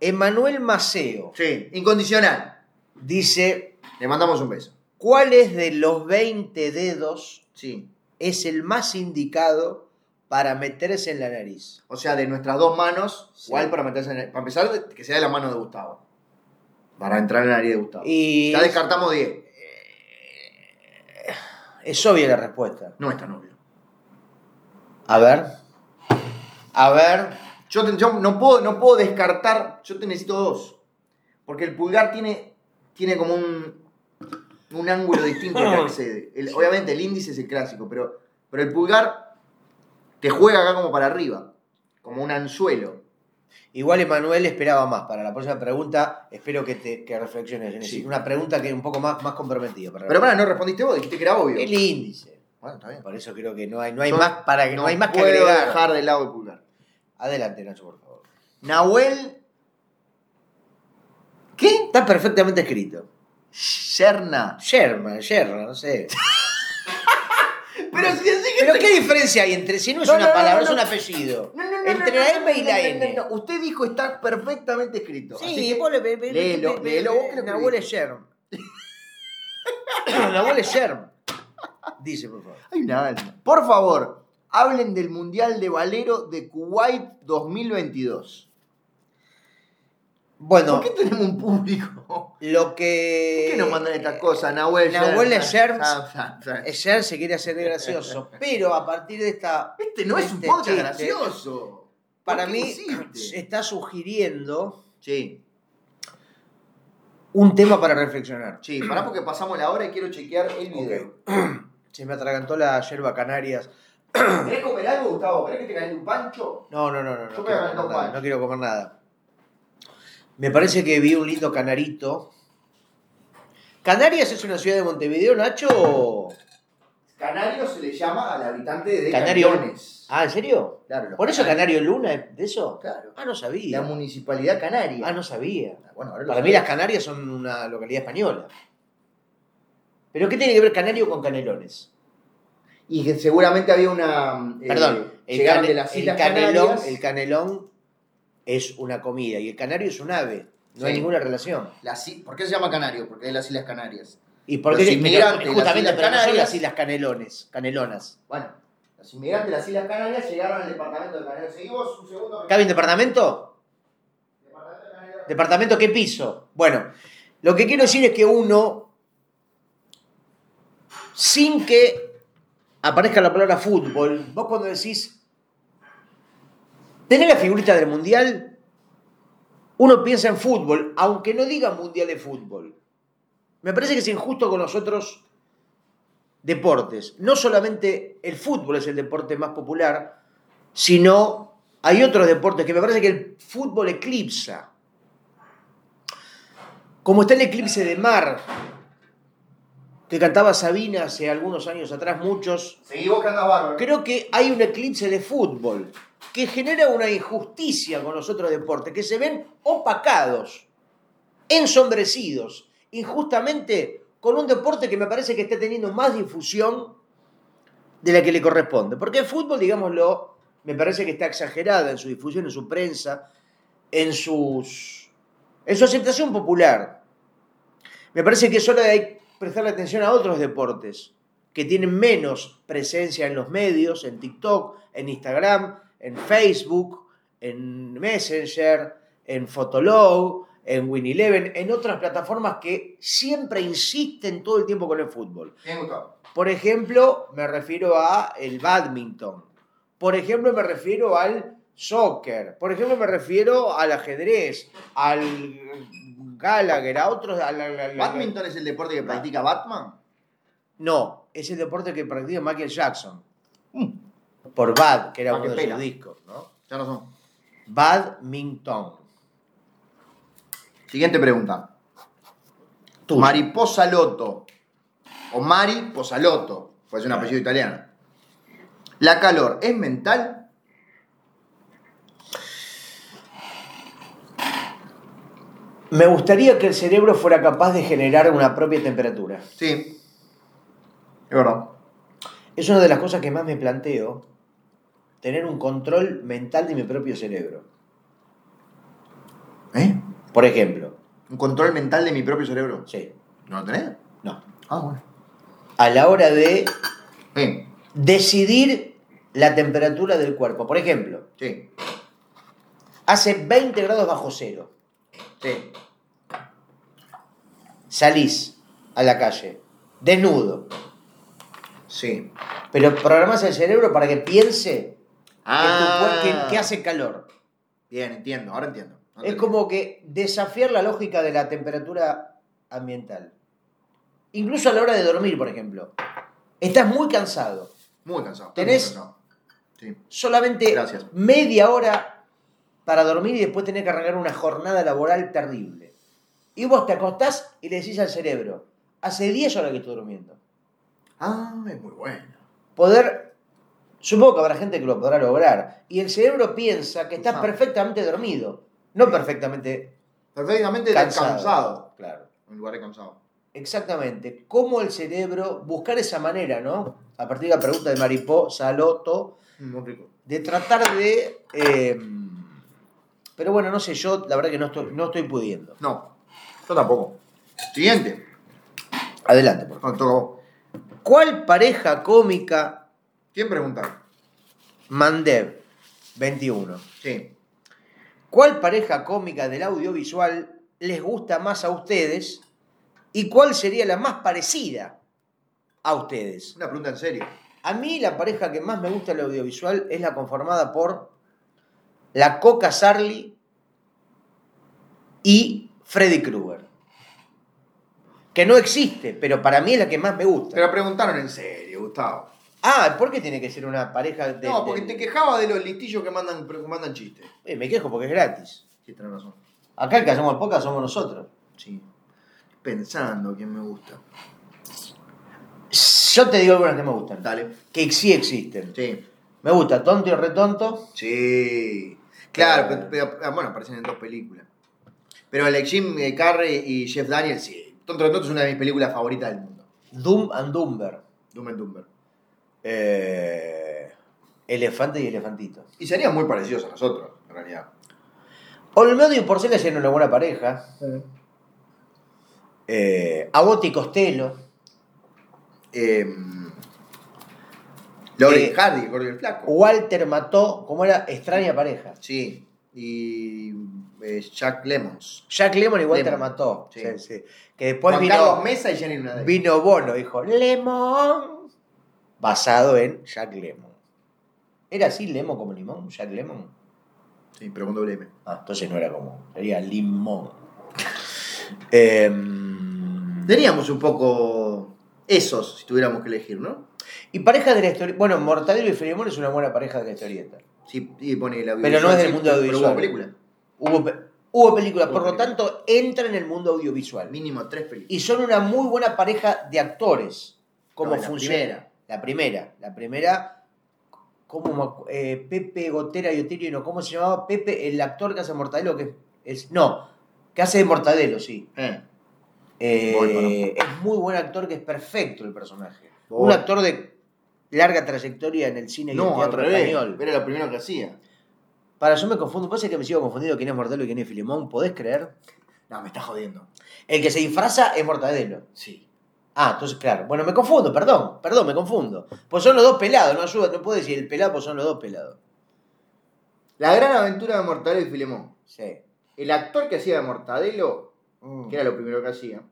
Speaker 2: Emanuel Maceo
Speaker 1: Sí. Incondicional.
Speaker 2: dice,
Speaker 1: Le mandamos un beso.
Speaker 2: ¿cuál es de los 20 dedos
Speaker 1: Sí.
Speaker 2: es el más indicado para meterse en la nariz?
Speaker 1: O sea, de nuestras dos manos,
Speaker 2: Sí.
Speaker 1: igual para meterse en el- Para empezar, de- que sea de la mano de Gustavo. Para entrar en la área de Gustavo.
Speaker 2: Y
Speaker 1: Ya descartamos 10.
Speaker 2: es obvia la respuesta.
Speaker 1: No está novio.
Speaker 2: A ver. A ver.
Speaker 1: Yo, te- yo no, puedo, no puedo descartar. Yo te necesito dos. Porque el pulgar tiene, tiene como un, un ángulo distinto
Speaker 2: <laughs>
Speaker 1: que accede. El- obviamente el índice es el clásico, pero, pero el pulgar te juega acá como para arriba. Como un anzuelo.
Speaker 2: Igual Emanuel esperaba más. Para la próxima pregunta, espero que, te, que reflexiones. en
Speaker 1: Sí.
Speaker 2: eso. Una pregunta que es un poco más, más comprometida. para-
Speaker 1: Pero para, no respondiste vos, dijiste que era obvio.
Speaker 2: el índice.
Speaker 1: Bueno, está bien.
Speaker 2: Por eso creo que no hay, no hay
Speaker 1: Yo
Speaker 2: más para que no, hay más que
Speaker 1: puedo
Speaker 2: agregar.
Speaker 1: dejar de lado el pulgar.
Speaker 2: Adelante, Nacho, por favor.
Speaker 1: Nahuel
Speaker 2: ¿Qué? Está perfectamente escrito.
Speaker 1: Serna.
Speaker 2: Sherman, Sherman, no sé.
Speaker 1: Pero si así
Speaker 2: Pero qué diferencia hay entre si no es
Speaker 1: No,
Speaker 2: una
Speaker 1: no, no,
Speaker 2: palabra,
Speaker 1: no,
Speaker 2: es un
Speaker 1: no.
Speaker 2: apellido.
Speaker 1: No, no, no,
Speaker 2: entre
Speaker 1: no,
Speaker 2: la
Speaker 1: no,
Speaker 2: M y
Speaker 1: no,
Speaker 2: la
Speaker 1: no,
Speaker 2: N.
Speaker 1: no, no. Usted dijo está perfectamente escrito. así
Speaker 2: Sí,
Speaker 1: que-
Speaker 2: vos le le- le-
Speaker 1: léelo,
Speaker 2: le-
Speaker 1: léelo, vos que lo
Speaker 2: Nahuel es
Speaker 1: escribiste.
Speaker 2: Sherman. <coughs> Nahuel es Sherman. Dice, por favor.
Speaker 1: Hay una alma. Por favor, hablen del Mundial de Valero de Kuwait 2022.
Speaker 2: Bueno,
Speaker 1: ¿Por qué tenemos un público?
Speaker 2: lo
Speaker 1: ¿Por
Speaker 2: que.
Speaker 1: qué nos mandan estas cosas, Nahuel?
Speaker 2: Nahuel
Speaker 1: Serna?
Speaker 2: Serna.
Speaker 1: Ah, ah, ah.
Speaker 2: Ayer se quiere hacer de
Speaker 1: <laughs>
Speaker 2: gracioso, pero a partir de esta.
Speaker 1: Este no es un
Speaker 2: Este
Speaker 1: podcast
Speaker 2: chiste.
Speaker 1: gracioso.
Speaker 2: Para
Speaker 1: ¿Por
Speaker 2: mí,
Speaker 1: qué
Speaker 2: <laughs>
Speaker 1: hiciste?
Speaker 2: está sugiriendo
Speaker 1: Sí,
Speaker 2: un tema para reflexionar.
Speaker 1: sí, pará porque pasamos la hora y quiero chequear el video.
Speaker 2: Se me atragantó la yerba canarias.
Speaker 1: ¿Querés comer algo, Gustavo? ¿Querés que te caliente un pancho?
Speaker 2: No, no, no, no.
Speaker 1: Yo
Speaker 2: No
Speaker 1: me
Speaker 2: quiero, comer
Speaker 1: agarro
Speaker 2: nada,
Speaker 1: pan.
Speaker 2: no quiero comer nada. Me parece que vi un lindo canarito. ¿Canarias es una ciudad de Montevideo, Nacho? o-
Speaker 1: Canario se le llama al habitante de
Speaker 2: Canario.
Speaker 1: Canariones.
Speaker 2: Ah, ¿en serio?
Speaker 1: Claro, los
Speaker 2: ¿Por eso
Speaker 1: canarios.
Speaker 2: Canario Luna es de eso?
Speaker 1: Claro.
Speaker 2: Ah, no
Speaker 1: La
Speaker 2: sabía.
Speaker 1: municipalidad canaria.
Speaker 2: Ah, no sabía.
Speaker 1: Bueno, ahora lo
Speaker 2: Para mí
Speaker 1: sabés.
Speaker 2: las Canarias son una localidad española. ¿Pero qué tiene que ver Canario con Canelones?
Speaker 1: Y que seguramente había una. eh,
Speaker 2: Perdón, el,
Speaker 1: llegaron
Speaker 2: cane-
Speaker 1: de las
Speaker 2: el
Speaker 1: Islas
Speaker 2: canelón,
Speaker 1: Canarias.
Speaker 2: el canelón es una comida y el canario es un ave. No hay
Speaker 1: Sí.
Speaker 2: ninguna relación.
Speaker 1: las i- ¿Por qué se llama Canario? Porque es las Islas Canarias.
Speaker 2: ¿Y por
Speaker 1: Los
Speaker 2: qué?
Speaker 1: inmigrantes,
Speaker 2: pero- justamente,
Speaker 1: las Islas
Speaker 2: pero no son
Speaker 1: Canarias.
Speaker 2: las islas canelones, canelonas.
Speaker 1: Bueno, los inmigrantes de las Islas Canarias llegaron al departamento de Canarias. Seguimos un segundo.
Speaker 2: ¿Cabe un departamento?
Speaker 1: Departamento de Canarias.
Speaker 2: ¿Departamento qué piso? Bueno, Lo que quiero decir es que uno, sin que aparezca la palabra fútbol, vos cuando decís, tenés la figurita del mundial, uno piensa en fútbol, aunque no diga mundial de fútbol. Me parece que es injusto con los otros deportes. No solamente el fútbol es el deporte más popular, sino hay otros deportes que me parece que el fútbol eclipsa. Como está el eclipse de mar, que cantaba Sabina hace algunos años atrás, muchos.
Speaker 1: Seguí vos que andás bárbaro.
Speaker 2: Creo que hay un eclipse de fútbol que genera una injusticia con los otros deportes, que se ven opacados, ensombrecidos, injustamente con un deporte que me parece que está teniendo más difusión de la que le corresponde. Porque el fútbol, digámoslo, me parece que está exagerada en su difusión, en su prensa, en, sus, en su aceptación popular. Me parece que solo hay que prestarle atención a otros deportes que tienen menos presencia en los medios, en TikTok, en Instagram, en Facebook, en Messenger, en Fotolog, en Win11, en otras plataformas que siempre insisten todo el tiempo con el fútbol.
Speaker 1: Bien, Gustavo.
Speaker 2: Por ejemplo, me refiero a el badminton. Por ejemplo, me refiero al soccer. Por ejemplo, me refiero al ajedrez, al Gallagher, a otros. al- al- al-
Speaker 1: ¿Badminton es el deporte que practica Batman?
Speaker 2: No, es el deporte que practica Michael Jackson. Por Bad, que era
Speaker 1: Ah, qué
Speaker 2: uno de
Speaker 1: pena.
Speaker 2: sus discos, ¿no?
Speaker 1: Ya no son.
Speaker 2: Badminton.
Speaker 1: Siguiente pregunta.
Speaker 2: Tuyo.
Speaker 1: Mariposa Loto. O Mari Posaloto. Pues es un apellido italiano. La calor, ¿es mental?
Speaker 2: Me gustaría que el cerebro fuera capaz de generar una propia temperatura.
Speaker 1: Sí. Es verdad.
Speaker 2: Es una de las cosas que más me planteo, tener un control mental de mi propio cerebro.
Speaker 1: ¿Eh?
Speaker 2: Por ejemplo,
Speaker 1: ¿Un control mental de mi propio cerebro?
Speaker 2: sí,
Speaker 1: ¿No lo tenés?
Speaker 2: no.
Speaker 1: Ah, bueno.
Speaker 2: A la hora de
Speaker 1: Sí,
Speaker 2: decidir la temperatura del cuerpo. Por ejemplo,
Speaker 1: sí,
Speaker 2: hace 20 grados bajo cero.
Speaker 1: sí.
Speaker 2: Salís a la calle, desnudo,
Speaker 1: sí.
Speaker 2: pero programás el cerebro para que piense que, tu
Speaker 1: Ah.
Speaker 2: cuer- que- que hace calor.
Speaker 1: Bien, entiendo, ahora entiendo.
Speaker 2: Es como que desafiar la lógica de la temperatura ambiental. Incluso a la hora de dormir, por ejemplo. Estás muy cansado.
Speaker 1: Muy cansado.
Speaker 2: ¿Tenés?
Speaker 1: muy cansado. Sí.
Speaker 2: Solamente
Speaker 1: Gracias.
Speaker 2: media hora para dormir y después tener que arrancar una jornada laboral terrible. Y vos te acostás y le decís al cerebro, hace 10 horas que estoy durmiendo.
Speaker 1: Ah, es muy bueno.
Speaker 2: Poder, supongo que habrá gente que lo podrá lograr. Y el cerebro piensa que estás
Speaker 1: Ah.
Speaker 2: perfectamente dormido. No perfectamente
Speaker 1: Perfectamente
Speaker 2: cansado.
Speaker 1: descansado.
Speaker 2: Claro.
Speaker 1: En lugar de cansado.
Speaker 2: Exactamente. ¿Cómo el cerebro buscar esa manera, no? A partir de la pregunta de Maripó, Saloto,
Speaker 1: Mm, Muy rico.
Speaker 2: de tratar de. eh, pero bueno, no sé, yo la verdad que no estoy, no estoy pudiendo.
Speaker 1: No, yo tampoco. Siguiente.
Speaker 2: Adelante, por favor.
Speaker 1: No, te toca a vos.
Speaker 2: ¿Cuál pareja cómica
Speaker 1: ¿Quién pregunta?
Speaker 2: Mandev 21?
Speaker 1: Sí.
Speaker 2: ¿Cuál pareja cómica del audiovisual les gusta más a ustedes? ¿Y cuál sería la más parecida a ustedes?
Speaker 1: Una pregunta en serio.
Speaker 2: A mí la pareja que más me gusta el audiovisual es la conformada por la Coca Sarli y Freddy Krueger. Que no existe, pero para mí es la que más me gusta.
Speaker 1: Te la preguntaron en serio, Gustavo.
Speaker 2: Ah, ¿por qué tiene que ser una pareja de.?
Speaker 1: No, porque
Speaker 2: de-
Speaker 1: te quejabas de los listillos que mandan, que mandan chistes.
Speaker 2: Eh, me quejo porque es gratis.
Speaker 1: Sí, tenés razón.
Speaker 2: Acá el que hacemos poca somos nosotros.
Speaker 1: Sí. Pensando quién me gusta.
Speaker 2: Yo te digo algunas que me gustan.
Speaker 1: Dale.
Speaker 2: Que sí existen.
Speaker 1: Sí.
Speaker 2: Me gusta Tonto y Retonto.
Speaker 1: Sí. Claro,
Speaker 2: Claro.
Speaker 1: pero, pero- bueno, aparecen en dos películas. Pero el Jim eh, Carrey y Jeff Daniels, sí. Tonto de Tonto es una de mis películas favoritas del mundo.
Speaker 2: Doom and Dumber.
Speaker 1: Doom and Dumber.
Speaker 2: Eh, Elefante y Elefantito.
Speaker 1: Y serían muy parecidos a nosotros, en realidad.
Speaker 2: Olmedo y Porcela serían una buena pareja. Eh, Agote y Costello.
Speaker 1: Eh, Laurel
Speaker 2: Eh,
Speaker 1: eh, Hardy, Jorge el Flaco.
Speaker 2: Walter mató, como era extraña pareja.
Speaker 1: Sí. y eh, Jack Lemons.
Speaker 2: Jack Lemon igual te la
Speaker 1: Lemmon,
Speaker 2: mató.
Speaker 1: sí.
Speaker 2: Sí, sí. Que después
Speaker 1: Juan
Speaker 2: vino,
Speaker 1: Carlos Mesa y Jenny Lunadec.
Speaker 2: vino Bono, dijo, Lemon. Basado en Jack Lemon. ¿Era así Lemon como limón? Jack Lemon.
Speaker 1: Sí, pero con doble M.
Speaker 2: Ah, entonces no era como. Sería limón. Em,
Speaker 1: Teníamos un poco esos, si tuviéramos que elegir, ¿no?
Speaker 2: y pareja de la historieta. Bueno, Mortadelo y Filemón es una buena pareja de la historieta.
Speaker 1: Sí, y pone la
Speaker 2: Pero no es del mundo
Speaker 1: Pero hubo
Speaker 2: audiovisual.
Speaker 1: película.
Speaker 2: Hubo, pe- hubo películas,
Speaker 1: Hubo
Speaker 2: por lo
Speaker 1: películas.
Speaker 2: tanto, entra en el mundo audiovisual.
Speaker 1: Mínimo tres películas.
Speaker 2: Y son una muy buena pareja de actores. Como
Speaker 1: No, la
Speaker 2: funciona. La primera. La primera. ¿Cómo me acu- eh, Pepe Gotera y Otilio, no, ¿cómo se llamaba? Pepe, el actor que hace Mortadelo, que es. No, que hace de Mortadelo, sí.
Speaker 1: Eh,
Speaker 2: Eh,
Speaker 1: Voy, perdón.
Speaker 2: es muy buen actor, que es perfecto el personaje.
Speaker 1: Voy.
Speaker 2: Un actor de larga trayectoria en el cine y el
Speaker 1: Oh. no, al
Speaker 2: teatro
Speaker 1: revés.
Speaker 2: español.
Speaker 1: Era lo primero que hacía.
Speaker 2: Para, yo me confundo. Pasa que me sigo confundiendo quién es Mortadelo y quién es Filemón, ¿podés creer?
Speaker 1: No, me está jodiendo.
Speaker 2: El que se disfraza es Mortadelo.
Speaker 1: Sí.
Speaker 2: Ah, entonces, claro. Bueno, me confundo, perdón, perdón, me confundo. Pues son los dos pelados, no ayuda, no puedo decir el pelado, pues son los dos pelados.
Speaker 1: La gran aventura de Mortadelo y Filemón.
Speaker 2: Sí.
Speaker 1: El actor que hacía de Mortadelo, que
Speaker 2: Que
Speaker 1: era
Speaker 2: era-
Speaker 1: lo primero que hacía,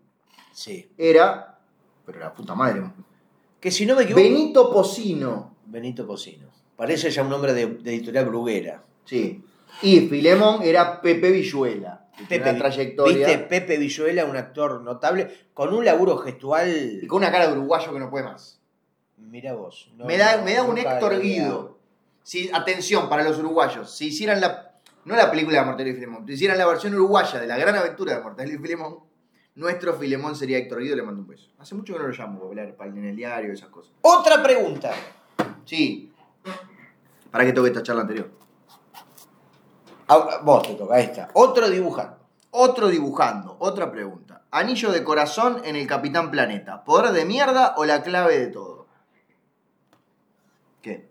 Speaker 2: Sí.
Speaker 1: era. Pero la puta madre.
Speaker 2: Que si no me equivoco.
Speaker 1: Benito Pocino.
Speaker 2: Benito Cocino. Parece ya un nombre de, de editorial bruguera.
Speaker 1: Sí. Y Filemón era Pepe Villuela. que tiene una
Speaker 2: Vi-
Speaker 1: trayectoria.
Speaker 2: Viste, Pepe Villuela, un actor notable, con un laburo
Speaker 1: Y
Speaker 2: gestual.
Speaker 1: con una cara de uruguayo que no puede más.
Speaker 2: Mira vos. no,
Speaker 1: me da, me da un
Speaker 2: nunca
Speaker 1: Héctor
Speaker 2: había-
Speaker 1: Guido. Si, atención, para los uruguayos. Si hicieran la. No la película de Mortadelo y Filemón. Si hicieran la versión uruguaya de la gran aventura de Mortadelo y Filemón, nuestro Filemón sería Héctor Guido. Le mando un beso. Hace mucho que no lo llamo para hablar para- en el diario y esas cosas.
Speaker 2: Otra pregunta.
Speaker 1: Sí. ¿Para qué tengo que tachar la anterior?
Speaker 2: A- a vos te toca esta. Otro dibujante.
Speaker 1: Otro dibujando. Otra pregunta. Anillo de corazón en el Capitán Planeta. ¿Poder de mierda o la clave de todo? ¿Qué?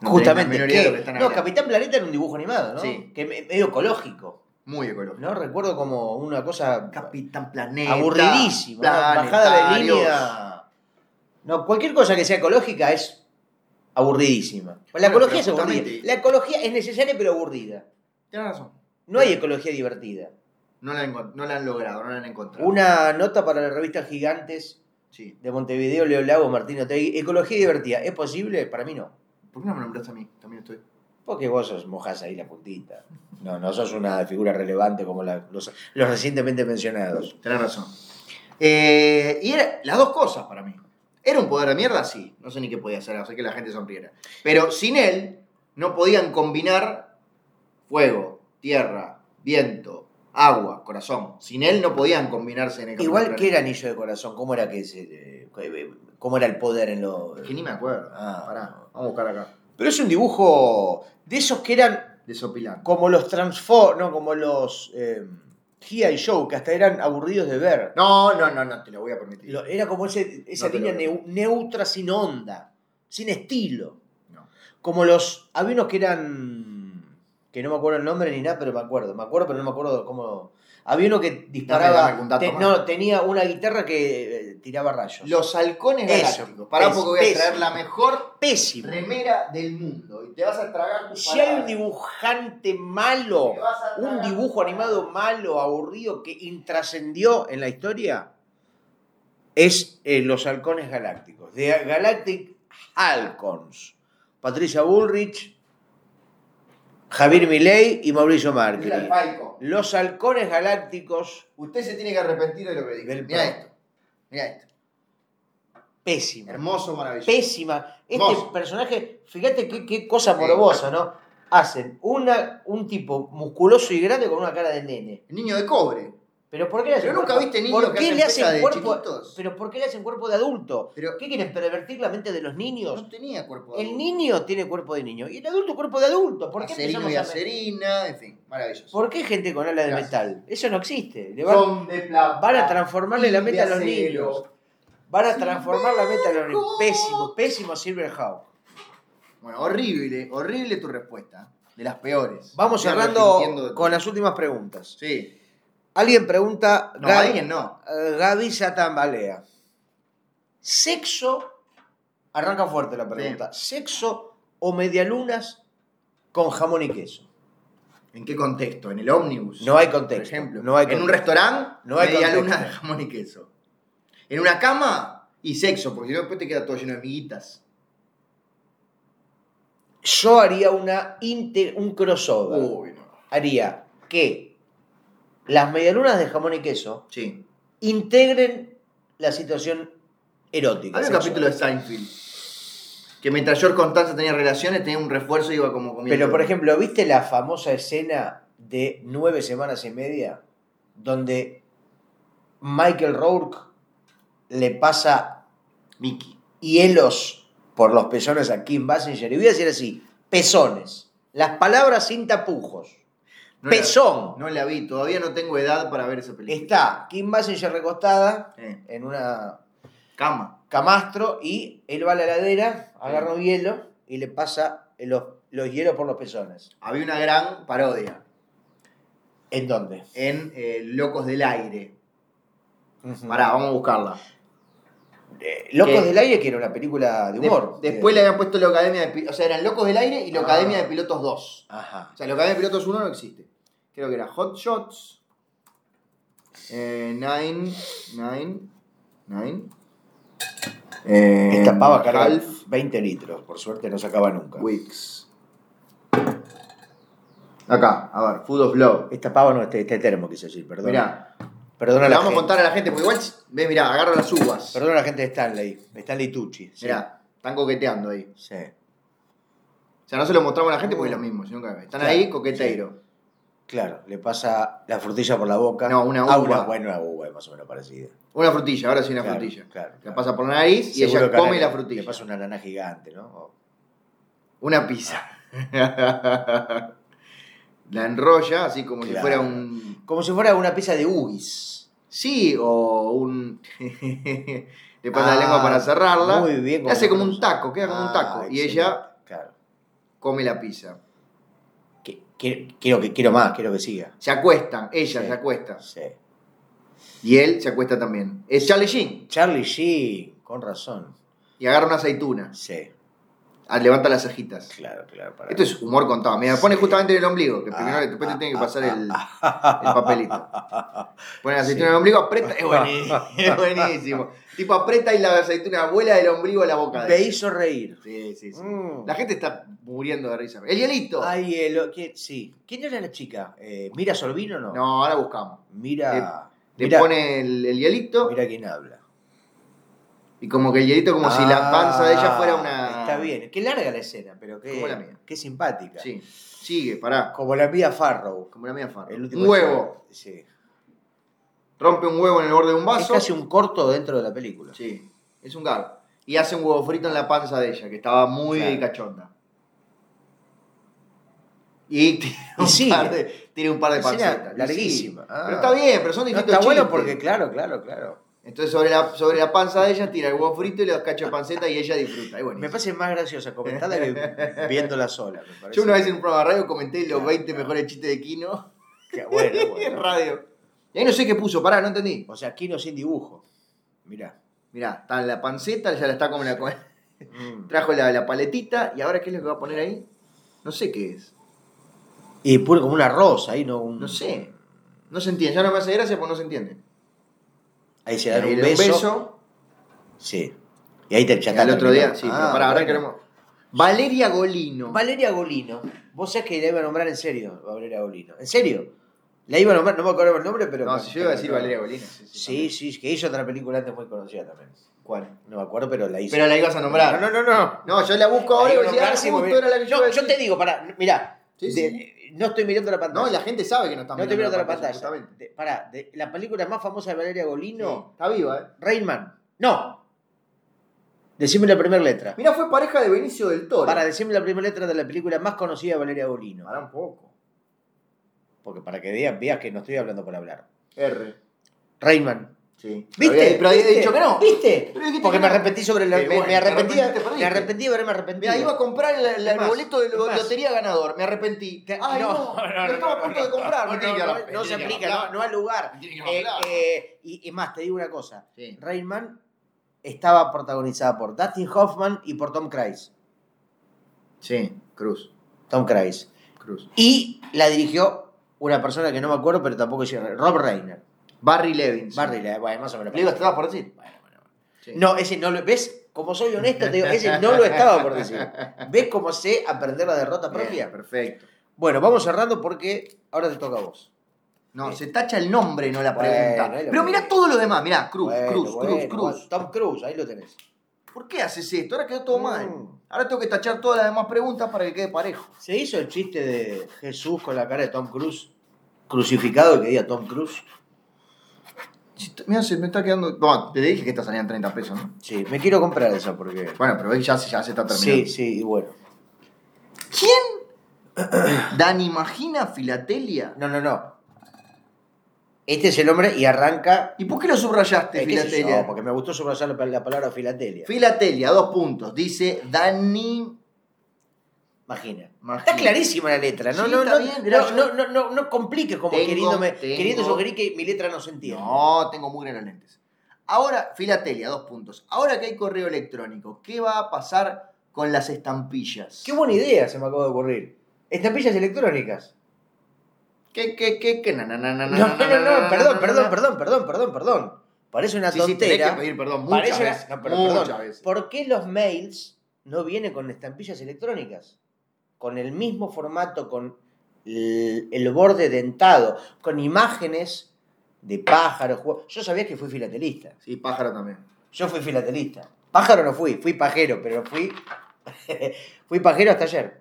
Speaker 1: No
Speaker 2: Justamente.
Speaker 1: tenés la menor idea de lo que
Speaker 2: ¿qué?
Speaker 1: están
Speaker 2: No,
Speaker 1: hablando.
Speaker 2: Capitán Planeta era un dibujo animado, ¿no?
Speaker 1: Sí.
Speaker 2: Que me- medio ecológico.
Speaker 1: Muy ecológico.
Speaker 2: No recuerdo como una cosa
Speaker 1: Capitán Planeta.
Speaker 2: aburridísima, una bajada de
Speaker 1: planetarios.
Speaker 2: línea. No, cualquier cosa que sea ecológica es aburridísima. La
Speaker 1: Bueno, pero
Speaker 2: ecología es aburrida.
Speaker 1: justamente-
Speaker 2: La ecología es necesaria pero aburrida.
Speaker 1: Tienes razón.
Speaker 2: No hay ecología divertida.
Speaker 1: No la, encon- no la han logrado, no la han encontrado.
Speaker 2: Una nota para la revista Gigantes
Speaker 1: Sí.
Speaker 2: de Montevideo, Leo Lago, Martín Otegui. Ecología divertida, ¿es posible? Para mí no.
Speaker 1: ¿Por qué no me nombraste a mí? También estoy.
Speaker 2: Porque vos sos, mojás ahí la puntita. No, no sos una figura relevante como la- los, los recientemente mencionados.
Speaker 1: Tenés razón. Eh, y era las dos cosas para mí. Era un poder de mierda, sí. No sé ni qué podía hacer, hacer que la gente sonriera. Pero sin él, no podían combinar fuego, tierra, viento, agua, corazón. Sin él no podían combinarse en el
Speaker 2: Igual
Speaker 1: campeonato.
Speaker 2: que era anillo de corazón, ¿cómo era que se, eh, cómo era el poder en los.
Speaker 1: Que ni me acuerdo.
Speaker 2: Ah.
Speaker 1: Pará, vamos a buscar acá.
Speaker 2: Pero es un dibujo de esos que eran
Speaker 1: Desopilando.
Speaker 2: como los Transform, no, como los eh, G.I. Joe, que hasta eran aburridos de ver.
Speaker 1: No, no, no, no te lo voy a permitir.
Speaker 2: Lo- Era como ese- esa
Speaker 1: No te
Speaker 2: línea
Speaker 1: lo creo.
Speaker 2: neu- neutra sin onda, sin estilo.
Speaker 1: No.
Speaker 2: Como los. Había unos que eran. que no me acuerdo el nombre ni nada, pero me acuerdo. Me acuerdo, pero no me acuerdo cómo. Había uno que disparaba.
Speaker 1: dame algún dato
Speaker 2: te-
Speaker 1: más.
Speaker 2: no, tenía una guitarra que eh, tiraba rayos.
Speaker 1: Los halcones
Speaker 2: Eso,
Speaker 1: galácticos. Pará
Speaker 2: eso,
Speaker 1: porque voy a
Speaker 2: eso.
Speaker 1: traer la mejor
Speaker 2: Pésimo.
Speaker 1: remera del mundo. Y te vas a tragar tu
Speaker 2: Si hay un
Speaker 1: palabra.
Speaker 2: dibujante malo,
Speaker 1: Te vas a tragar
Speaker 2: un
Speaker 1: tu
Speaker 2: dibujo
Speaker 1: palabra.
Speaker 2: animado malo, aburrido, que intrascendió en la historia, es eh, Los Halcones Galácticos, de Galactic Halcons. Patricia Bullrich, Javier Milei y Mauricio Macri.
Speaker 1: Mira el palco.
Speaker 2: Los Halcones Galácticos,
Speaker 1: Usted se tiene que arrepentir de lo que dijo.
Speaker 2: Del
Speaker 1: Mira
Speaker 2: pro.
Speaker 1: esto. Mira esto.
Speaker 2: pésima.
Speaker 1: Hermoso, maravilloso.
Speaker 2: Pésima. Este
Speaker 1: Hermoso.
Speaker 2: personaje, fíjate qué, qué cosa
Speaker 1: Sí.
Speaker 2: morbosa, ¿no? Hacen una, un tipo musculoso y grande con una cara de nene.
Speaker 1: El niño de cobre.
Speaker 2: ¿Pero por qué le hacen
Speaker 1: Pero nunca
Speaker 2: cuerpo?
Speaker 1: viste niños
Speaker 2: ¿Por
Speaker 1: que
Speaker 2: qué
Speaker 1: hacen
Speaker 2: le
Speaker 1: pesas
Speaker 2: hacen
Speaker 1: de
Speaker 2: cuerpo?
Speaker 1: chiquitos.
Speaker 2: ¿Pero por qué le hacen cuerpo de adulto?
Speaker 1: Pero
Speaker 2: ¿Qué quieren pervertir la mente de los niños?
Speaker 1: no tenía cuerpo de
Speaker 2: El
Speaker 1: adulto.
Speaker 2: niño tiene cuerpo de niño y el adulto cuerpo de adulto. ¿Por qué
Speaker 1: Acerino
Speaker 2: empezamos
Speaker 1: y
Speaker 2: a-
Speaker 1: acerina, en fin, maravilloso.
Speaker 2: ¿Por qué gente con ala de
Speaker 1: Gracias.
Speaker 2: metal? Eso no existe. Le van,
Speaker 1: Son de plata.
Speaker 2: van a transformarle la
Speaker 1: y
Speaker 2: mente
Speaker 1: de
Speaker 2: a los
Speaker 1: acero.
Speaker 2: niños. Van a
Speaker 1: Sin
Speaker 2: transformar la mente a los niños.
Speaker 1: embargo-
Speaker 2: Pésimo, pésimo Silverhawk.
Speaker 1: Bueno, horrible, horrible tu respuesta. De las peores.
Speaker 2: Vamos
Speaker 1: Estoy arrepintiendo
Speaker 2: cerrando
Speaker 1: de-
Speaker 2: con las últimas preguntas.
Speaker 1: Sí.
Speaker 2: Alguien pregunta.
Speaker 1: No,
Speaker 2: Gaby-
Speaker 1: alguien no.
Speaker 2: Eh, Gaby se tambalea. ¿Sexo? Arranca fuerte la pregunta. ¿Sexo o medialunas con jamón y queso?
Speaker 1: ¿En qué contexto? ¿En el ómnibus?
Speaker 2: No hay contexto.
Speaker 1: Por ejemplo.
Speaker 2: No hay
Speaker 1: ¿En un
Speaker 2: contexto.
Speaker 1: restaurante?
Speaker 2: No hay
Speaker 1: media
Speaker 2: contexto.
Speaker 1: luna de jamón y queso. ¿En una cama? Y sexo, porque si no después te queda todo lleno de amiguitas.
Speaker 2: Yo haría una inte- un crossover.
Speaker 1: Uy, no.
Speaker 2: Haría que las medialunas de jamón y queso
Speaker 1: Sí.
Speaker 2: integren la situación erótica.
Speaker 1: Había un
Speaker 2: sexual.
Speaker 1: capítulo de Seinfeld. Que mientras George Constanza tenía relaciones, tenía un refuerzo y iba como comiendo.
Speaker 2: Pero, por ejemplo, ¿viste la famosa escena de nueve semanas y media? Donde Michael Rourke le pasa
Speaker 1: Mickey.
Speaker 2: hielos por los pezones a Kim Basinger. Y voy a decir así, pezones. Las palabras sin tapujos.
Speaker 1: No
Speaker 2: Pezón.
Speaker 1: La, no la vi, todavía no tengo edad para ver esa película.
Speaker 2: Está Kim Basinger recostada
Speaker 1: Eh,
Speaker 2: en una
Speaker 1: cama.
Speaker 2: camastro y él va a la heladera, agarra un hielo y le pasa los, los hielos por los pezones.
Speaker 1: Había una gran parodia
Speaker 2: ¿En dónde?
Speaker 1: en eh, Locos del Aire.
Speaker 2: Ujú.
Speaker 1: Pará, vamos a buscarla.
Speaker 2: Eh, Locos
Speaker 1: Que-
Speaker 2: del Aire, que era una película de
Speaker 1: De-
Speaker 2: humor.
Speaker 1: después
Speaker 2: Que-
Speaker 1: le habían puesto la Academia de Pilotos. O sea, eran Locos del Aire y la
Speaker 2: eh. Ah.
Speaker 1: Academia de Pilotos 2.
Speaker 2: Ajá.
Speaker 1: O sea, la Academia de Pilotos 1 no existe. Creo que era Hot Shots. Eh, nine. Nine. Nine. Eh,
Speaker 2: Esta pava carga
Speaker 1: Half
Speaker 2: 20 litros, por suerte no se acaba nunca.
Speaker 1: Weeks. Acá, a ver, Food of Love.
Speaker 2: Esta pava no, este, este termo quise decir, perdón.
Speaker 1: Mirá,
Speaker 2: Perdona a
Speaker 1: le
Speaker 2: la
Speaker 1: vamos a
Speaker 2: gente.
Speaker 1: contar a la gente, porque igual, ves, mirá, agarra las uvas.
Speaker 2: Perdona a la gente de Stanley, Stanley Tucci. sí.
Speaker 1: Mirá, están coqueteando ahí.
Speaker 2: Sí.
Speaker 1: O sea, no se lo mostramos a la gente porque es lo mismo, sino que están
Speaker 2: Claro,
Speaker 1: ahí coqueteiro.
Speaker 2: Claro, le pasa la frutilla por la boca.
Speaker 1: No, una
Speaker 2: Ah,
Speaker 1: uva.
Speaker 2: una, bueno, una uva más o menos parecida.
Speaker 1: Una frutilla, ahora sí una
Speaker 2: Claro,
Speaker 1: frutilla.
Speaker 2: claro,
Speaker 1: La
Speaker 2: claro.
Speaker 1: pasa por la nariz y
Speaker 2: Seguro
Speaker 1: ella
Speaker 2: que ahora
Speaker 1: come
Speaker 2: le-
Speaker 1: la frutilla.
Speaker 2: Le pasa una lana gigante, ¿no? O-
Speaker 1: Una pizza. <laughs> la enrolla así como si
Speaker 2: Claro.
Speaker 1: fuera un...
Speaker 2: Como si fuera una pieza de ugis.
Speaker 1: Sí, o un... <laughs> le pasa
Speaker 2: Ah,
Speaker 1: la lengua para cerrarla.
Speaker 2: muy bien,
Speaker 1: Le hace
Speaker 2: como
Speaker 1: como un
Speaker 2: lo
Speaker 1: taco, queda como un
Speaker 2: Ah,
Speaker 1: taco. Y
Speaker 2: excelente,
Speaker 1: ella
Speaker 2: Claro.
Speaker 1: come la pizza.
Speaker 2: Que- que- Quiero, que, quiero más, quiero que siga.
Speaker 1: Se acuestan, ella
Speaker 2: Sí.
Speaker 1: se acuesta.
Speaker 2: Sí.
Speaker 1: Y él se acuesta también. Es Charlie Sheen.
Speaker 2: Charlie Sheen, con razón.
Speaker 1: Y agarra una aceituna.
Speaker 2: Sí,
Speaker 1: Ah, Levanta las cejitas.
Speaker 2: claro, claro. para-
Speaker 1: Esto es humor contado. Me pone
Speaker 2: Sí.
Speaker 1: justamente en el ombligo, que
Speaker 2: Ah,
Speaker 1: primero después
Speaker 2: ah,
Speaker 1: te tiene
Speaker 2: ah,
Speaker 1: que pasar el...
Speaker 2: ah,
Speaker 1: el papelito. Pone la aceituna en el ombligo, aprieta. Es buenísimo.
Speaker 2: <laughs>
Speaker 1: Es buenísimo. Tipo, aprieta y la aceituna vuela del ombligo a la boca de
Speaker 2: Me
Speaker 1: él.
Speaker 2: hizo reír.
Speaker 1: Sí, sí, sí.
Speaker 2: Mm.
Speaker 1: La gente está muriendo de risa. ¡El hielito!
Speaker 2: Ay, eh, lo que- sí. ¿Quién era la chica? Eh, ¿Mira Sorbino o no?
Speaker 1: No, ahora buscamos.
Speaker 2: Mira,
Speaker 1: Le
Speaker 2: mira,
Speaker 1: pone el, el hielito
Speaker 2: mira quién habla.
Speaker 1: y como que el hielito, como si la panza de ella fuera una.
Speaker 2: Ah, Está bien. Qué larga la escena, pero qué,
Speaker 1: Como la mía.
Speaker 2: qué simpática.
Speaker 1: Sí. Sigue, pará.
Speaker 2: Como la mía Farrow.
Speaker 1: Como la mía Farro.
Speaker 2: El último
Speaker 1: Un huevo.
Speaker 2: Sí.
Speaker 1: Rompe un huevo en el borde de un
Speaker 2: Es
Speaker 1: vaso.
Speaker 2: casi un corto dentro de la película.
Speaker 1: Sí. Es un gag. Y hace un huevo frito en la panza de ella, que estaba muy
Speaker 2: Claro.
Speaker 1: cachonda. Y
Speaker 2: <laughs>
Speaker 1: tiene
Speaker 2: Y
Speaker 1: un,
Speaker 2: sigue.
Speaker 1: par, de, tiene un par de
Speaker 2: Escena
Speaker 1: pancitas. Y
Speaker 2: larguísima.
Speaker 1: sigue.
Speaker 2: Ah.
Speaker 1: Pero está bien, pero son
Speaker 2: No,
Speaker 1: distintos
Speaker 2: está bueno
Speaker 1: chistes.
Speaker 2: porque, claro, claro, claro.
Speaker 1: Entonces sobre la, sobre la panza de ella tira el huevo frito y los cacho de panceta y ella disfruta. Y bueno,
Speaker 2: Me parece más graciosa comentada
Speaker 1: <laughs>
Speaker 2: que viéndola sola. me parece.
Speaker 1: yo una vez en un programa de radio comenté los 20 mejores chistes de Kino
Speaker 2: <laughs> Que-
Speaker 1: <laughs>
Speaker 2: Bueno,
Speaker 1: en
Speaker 2: bueno.
Speaker 1: radio. Y ahí no sé qué puso, pará, no entendí.
Speaker 2: O sea, Kino sin dibujo. Mirá.
Speaker 1: Mirá, está la panceta, ya la está como la... <laughs>
Speaker 2: Mm.
Speaker 1: Trajo la, la paletita y ahora qué es lo que va a poner ahí. No sé qué es.
Speaker 2: Y pone como una rosa ahí, no un-
Speaker 1: No sé. No se entiende. Ya no me hace gracia porque no se entiende.
Speaker 2: Ahí se dan
Speaker 1: Ahí
Speaker 2: un
Speaker 1: le da
Speaker 2: beso. Sí. Y ahí te
Speaker 1: y
Speaker 2: ya está
Speaker 1: al otro
Speaker 2: terminado.
Speaker 1: día, sí,
Speaker 2: Ah,
Speaker 1: pero pará, ahora
Speaker 2: bueno.
Speaker 1: queremos. Valeria Golino.
Speaker 2: Valeria Golino. Vos sabés que la iba a nombrar en serio, Valeria Golino. ¿En serio? La iba a nombrar, no me acuerdo el nombre, pero.
Speaker 1: no, si yo iba a decir Valeria Golino. Sí,
Speaker 2: Sí, sí, que hizo otra película antes muy conocida también.
Speaker 1: ¿Cuál?
Speaker 2: No me acuerdo, pero la hizo.
Speaker 1: Pero la ibas a nombrar.
Speaker 2: No, no, no, no.
Speaker 1: No, yo la busco ahora y
Speaker 2: La
Speaker 1: voy
Speaker 2: iba
Speaker 1: a
Speaker 2: a
Speaker 1: decir, ah,
Speaker 2: nombrar, sí,
Speaker 1: justo
Speaker 2: porque-
Speaker 1: era la que yo iba
Speaker 2: yo,
Speaker 1: a
Speaker 2: yo te
Speaker 1: decir.
Speaker 2: digo, pará, mirá.
Speaker 1: Sí,
Speaker 2: de- No estoy mirando la pantalla.
Speaker 1: No, la gente sabe que no está
Speaker 2: No estoy mirando la pantalla.
Speaker 1: justamente.
Speaker 2: De- pará, de- la película más famosa de Valeria
Speaker 1: No,
Speaker 2: Golino,
Speaker 1: está viva, ¿eh?
Speaker 2: Rainman. No. Decime la primera letra.
Speaker 1: Mira, fue pareja de Benicio del Toro.
Speaker 2: Para decirme la primera letra de la película más conocida de Valeria Golino.
Speaker 1: Pará un poco.
Speaker 2: Porque para que veas, veas que no estoy hablando por hablar.
Speaker 1: R.
Speaker 2: Rayman.
Speaker 1: Sí.
Speaker 2: ¿Viste?
Speaker 1: Pero había- Pero había
Speaker 2: ¿Viste?
Speaker 1: dicho que no.
Speaker 2: ¿Viste?
Speaker 1: Pero dijiste
Speaker 2: Porque
Speaker 1: que
Speaker 2: me
Speaker 1: no.
Speaker 2: arrepentí sobre la.
Speaker 1: Eh,
Speaker 2: me-
Speaker 1: bueno,
Speaker 2: me arrepentí.
Speaker 1: te arrepentiste, perdiste.
Speaker 2: Me arrepentí de haberme arrepentido.
Speaker 1: Mira, iba a comprar el, el
Speaker 2: Es más,
Speaker 1: boleto de
Speaker 2: es más.
Speaker 1: lotería ganador. Me arrepentí.
Speaker 2: Te-
Speaker 1: Ay,
Speaker 2: no,
Speaker 1: no, lo
Speaker 2: no, no,
Speaker 1: estaba
Speaker 2: no,
Speaker 1: a punto de comprar.
Speaker 2: No,
Speaker 1: Me
Speaker 2: no,
Speaker 1: tiene que
Speaker 2: no,
Speaker 1: dar-
Speaker 2: no
Speaker 1: me
Speaker 2: se
Speaker 1: tiene que
Speaker 2: aplica,
Speaker 1: dar
Speaker 2: no, no hay lugar.
Speaker 1: Tiene que
Speaker 2: Eh,
Speaker 1: hablar.
Speaker 2: eh, y, y más, te digo una cosa.
Speaker 1: Sí.
Speaker 2: Rayman estaba protagonizada por Dustin Hoffman y por Tom Cruise.
Speaker 1: Sí, Cruz.
Speaker 2: Tom Cruise.
Speaker 1: Cruz.
Speaker 2: Y la dirigió una persona que no me acuerdo, pero tampoco es Rob Reiner.
Speaker 1: Barry Levins.
Speaker 2: Barry, le- bueno, más o menos.
Speaker 1: Le digo, estabas por decir.
Speaker 2: Bueno, bueno, bueno.
Speaker 1: Sí.
Speaker 2: No, ese no lo. ¿Ves? Como soy honesto, te digo, ese no lo estaba por decir. ¿Ves cómo sé aprender la derrota
Speaker 1: Bien,
Speaker 2: propia?
Speaker 1: perfecto.
Speaker 2: Bueno, vamos cerrando porque ahora te toca a vos.
Speaker 1: No,
Speaker 2: Bien.
Speaker 1: se tacha el nombre, no la
Speaker 2: Bueno,
Speaker 1: pregunta.
Speaker 2: es lo
Speaker 1: Pero
Speaker 2: que-
Speaker 1: mira todo lo demás, mira, Cruz,
Speaker 2: Bueno,
Speaker 1: Cruz,
Speaker 2: bueno,
Speaker 1: Cruz, Cruz.
Speaker 2: Tom Cruise, ahí lo tenés.
Speaker 1: ¿Por qué haces esto? Ahora quedó todo mal.
Speaker 2: Mm.
Speaker 1: Ahora tengo que tachar todas las demás preguntas para que quede parejo.
Speaker 2: ¿Se hizo el chiste de Jesús con la cara de Tom Cruise? Crucificado que diga Tom Cruise.
Speaker 1: Mira, se me está quedando. Bueno, te dije que esta salían 30 pesos, ¿no?
Speaker 2: Sí, me quiero comprar esa porque.
Speaker 1: Bueno, pero hoy ya, se- ya se está terminando.
Speaker 2: Sí, sí, y bueno.
Speaker 1: ¿Quién? Dan imagina Filatelia.
Speaker 2: No, no, no. Este es el hombre y arranca.
Speaker 1: ¿Y por qué lo subrayaste,
Speaker 2: Eh, qué sé yo,
Speaker 1: Filatelia?
Speaker 2: porque me gustó subrayar la, la palabra filatelia.
Speaker 1: Filatelia, dos puntos. Dice Dani.
Speaker 2: Imagina.
Speaker 1: Imagina.
Speaker 2: Está clarísima la letra, no,
Speaker 1: Sí,
Speaker 2: no,
Speaker 1: está
Speaker 2: no,
Speaker 1: bien, mirá,
Speaker 2: no,
Speaker 1: yo-
Speaker 2: no, no, no, no compliques como
Speaker 1: Tengo-
Speaker 2: queriéndome,
Speaker 1: tengo-
Speaker 2: queriendo sugerir que mi letra no se entienda.
Speaker 1: No, tengo muy en los lentes. Ahora, Filatelia, dos puntos. Ahora que hay correo electrónico, ¿qué va a pasar con las estampillas?
Speaker 2: Qué buena idea se me acaba de ocurrir. Estampillas electrónicas.
Speaker 1: ¿Qué, qué, qué, qué? Na, na, na, na,
Speaker 2: No, no,
Speaker 1: na, na, na,
Speaker 2: no,
Speaker 1: na,
Speaker 2: perdón,
Speaker 1: na,
Speaker 2: perdón,
Speaker 1: na.
Speaker 2: perdón, perdón, perdón, perdón. Parece una
Speaker 1: Sí, sí, tenés que
Speaker 2: tontera.
Speaker 1: pedir perdón muchas
Speaker 2: parece una-
Speaker 1: veces.
Speaker 2: no, pero
Speaker 1: muchas
Speaker 2: perdón.
Speaker 1: veces.
Speaker 2: ¿Por qué los mails no vienen con estampillas electrónicas? Con el mismo formato, con el, el borde dentado, con imágenes de pájaros. ju- Yo sabía que fui filatelista.
Speaker 1: Sí, pájaro también.
Speaker 2: Yo fui filatelista. Pájaro no fui, fui pajero, pero fui. <laughs> fui pajero hasta ayer.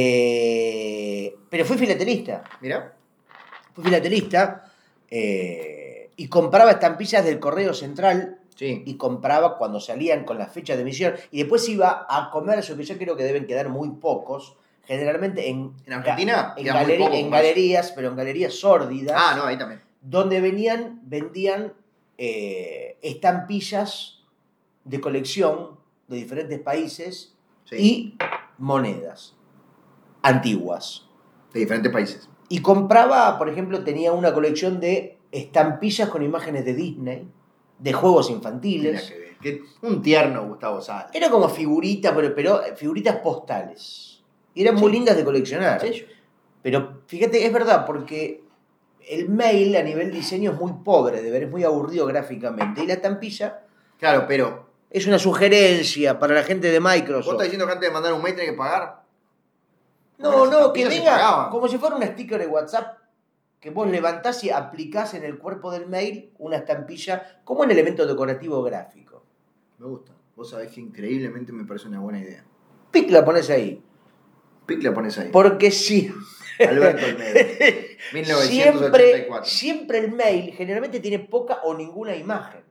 Speaker 2: Eh, pero fui filatelista.
Speaker 1: Mira,
Speaker 2: Fui filatelista eh, y compraba estampillas del correo central
Speaker 1: sí.
Speaker 2: y compraba cuando salían con las fechas de emisión. Y después iba a comercio, que yo creo que deben quedar muy pocos. Generalmente en,
Speaker 1: ¿En Argentina?
Speaker 2: en,
Speaker 1: Quedan muy
Speaker 2: galeri-
Speaker 1: pocos
Speaker 2: en
Speaker 1: comercios.
Speaker 2: galerías, pero en galerías sórdidas
Speaker 1: Ah, no, ahí también.
Speaker 2: donde venían, vendían eh, estampillas de colección de diferentes países
Speaker 1: Sí.
Speaker 2: y monedas antiguas.
Speaker 1: De diferentes países.
Speaker 2: Y compraba, por ejemplo, tenía una colección de estampillas con imágenes de Disney, de juegos
Speaker 1: Mirá
Speaker 2: infantiles.
Speaker 1: qué bien. Qué- un tierno Gustavo Sala.
Speaker 2: Era como figuritas, pero, pero eh, figuritas postales. Y eran muy
Speaker 1: Sí.
Speaker 2: lindas de coleccionar.
Speaker 1: Sí.
Speaker 2: Pero fíjate, es verdad, porque el mail a nivel diseño es muy pobre de ver, es muy aburrido gráficamente. Y la estampilla
Speaker 1: Claro, pero
Speaker 2: es una sugerencia para la gente de
Speaker 1: ¿vos estás
Speaker 2: Microsoft.
Speaker 1: diciendo que antes de mandar un mail tenés que pagar?
Speaker 2: No,
Speaker 1: Las
Speaker 2: no, que
Speaker 1: estampillas se
Speaker 2: venga
Speaker 1: pagaban.
Speaker 2: como si fuera un sticker de WhatsApp que vos levantás y aplicás en el cuerpo del mail una estampilla como un elemento decorativo gráfico.
Speaker 1: Me gusta. Vos sabés que increíblemente me parece una buena idea.
Speaker 2: Pic la pones ahí.
Speaker 1: Pic la pones ahí. <laughs>
Speaker 2: Porque sí.
Speaker 1: Alberto
Speaker 2: <laughs>
Speaker 1: Olmedo. 1984.
Speaker 2: siempre, siempre el mail generalmente tiene poca o ninguna imagen.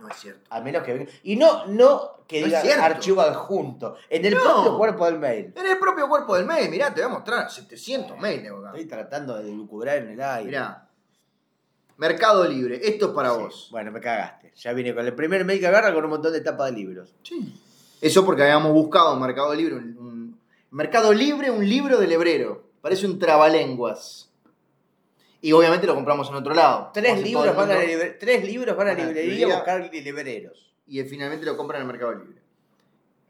Speaker 1: No es cierto.
Speaker 2: A menos que venga. Y no, no que
Speaker 1: No
Speaker 2: diga
Speaker 1: es cierto.
Speaker 2: archivo adjunto. En el
Speaker 1: No.
Speaker 2: propio cuerpo del mail.
Speaker 1: En el propio cuerpo del mail, mirá, te voy a mostrar 700 mails, tengo acá.
Speaker 2: Estoy tratando de lucubrar en el aire.
Speaker 1: Mirá. Mercado Libre, esto es para
Speaker 2: Sí.
Speaker 1: vos.
Speaker 2: Bueno, me cagaste. Ya vine con el primer mail que agarra con un montón de tapas de libros.
Speaker 1: Sí. Eso porque habíamos buscado en Mercado Libre un, un- Mercado Libre, un libro del hebrero. Parece un trabalenguas. Y obviamente lo compramos en otro lado.
Speaker 2: Tres
Speaker 1: Como si todo
Speaker 2: libros,
Speaker 1: el
Speaker 2: van a
Speaker 1: mundo-
Speaker 2: libre- Tres libros van a
Speaker 1: Van a
Speaker 2: librería a
Speaker 1: librería.
Speaker 2: buscar libreros.
Speaker 1: y él finalmente lo compran en el Mercado Libre.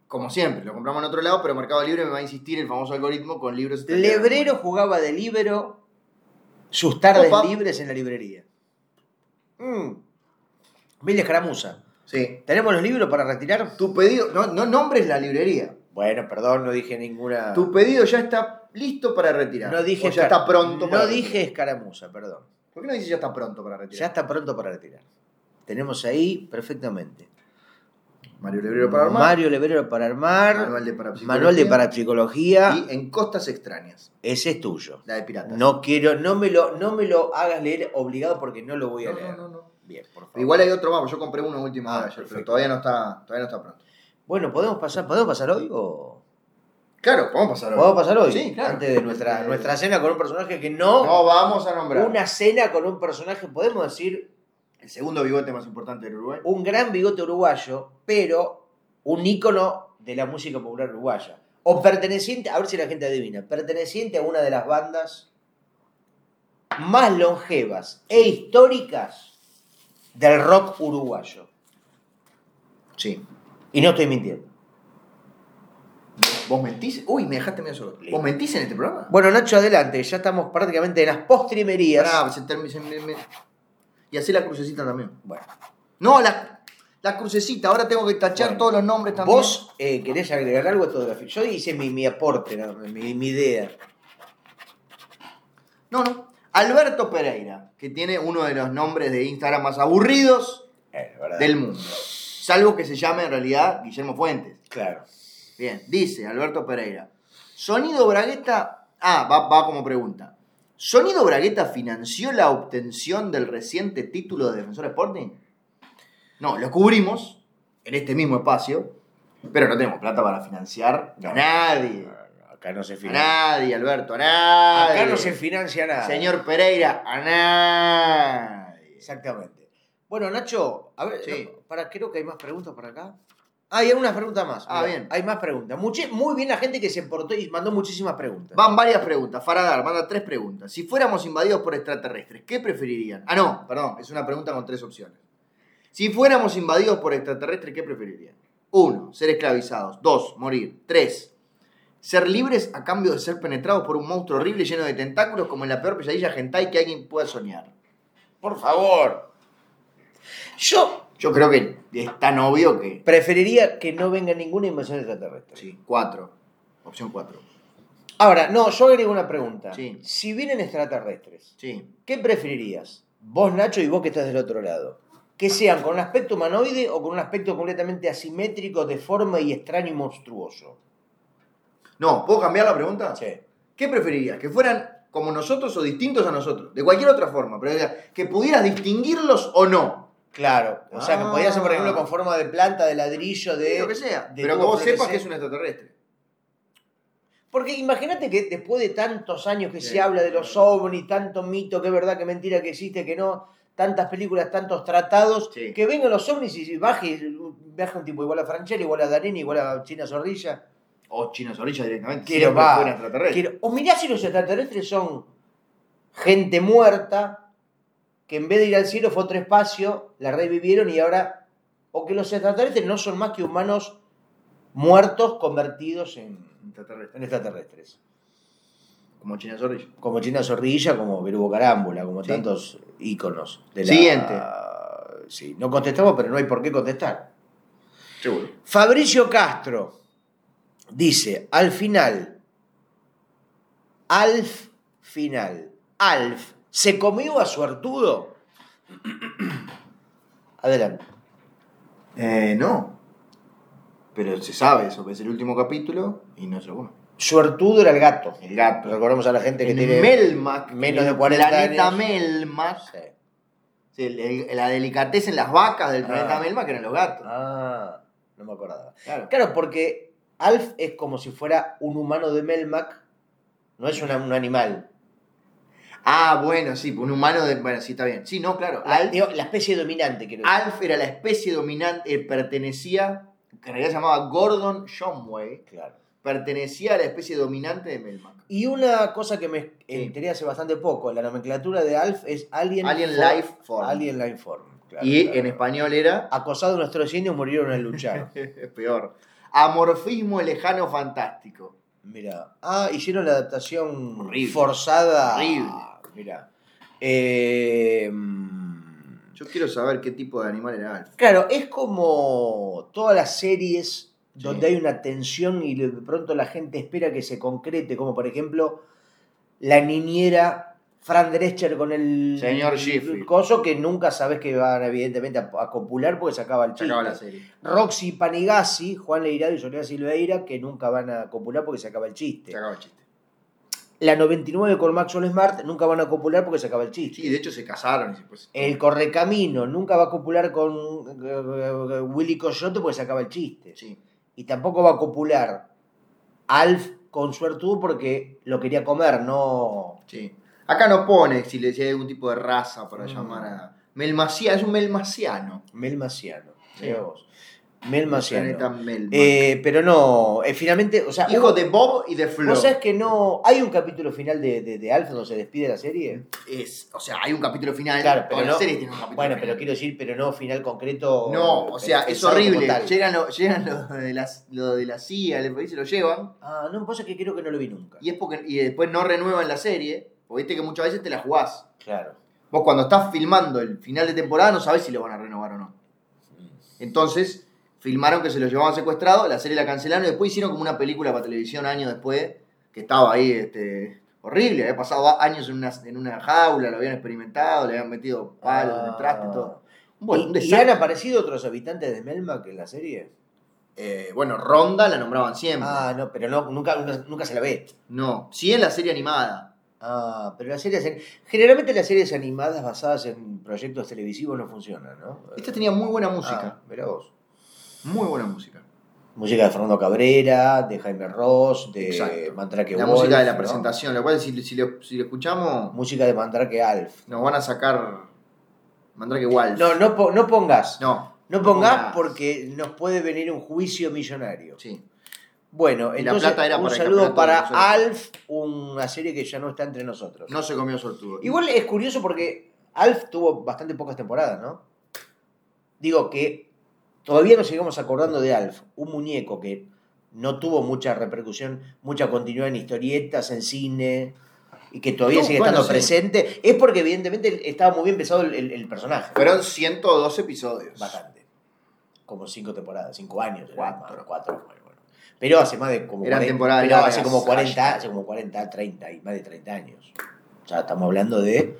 Speaker 1: Como siempre, lo compramos en otro lado, pero Mercado Libre me va a insistir el famoso algoritmo con libros.
Speaker 2: Lebrero jugaba de libro sus tardes
Speaker 1: Opa.
Speaker 2: libres en la librería. Mm. Mil escaramuza.
Speaker 1: Sí.
Speaker 2: ¿Tenemos los libros para retirar?
Speaker 1: Tu pedido, no, no nombres la librería.
Speaker 2: Bueno, perdón, no dije ninguna.
Speaker 1: Tu pedido ya está listo para retirar.
Speaker 2: no dije
Speaker 1: O ya
Speaker 2: escar-
Speaker 1: está pronto para retirar.
Speaker 2: No dije escaramuza, perdón.
Speaker 1: ¿Por qué no dices ya está pronto para
Speaker 2: Ya
Speaker 1: retirar?
Speaker 2: está pronto para retirar. Tenemos ahí perfectamente.
Speaker 1: Mario Lebrero para armar.
Speaker 2: Mario Lebrero para armar.
Speaker 1: Manual de parapsicología.
Speaker 2: Manual de parapsicología.
Speaker 1: Y en Costas Extrañas,
Speaker 2: Ese es tuyo.
Speaker 1: la de piratas.
Speaker 2: No quiero, no me lo, no me lo hagas leer obligado porque no lo voy a
Speaker 1: no,
Speaker 2: leer.
Speaker 1: no, no, no.
Speaker 2: Bien, por favor.
Speaker 1: Igual hay otro, vamos, yo compré uno último
Speaker 2: Ah,
Speaker 1: hora ayer, pero
Speaker 2: perfecto.
Speaker 1: todavía no está, todavía no está pronto.
Speaker 2: Bueno, podemos pasar, podemos pasar hoy o
Speaker 1: Claro, podemos pasar
Speaker 2: podemos pasar hoy.
Speaker 1: Sí, claro.
Speaker 2: Antes de nuestra,
Speaker 1: Eh,
Speaker 2: nuestra cena con un personaje que no,
Speaker 1: No vamos a nombrar.
Speaker 2: una cena con un personaje podemos decir
Speaker 1: El segundo bigote más importante del Uruguay.
Speaker 2: un gran bigote uruguayo, pero un ícono de la música popular uruguaya. O perteneciente, a ver si la gente adivina, perteneciente a una de las bandas más longevas e históricas del rock uruguayo.
Speaker 1: Sí.
Speaker 2: Y no estoy mintiendo.
Speaker 1: ¿Vos mentís? Uy, me dejaste medio solo. ¿Vos mentís en este programa?
Speaker 2: Bueno, Nacho, adelante. Ya estamos prácticamente en las postrimerías.
Speaker 1: Pará, se termi- se me- me- Y así la crucecita también.
Speaker 2: Bueno,
Speaker 1: No, la, la crucecita. Ahora tengo que tachar
Speaker 2: Bueno.
Speaker 1: todos los nombres también.
Speaker 2: ¿Vos eh, querés agregar algo a todo la ficción? Yo hice mi, mi aporte, nada más, mi, mi idea.
Speaker 1: No, no. Alberto Pereira, que tiene uno de los nombres de Instagram más aburridos
Speaker 2: Eh, la ¿verdad?
Speaker 1: del mundo. Salvo que se llame en realidad Guillermo Fuentes.
Speaker 2: Claro.
Speaker 1: Bien, dice Alberto Pereira. Sonido Bragueta. Ah, va, va como pregunta. ¿Sonido Bragueta financió la obtención del reciente título de Defensor Sporting? No, lo cubrimos en este mismo espacio, pero no tenemos plata para financiar a
Speaker 2: No.
Speaker 1: nadie.
Speaker 2: Acá no se
Speaker 1: A
Speaker 2: financia.
Speaker 1: nadie, Alberto, a nadie.
Speaker 2: Acá no se financia nada.
Speaker 1: Señor Pereira, a nadie.
Speaker 2: Exactamente. Bueno, Nacho, a ver,
Speaker 1: Sí.
Speaker 2: no, para, creo que hay más preguntas por acá. Ah, y hay unas preguntas más.
Speaker 1: Ah,
Speaker 2: mirá,
Speaker 1: bien.
Speaker 2: Hay más preguntas. Muchi- muy bien la gente que se portó y mandó muchísimas preguntas.
Speaker 1: Van varias preguntas. Faradar manda tres preguntas. Si fuéramos invadidos por extraterrestres, ¿qué preferirían? Ah, no, perdón, es una pregunta con tres opciones. Si fuéramos invadidos por extraterrestres, ¿qué preferirían? Uno, ser esclavizados. Dos, morir. Tres, ser libres a cambio de ser penetrados por un monstruo horrible lleno de tentáculos como en la peor pesadilla hentai que alguien pueda soñar.
Speaker 2: Por favor. Yo
Speaker 1: Yo creo que es tan obvio que...
Speaker 2: preferiría que no venga ninguna invasión extraterrestre.
Speaker 1: Sí, cuatro. Opción cuatro.
Speaker 2: Ahora, no, yo agrego una pregunta.
Speaker 1: Sí.
Speaker 2: Si vienen extraterrestres,
Speaker 1: Sí.
Speaker 2: ¿qué preferirías? Vos, Nacho, y vos que estás del otro lado. Que sean con un aspecto humanoide o con un aspecto completamente asimétrico, deforme y extraño y monstruoso.
Speaker 1: No, ¿puedo cambiar la pregunta?
Speaker 2: Sí.
Speaker 1: ¿Qué preferirías? ¿Que fueran como nosotros o distintos a nosotros? De cualquier otra forma, pero o sea, que pudieras distinguirlos o no.
Speaker 2: Claro, o sea, que
Speaker 1: Ah.
Speaker 2: podías hacer, por ejemplo, con forma de planta, de ladrillo, de.
Speaker 1: lo que sea.
Speaker 2: de
Speaker 1: Pero que
Speaker 2: tubo
Speaker 1: vos sepas que es
Speaker 2: fluorescente.
Speaker 1: un extraterrestre.
Speaker 2: Porque imagínate que después de tantos años que
Speaker 1: Sí.
Speaker 2: se habla de los ovnis, tanto mito, que es verdad, que mentira, que existe, que no, tantas películas, tantos tratados,
Speaker 1: Sí.
Speaker 2: que vengan los ovnis y baje, baje un tipo igual a Franchella, igual a Darini, igual a China Zorrilla.
Speaker 1: O chinos orillas directamente.
Speaker 2: Quiero
Speaker 1: siempre
Speaker 2: va,
Speaker 1: fueron extraterrestres.
Speaker 2: Quiero- o mirá si los extraterrestres son gente muerta, que en vez de ir al cielo fue a otro espacio, la revivieron y ahora. O que los extraterrestres no son más que humanos muertos convertidos en,
Speaker 1: Extraterrestre.
Speaker 2: en extraterrestres.
Speaker 1: Como chinos orillas.
Speaker 2: Como China Zorrilla, como Berubo Carámbula, como
Speaker 1: Sí.
Speaker 2: tantos íconos. De la-
Speaker 1: Siguiente.
Speaker 2: Sí, no contestamos, pero no hay por qué contestar.
Speaker 1: Seguro.
Speaker 2: Fabricio Castro dice, al final, Alf final, Alf, ¿se comió a su Artudo? <clears throat> Adelante.
Speaker 1: Eh, no. Pero se sabe eso, que es el último capítulo y no es lo bueno.
Speaker 2: Suertudo era el gato.
Speaker 1: El gato.
Speaker 2: Recordemos a la gente Este que
Speaker 1: En
Speaker 2: tiene...
Speaker 1: Melmac.
Speaker 2: menos
Speaker 1: en
Speaker 2: de 40
Speaker 1: planeta
Speaker 2: años.
Speaker 1: Melmac.
Speaker 2: Sí.
Speaker 1: el- el- la delicatez en las vacas del planeta
Speaker 2: Ah.
Speaker 1: Melmac eran los gatos.
Speaker 2: Ah, no me acordaba.
Speaker 1: Claro.
Speaker 2: Claro, porque Alf es como si fuera un humano de Melmac, no es una- un animal.
Speaker 1: Ah, bueno, sí, un humano de. Bueno, sí, está bien. Sí, no, claro.
Speaker 2: La,
Speaker 1: Alf,
Speaker 2: digo, la especie dominante, quiero decir.
Speaker 1: Alf era la especie dominante, eh, pertenecía, que en realidad se llamaba Gordon Shumway,
Speaker 2: Claro.
Speaker 1: pertenecía a la especie dominante de Melmac.
Speaker 2: Y una cosa que me enteré hace bastante poco, la nomenclatura de ALF es Alien,
Speaker 1: Alien
Speaker 2: Form-
Speaker 1: Life Form.
Speaker 2: Alien Life Form. claro,
Speaker 1: y
Speaker 2: claro.
Speaker 1: en español era. <laughs>
Speaker 2: Acosados nuestros indios murieron al luchar.
Speaker 1: Es peor. Amorfismo lejano fantástico.
Speaker 2: Mira. Ah, hicieron la adaptación
Speaker 1: Horrible.
Speaker 2: forzada.
Speaker 1: Horrible.
Speaker 2: Mira. Eh, mm,
Speaker 1: Yo quiero saber qué tipo de animal era Alf.
Speaker 2: Claro, es como todas las series donde hay una tensión y de pronto la gente espera que se concrete, como por ejemplo la niñera Fran Drescher con el
Speaker 1: Señor
Speaker 2: el
Speaker 1: Sheffield.
Speaker 2: coso que nunca sabes que van evidentemente a, a copular porque se acaba el
Speaker 1: Se acaba la
Speaker 2: chiste.
Speaker 1: serie.
Speaker 2: Roxy Panigasi, Juan Leirado y Soledad Silveira que nunca van a copular porque se acaba el chiste.
Speaker 1: Se acaba el chiste.
Speaker 2: La 99 con Maxwell Smart nunca van a copular porque se acaba el chiste.
Speaker 1: Sí, de hecho se casaron. y se- pues,
Speaker 2: El correcamino nunca va a copular con eh, Willy Coyote porque se acaba el chiste.
Speaker 1: sí.
Speaker 2: Y tampoco va a copular Alf con Suertudo porque lo quería comer, no.
Speaker 1: Sí. Acá no pone si le si hay algún tipo de raza para
Speaker 2: Mm.
Speaker 1: llamar a. Melmacia, es un melmaciano.
Speaker 2: Melmaciano.
Speaker 1: Sí.
Speaker 2: Mira vos.
Speaker 1: Planeta
Speaker 2: Melmaciano.
Speaker 1: Melman.
Speaker 2: Eh, pero no, eh, finalmente, o sea,
Speaker 1: Hijo
Speaker 2: hubo-
Speaker 1: de Bob y de Flo.
Speaker 2: ¿Vos sabés que no? ¿Hay un capítulo final de, de, de Alf donde se despide la serie?
Speaker 1: Es, o sea, hay un capítulo final.
Speaker 2: Claro, pero
Speaker 1: todas las
Speaker 2: no-
Speaker 1: series tienen un capítulo
Speaker 2: Bueno,
Speaker 1: final.
Speaker 2: pero quiero decir, pero no final concreto. eh,
Speaker 1: No, o sea, es
Speaker 2: pensado como
Speaker 1: horrible.
Speaker 2: tal.
Speaker 1: Llegan, lo, llegan lo de las- lo de la CIA, el FBI se lo llevan.
Speaker 2: Ah, no, pasa que creo que no lo vi nunca.
Speaker 1: Y es porque y después no renuevan la serie. Porque viste que muchas veces te la jugás.
Speaker 2: Claro.
Speaker 1: Vos cuando estás filmando el final de temporada no sabés si lo van a renovar o no. Entonces, filmaron que se los llevaban secuestrado, la serie la cancelaron y después hicieron como una película para televisión años después, que estaba ahí este, horrible. Había pasado a- años en una, en una jaula, lo habían experimentado, le habían metido palos
Speaker 2: Ah.
Speaker 1: en el traste y todo. Bueno, un
Speaker 2: ¿Y, y han
Speaker 1: desastre.
Speaker 2: aparecido otros habitantes de Melma que en la serie?
Speaker 1: Eh, bueno, Ronda la nombraban siempre.
Speaker 2: Ah, no, pero no, nunca, nunca, nunca se la ve.
Speaker 1: No, sí en la serie animada.
Speaker 2: Ah, pero las series. en- Generalmente las series animadas basadas en proyectos televisivos no funcionan, ¿no?
Speaker 1: Esta tenía muy buena
Speaker 2: Ah,
Speaker 1: música,
Speaker 2: mirá vos.
Speaker 1: muy buena música.
Speaker 2: Música de Fernando Cabrera, de Jaime Ross, de
Speaker 1: Exacto.
Speaker 2: Mandrake
Speaker 1: la
Speaker 2: Wolf,
Speaker 1: música de la
Speaker 2: ¿no?
Speaker 1: presentación, lo cual si, si lo, si lo escuchamos...
Speaker 2: Música de Mandrake Alf.
Speaker 1: Nos van a sacar Mandrake Wolf.
Speaker 2: No, no, po- no pongas.
Speaker 1: No,
Speaker 2: No pongas
Speaker 1: pongas.
Speaker 2: porque nos puede venir un juicio millonario.
Speaker 1: sí.
Speaker 2: Bueno,
Speaker 1: Y la
Speaker 2: entonces
Speaker 1: plata era
Speaker 2: un
Speaker 1: para el
Speaker 2: saludo
Speaker 1: campeonato
Speaker 2: para
Speaker 1: de nosotros.
Speaker 2: Alf, una serie que ya no está entre nosotros.
Speaker 1: No se comió sortudo.
Speaker 2: Igual es curioso porque Alf tuvo bastante pocas temporadas, ¿no? Digo que todavía nos seguimos acordando de Alf, un muñeco que no tuvo mucha repercusión, mucha continuidad en historietas, en cine, y que todavía
Speaker 1: No,
Speaker 2: sigue
Speaker 1: bueno,
Speaker 2: estando
Speaker 1: sí.
Speaker 2: presente. Es porque evidentemente estaba muy bien pesado el, el- el personaje.
Speaker 1: Fueron 102 episodios.
Speaker 2: Bastante. Como cinco temporadas, cinco años.
Speaker 1: Cuatro.
Speaker 2: Cuatro. cuatro bueno, bueno. Pero hace más de como
Speaker 1: Eran
Speaker 2: 40,
Speaker 1: temporadas
Speaker 2: pero hace
Speaker 1: largas.
Speaker 2: como 40, hace como 40, 30 y más de 30 años. O sea, estamos hablando de...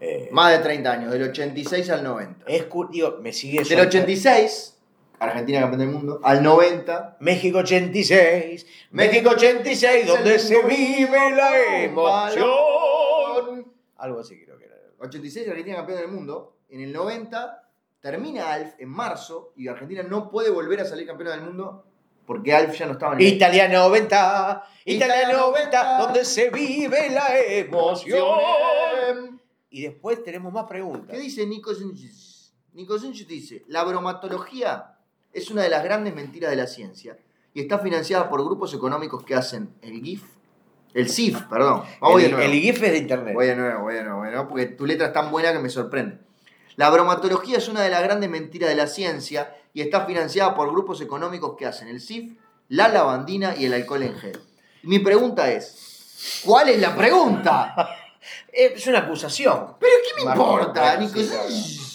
Speaker 2: eh,
Speaker 1: Más de 30 años, del 86 al 90.
Speaker 2: es eh. cu- digo, me sigue...
Speaker 1: Del 86, Argentina campeón del mundo, al 90.
Speaker 2: México 86, México 86, donde se vive la emoción. Algo así creo que era.
Speaker 1: 86, Argentina campeón del mundo. En el 90 termina Alf en marzo y Argentina no puede volver a salir campeona del mundo porque Alf ya no estaba en el
Speaker 2: Italia 90, Italia
Speaker 1: Italia
Speaker 2: 90,
Speaker 1: 90,
Speaker 2: donde se vive la emoción. Y después tenemos más
Speaker 1: ¿Qué
Speaker 2: preguntas.
Speaker 1: dice Nico Sunchis? Nico Sunchis dice, la bromatología es una de las grandes mentiras de la ciencia y está financiada por grupos económicos que hacen el GIF, el CIF, perdón. Vamos de
Speaker 2: El,
Speaker 1: nuevo.
Speaker 2: el GIF es de internet.
Speaker 1: Voy de nuevo, voy de nuevo, voy de nuevo, porque tu letra es tan buena que me sorprende. La bromatología es una de las grandes mentiras de la ciencia y está financiada por grupos económicos que hacen el CIF, la lavandina y el alcohol en gel. Mi pregunta es, ¿cuál es la pregunta?
Speaker 2: Eh, Es una acusación.
Speaker 1: ¿Pero qué me
Speaker 2: Marco,
Speaker 1: importa,
Speaker 2: bueno,
Speaker 1: Nico?
Speaker 2: sí, claro.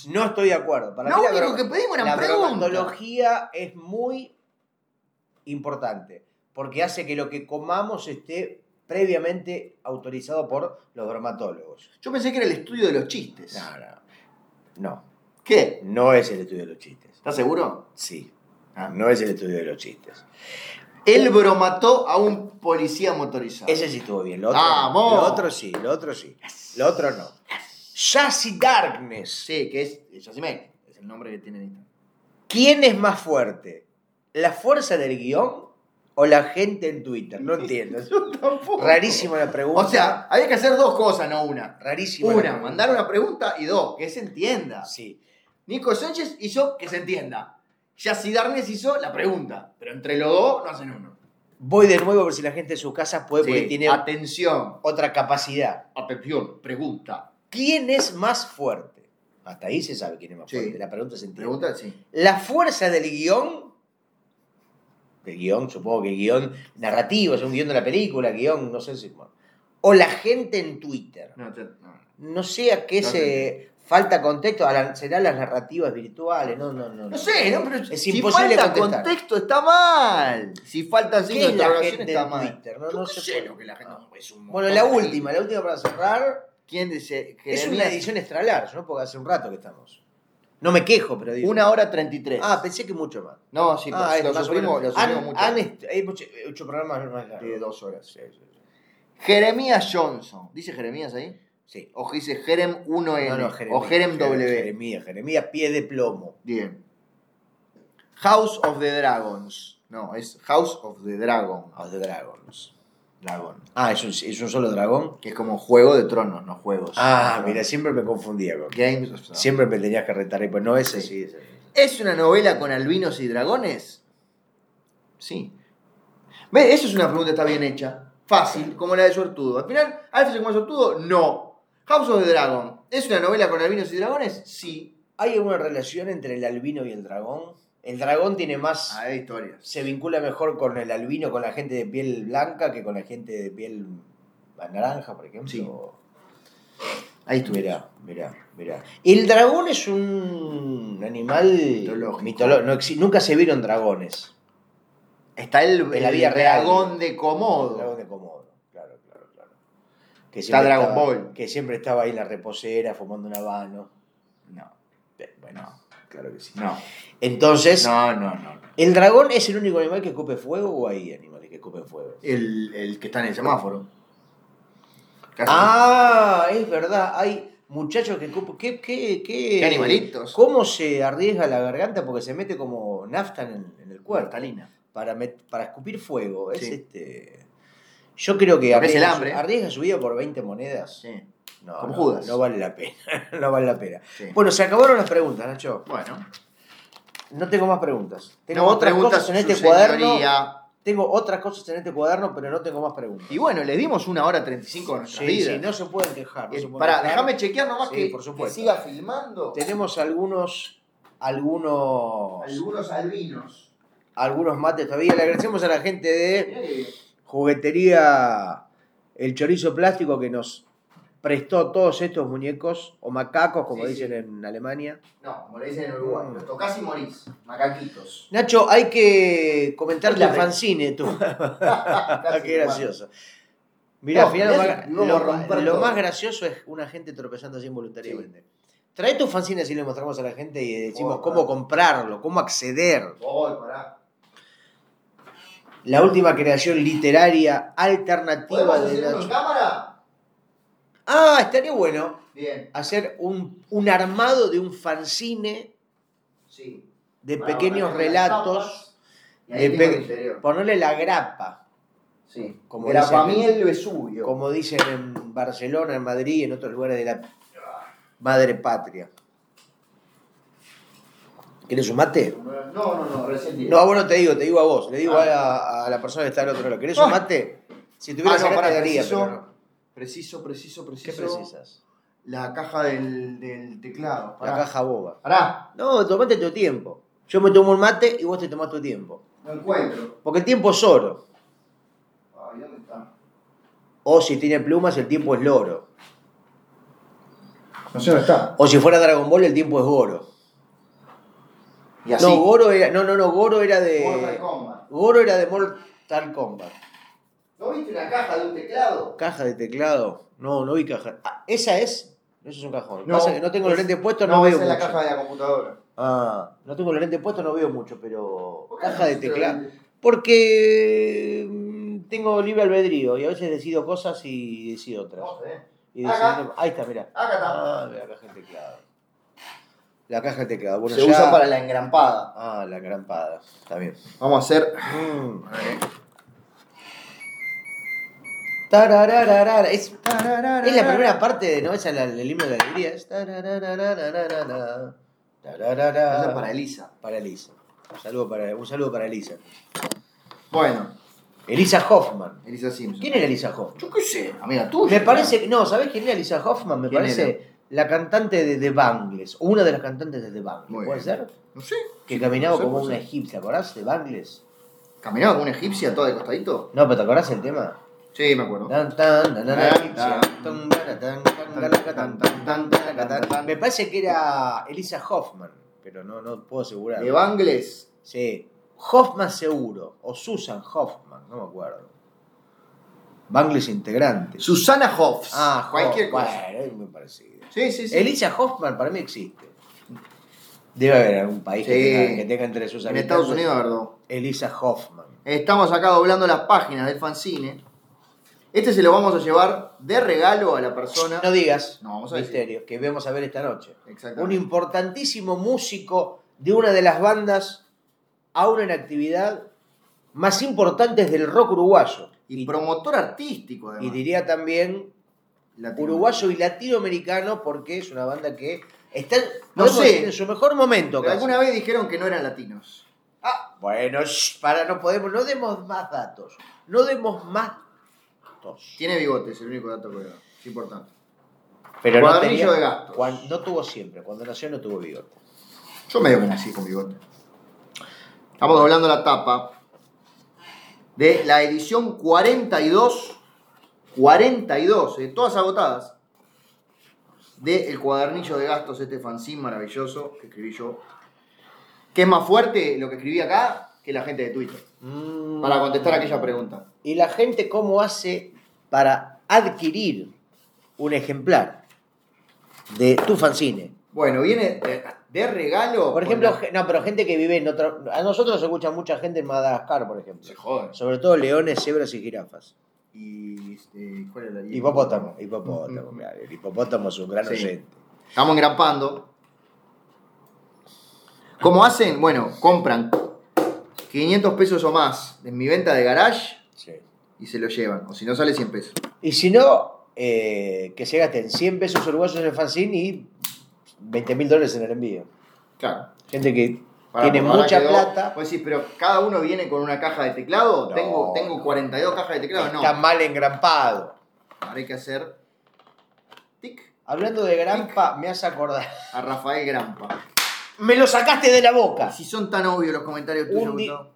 Speaker 2: No estoy de acuerdo. Para
Speaker 1: Lo
Speaker 2: mí la
Speaker 1: único
Speaker 2: bro-
Speaker 1: que pedimos
Speaker 2: la
Speaker 1: eran preguntas.
Speaker 2: bromatología es muy importante porque hace que lo que comamos esté previamente autorizado por los dermatólogos.
Speaker 1: Yo pensé que era el estudio de los chistes.
Speaker 2: No, no. No,
Speaker 1: ¿Qué?
Speaker 2: no es el estudio de los chistes.
Speaker 1: ¿Estás seguro?
Speaker 2: Sí,
Speaker 1: Ah.
Speaker 2: no es el estudio de los chistes.
Speaker 1: Él bromató a un policía motorizado.
Speaker 2: Ese sí estuvo bien. Lo otro,
Speaker 1: ¡Vamos!
Speaker 2: lo otro sí, lo otro sí. Lo otro no. Sassy Darkness.
Speaker 1: Sí, que es Yacimek. Es el nombre que tiene en Instagram.
Speaker 2: ¿Quién es más fuerte? ¿La fuerza del guión o la gente en Twitter? No entiendo.
Speaker 1: Yo tampoco.
Speaker 2: Rarísima la pregunta.
Speaker 1: O sea, había que hacer dos cosas, no una.
Speaker 2: rarísima. la
Speaker 1: Una,
Speaker 2: pregunta.
Speaker 1: mandar una pregunta y dos, que se entienda.
Speaker 2: Sí.
Speaker 1: Nico Sánchez hizo que se entienda. Yassi Darnes hizo la pregunta. Pero entre los dos no hacen uno.
Speaker 2: Voy de nuevo a ver si la gente de su casa puede, porque
Speaker 1: Sí,
Speaker 2: tiene
Speaker 1: Atención,
Speaker 2: otra capacidad.
Speaker 1: atención, pregunta.
Speaker 2: ¿Quién es más fuerte? Hasta ahí se sabe quién es más
Speaker 1: Sí.
Speaker 2: fuerte. La pregunta se entiende.
Speaker 1: Pregunta, sí.
Speaker 2: La fuerza del guión. El guión, supongo que el guión narrativo, es un guión de la película, guión, no sé si. bueno. O la gente en Twitter.
Speaker 1: No, te- no.
Speaker 2: No sé a qué
Speaker 1: No
Speaker 2: se falta contexto. a la- serán las narrativas virtuales. No, no, no.
Speaker 1: No sé, no, pero
Speaker 2: Es
Speaker 1: si
Speaker 2: imposible
Speaker 1: falta
Speaker 2: contestar.
Speaker 1: contexto está mal. Si faltan
Speaker 2: ¿Qué
Speaker 1: signos de
Speaker 2: es la
Speaker 1: interrogación
Speaker 2: gente
Speaker 1: está
Speaker 2: en
Speaker 1: mal.
Speaker 2: Twitter? No,
Speaker 1: Yo
Speaker 2: no
Speaker 1: qué
Speaker 2: se
Speaker 1: sé
Speaker 2: puede.
Speaker 1: lo que la gente- no, es un montón
Speaker 2: Bueno, la
Speaker 1: de
Speaker 2: última, la última para cerrar.
Speaker 1: gente. ¿Quién dice?
Speaker 2: Es
Speaker 1: Jeremías?
Speaker 2: una edición extralarge, ¿no? Porque hace un rato que estamos. No me quejo, pero digo.
Speaker 1: Una hora treinta y tres.
Speaker 2: Ah, pensé que mucho más.
Speaker 1: no, sí,
Speaker 2: ah,
Speaker 1: pues,
Speaker 2: es
Speaker 1: lo
Speaker 2: más o
Speaker 1: suprimos, lo
Speaker 2: menos.
Speaker 1: suprimos
Speaker 2: Han-
Speaker 1: mucho.
Speaker 2: han est- Hay mucho- ocho programas más largos.
Speaker 1: De dos horas.
Speaker 2: Sí, sí, sí.
Speaker 1: Jeremías Johnson. ¿Dice Jeremías ahí?
Speaker 2: Sí.
Speaker 1: O que dice Jerem 1N.
Speaker 2: No, no,
Speaker 1: o Jerem W.
Speaker 2: Jeremías, Jeremías, pie de plomo.
Speaker 1: Bien. House of the Dragons. No, es House of the Dragon.
Speaker 2: House of Dragons.
Speaker 1: Dragon.
Speaker 2: Ah, ¿es un, es un solo dragón?
Speaker 1: Que es como Juego de Tronos, no juegos.
Speaker 2: Ah, mira, Ah, siempre me confundía con.
Speaker 1: Games of Thrones.
Speaker 2: Siempre me tenías que retar. y Pues no, ese sí. ese, ese.
Speaker 1: ¿Es una novela con albinos y dragones? Sí. ¿Ves? Eso es una pregunta que está bien hecha. Fácil, como la de Sortudo. Al final, ¿Alf se come a Sortudo? No. House of the Dragon. ¿Es una novela con albinos y dragones? Sí.
Speaker 2: ¿Hay alguna relación entre el albino y el dragón? El dragón tiene más.
Speaker 1: Ah, hay historias.
Speaker 2: Se vincula mejor con el albino, con la gente de piel blanca, que con la gente de piel naranja, por ejemplo.
Speaker 1: Sí. Ahí estuviera.
Speaker 2: Mirá, mirá, mirá. El dragón es un animal
Speaker 1: Mitológico.
Speaker 2: mitolo- no exi- nunca se vieron dragones.
Speaker 1: Está el,
Speaker 2: En la
Speaker 1: el
Speaker 2: vida real.
Speaker 1: dragón de Komodo.
Speaker 2: El dragón de Komodo, claro, claro, claro. Que
Speaker 1: Está
Speaker 2: siempre
Speaker 1: Dragon
Speaker 2: estaba-
Speaker 1: Ball.
Speaker 2: Que siempre estaba ahí en la reposera fumando un habano.
Speaker 1: No,
Speaker 2: Eh, Bueno, claro que sí.
Speaker 1: no,
Speaker 2: Entonces,
Speaker 1: no, no, no.
Speaker 2: ¿el dragón es el único animal que escupe fuego o hay animales que escupen fuego?
Speaker 1: El, el que está en el semáforo. Casi-
Speaker 2: Ah, es verdad, hay muchachos que escupen. ¿Qué, qué, qué,
Speaker 1: Qué animalitos.
Speaker 2: ¿Cómo se arriesga la garganta? Porque se mete como nafta en, en el cuerpo.
Speaker 1: Cuartalina.
Speaker 2: Para, met- para escupir fuego. Es
Speaker 1: Sí.
Speaker 2: este. Yo creo que
Speaker 1: Porque es el
Speaker 2: arriesga,
Speaker 1: hambre.
Speaker 2: su- arriesga su vida por 20 monedas.
Speaker 1: Sí,
Speaker 2: No,
Speaker 1: Como
Speaker 2: no,
Speaker 1: Judas.
Speaker 2: no vale la pena. <laughs> no vale la pena.
Speaker 1: sí.
Speaker 2: Bueno, se acabaron las preguntas, Nacho.
Speaker 1: Bueno,
Speaker 2: No tengo más preguntas. Tengo
Speaker 1: no,
Speaker 2: otras
Speaker 1: preguntas,
Speaker 2: cosas en este
Speaker 1: su
Speaker 2: cuaderno.
Speaker 1: señoría.
Speaker 2: Tengo otras cosas en este cuaderno, pero no tengo más preguntas.
Speaker 1: Y bueno, le dimos una hora 35 de nuestra
Speaker 2: Sí,
Speaker 1: vida.
Speaker 2: sí, no se pueden quejar. no se pueden
Speaker 1: Para,
Speaker 2: quejar.
Speaker 1: déjame chequear nomás
Speaker 2: Sí,
Speaker 1: que,
Speaker 2: por supuesto.
Speaker 1: que siga filmando.
Speaker 2: Tenemos algunos, algunos,
Speaker 1: Algunos albinos.
Speaker 2: algunos mates todavía. Le agradecemos a la gente de
Speaker 1: Eh,
Speaker 2: Juguetería El Chorizo Plástico que nos prestó todos estos muñecos, o macacos, como
Speaker 1: Sí,
Speaker 2: dicen
Speaker 1: sí.
Speaker 2: en Alemania.
Speaker 1: No, como le dicen en Uruguay, los tocás y morís. Macaquitos.
Speaker 2: Nacho, hay que comentar
Speaker 1: La
Speaker 2: la
Speaker 1: re- <laughs>
Speaker 2: fanzine, tú. Ah, qué gracioso. Mirá,
Speaker 1: No,
Speaker 2: al final
Speaker 1: mirá
Speaker 2: lo más-
Speaker 1: si vamos
Speaker 2: lo,
Speaker 1: a romper
Speaker 2: lo
Speaker 1: todo.
Speaker 2: más gracioso es una gente tropezando así involuntariamente. Trae tu fanzine así le mostramos a la gente y decimos
Speaker 1: Oh,
Speaker 2: cómo
Speaker 1: claro.
Speaker 2: comprarlo, cómo acceder.
Speaker 1: Voy, pará.
Speaker 2: La última creación literaria
Speaker 1: ¿Podemos
Speaker 2: alternativa de
Speaker 1: hacer uno en
Speaker 2: Nacho.
Speaker 1: cámara?
Speaker 2: Ah, estaría bueno
Speaker 1: Bien,
Speaker 2: hacer un, un armado de un fanzine
Speaker 1: sí.
Speaker 2: de
Speaker 1: Bueno,
Speaker 2: pequeños
Speaker 1: ahora tengo las
Speaker 2: relatos,
Speaker 1: tapas Y ahí
Speaker 2: de
Speaker 1: tengo el
Speaker 2: pe-
Speaker 1: interior.
Speaker 2: ponerle la grapa,
Speaker 1: Sí.
Speaker 2: como
Speaker 1: Como era
Speaker 2: dicen-
Speaker 1: para mí el Vesubio.
Speaker 2: como dicen en Barcelona, en Madrid y en otros lugares de la madre patria. ¿Quieres un mate?
Speaker 1: No, no, no, recién diez.
Speaker 2: No, a vos no te digo, te digo a vos, le digo
Speaker 1: Ah.
Speaker 2: a, la- a la persona que está al otro lado. ¿Querés un
Speaker 1: Ah.
Speaker 2: mate? Si
Speaker 1: Ah,
Speaker 2: tuvieras
Speaker 1: no,
Speaker 2: acá
Speaker 1: pará,
Speaker 2: te daría,
Speaker 1: preciso,
Speaker 2: pero no.
Speaker 1: preciso, preciso,
Speaker 2: ¿Qué
Speaker 1: preciso.
Speaker 2: precisas?
Speaker 1: La caja del, del teclado.
Speaker 2: La
Speaker 1: Pará.
Speaker 2: caja boba.
Speaker 1: Pará,
Speaker 2: No, tomate tu tiempo. Yo me tomo un mate y vos te tomás tu tiempo.
Speaker 1: no encuentro.
Speaker 2: Porque el tiempo es oro.
Speaker 1: Ay, ¿dónde está?
Speaker 2: O si tiene plumas, el tiempo es loro.
Speaker 1: No sé dónde está.
Speaker 2: O si fuera Dragon Ball, el tiempo es goro.
Speaker 1: Y así.
Speaker 2: No, goro era. No, no, no, goro era
Speaker 1: Mortal
Speaker 2: de.
Speaker 1: Kombat.
Speaker 2: Goro era de Mortal Kombat.
Speaker 1: ¿No viste una caja de un teclado?
Speaker 2: Caja de teclado. No, no vi caja. Ah, ¿Esa es? Eso es un cajón.
Speaker 1: No,
Speaker 2: Pasa que no tengo los
Speaker 1: es-
Speaker 2: lentes puestos, no, veo
Speaker 1: esa
Speaker 2: mucho.
Speaker 1: es la caja de la computadora.
Speaker 2: Ah, no tengo los lentes puestos, no veo mucho, pero.
Speaker 1: ¿Por qué
Speaker 2: Caja de
Speaker 1: no?
Speaker 2: teclado. Porque mm, tengo libre albedrío y a veces decido cosas y decido otras.
Speaker 1: No sé.
Speaker 2: Y
Speaker 1: eh. Acá.
Speaker 2: decido- Ahí está, mirá.
Speaker 1: Acá está.
Speaker 2: Ah, la caja de teclado. La caja de teclado. Bueno,
Speaker 1: Se
Speaker 2: ya-
Speaker 1: usa para la engrampada.
Speaker 2: Ah, la grampada. Está bien.
Speaker 1: Vamos a hacer.
Speaker 2: Mm. Tararararara. Es, es la primera parte de no es el, el himno de la alegría. Es tarararararara. Tararara.
Speaker 1: Esa es para Elisa.
Speaker 2: Para Elisa. Un saludo para, un saludo para Elisa.
Speaker 1: Bueno,
Speaker 2: Elisa Hoffman.
Speaker 1: Elisa Simpson.
Speaker 2: ¿Quién era Elisa Hoffman?
Speaker 1: Yo qué sé, amiga tuya.
Speaker 2: Me parece que. No, ¿sabés quién era Lisa Hoffman? Me
Speaker 1: ¿Quién
Speaker 2: parece
Speaker 1: era?
Speaker 2: la cantante de The Bangles. O una de las cantantes de The Bangles.
Speaker 1: Muy
Speaker 2: ¿Puede
Speaker 1: bien.
Speaker 2: ser?
Speaker 1: No sé.
Speaker 2: Que caminaba
Speaker 1: puede ser,
Speaker 2: como
Speaker 1: puede
Speaker 2: una
Speaker 1: ser.
Speaker 2: egipcia, ¿te acordás? ¿De Bangles?
Speaker 1: ¿Caminaba como una egipcia toda de costadito?
Speaker 2: No, pero ¿te acordás el tema?
Speaker 1: Sí, me acuerdo.
Speaker 2: Tan, tan, na, na, na,
Speaker 1: Tan,
Speaker 2: egipcia.
Speaker 1: tan.
Speaker 2: Tan, tan, tan, tan, tan, tan, tan, tan, tan. Me parece que era Elisa Hoffman, pero no, no puedo asegurar.
Speaker 1: De Bangles.
Speaker 2: Sí. Hoffman seguro. O Susan Hoffman, no me acuerdo. Bangles integrante.
Speaker 1: Susana Hoffs.
Speaker 2: Ah,
Speaker 1: cualquier
Speaker 2: Hoffman,
Speaker 1: cosa.
Speaker 2: Bueno, es muy parecido.
Speaker 1: Sí, sí, sí.
Speaker 2: Elisa Hoffman para mí existe. Debe haber algún país que,
Speaker 1: Sí.
Speaker 2: tenga, que tenga entre sus
Speaker 1: En
Speaker 2: habitantes.
Speaker 1: Estados Unidos, ¿verdad?
Speaker 2: Elisa Hoffman.
Speaker 1: Estamos acá doblando las páginas del fanzine. Este se lo vamos a llevar de regalo a la persona.
Speaker 2: No digas
Speaker 1: No, vamos a decir.
Speaker 2: misterios que vamos a ver esta noche. Un
Speaker 1: Exactamente.
Speaker 2: importantísimo músico de una de las bandas, aún en actividad, más importantes del rock uruguayo.
Speaker 1: Y promotor artístico,
Speaker 2: Y
Speaker 1: además.
Speaker 2: diría también
Speaker 1: Latino.
Speaker 2: uruguayo y latinoamericano porque es una banda que Están,
Speaker 1: No
Speaker 2: podemos
Speaker 1: sé.
Speaker 2: decir, en su mejor momento.
Speaker 1: Pero
Speaker 2: casi.
Speaker 1: alguna vez dijeron que no eran latinos.
Speaker 2: Ah, bueno, shh, para, no podemos, no demos más datos. No demos más datos.
Speaker 1: Tiene bigotes, el único dato que veo. Es importante.
Speaker 2: Pero
Speaker 1: Cuadernillo de gastos.
Speaker 2: Cuan- no tuvo siempre, cuando nació no tuvo bigote.
Speaker 1: Yo medio que nací con bigote. Estamos doblando la tapa de la edición 42, 42, eh, todas agotadas, de El cuadernillo de gastos, este fanzine maravilloso que escribí yo. Que es más fuerte lo que escribí acá que la gente de Twitter, para contestar aquella pregunta.
Speaker 2: ¿Y la gente cómo hace para adquirir un ejemplar de tu fanzine?
Speaker 1: Bueno, viene de, de regalo.
Speaker 2: Por ejemplo,
Speaker 1: con
Speaker 2: ge- no, pero gente que vive en otra. A nosotros nos escucha mucha gente en Madagascar, por
Speaker 1: la- Se
Speaker 2: ejemplo.
Speaker 1: joden.
Speaker 2: Sobre todo leones, cebras y jirafas.
Speaker 1: Y, este, ¿cuál era?
Speaker 2: Hipopótamo, hipopótamo, claro. El hipopótamo es un gran
Speaker 1: Sí.
Speaker 2: oyente.
Speaker 1: Estamos engrampando. ¿Cómo hacen? Bueno, compran 500 pesos o más en mi venta de garage y se lo llevan. O si no, sale 100 pesos.
Speaker 2: Y si no, eh, que se gasten 100 pesos uruguayos en el fanzine y 20 mil dólares en el envío.
Speaker 1: Claro.
Speaker 2: Gente que
Speaker 1: Para-
Speaker 2: tiene
Speaker 1: ahora
Speaker 2: mucha
Speaker 1: quedó-
Speaker 2: plata,
Speaker 1: Vos decís, pero cada uno viene con una caja de teclado.
Speaker 2: No,
Speaker 1: tengo, tengo
Speaker 2: no.
Speaker 1: 42 cajas de teclado. No.
Speaker 2: está mal engrampado.
Speaker 1: Ahora hay que hacer. Tic.
Speaker 2: Hablando de grampa, me hace acordar.
Speaker 1: A Rafael Grampa.
Speaker 2: ¡Me lo sacaste de la boca!
Speaker 1: Si son tan obvios los comentarios tuyos,
Speaker 2: Un di-
Speaker 1: Gustavo.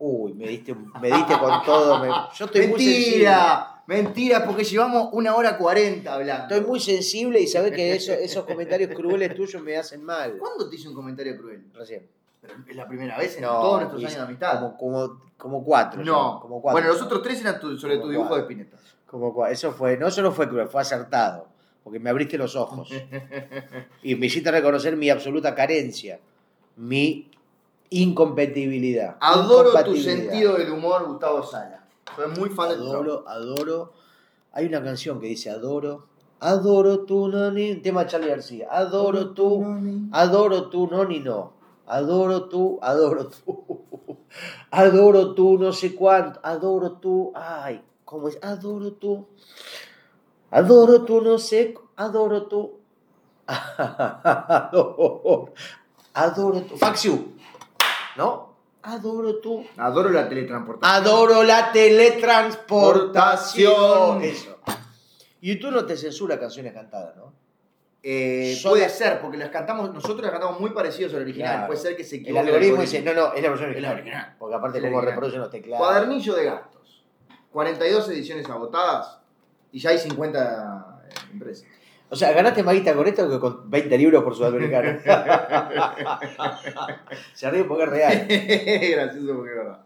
Speaker 2: Uy, me diste, me diste con todo. me- yo estoy muy sensible.
Speaker 1: Mentira. Mentira, porque llevamos una hora 40 hablando.
Speaker 2: Estoy muy sensible y sabés que eso- esos comentarios crueles tuyos me hacen mal.
Speaker 1: ¿Cuándo te hice un comentario cruel?
Speaker 2: Recién.
Speaker 1: Pero es la primera vez en
Speaker 2: No,
Speaker 1: todos nuestros
Speaker 2: y-
Speaker 1: años de amistad.
Speaker 2: Como, como, como cuatro.
Speaker 1: no.
Speaker 2: yo, Como cuatro.
Speaker 1: Bueno, los otros tres eran tu- sobre
Speaker 2: Como
Speaker 1: tu dibujo
Speaker 2: cuatro.
Speaker 1: de Spinetta.
Speaker 2: Como cua- Eso fue, no solo fue cruel, fue acertado. Porque me abriste los
Speaker 1: <laughs>
Speaker 2: ojos. y me hiciste reconocer mi absoluta carencia. Mi incompatibilidad.
Speaker 1: Adoro tu
Speaker 2: incompatibilidad.
Speaker 1: sentido del humor, Gustavo Sala. Soy muy fan de tu trabajo.
Speaker 2: Adoro, adoro. Hay una canción que dice adoro. Adoro tu noni. Tema de Charlie García. Adoro tu. Adoro tu noni no. Adoro tu. Adoro tu. <laughs> Adoro tu no sé cuánto. Adoro tu. Ay, ¿cómo es? Adoro tu. Adoro tu no sé. cu- Adoro tu. <laughs> Adoro. Adoro tu. Faxiu. ¿No? Adoro tu.
Speaker 1: Adoro la teletransportación.
Speaker 2: Adoro la teletransportación. Eso. YouTube no te censura canciones cantadas, ¿no?
Speaker 1: Eh,
Speaker 2: Yo
Speaker 1: puede
Speaker 2: la-
Speaker 1: ser, porque las cantamos, nosotros las cantamos muy parecidos al original.
Speaker 2: Claro.
Speaker 1: Puede ser que se
Speaker 2: El
Speaker 1: equivoque.
Speaker 2: algoritmo dice, no, no, es la versión
Speaker 1: Es la
Speaker 2: original.
Speaker 1: original.
Speaker 2: Porque aparte
Speaker 1: Es la
Speaker 2: como
Speaker 1: original.
Speaker 2: reproducen los teclados.
Speaker 1: Cuadernillo de gastos. 42 ediciones agotadas y ya hay eh, 50 empresas.
Speaker 2: O sea, ganaste más guita con esto que con 20 libros por sudamericano.
Speaker 1: <laughs>
Speaker 2: <laughs> Se ríe porque es real.
Speaker 1: <laughs> gracioso porque es verdad.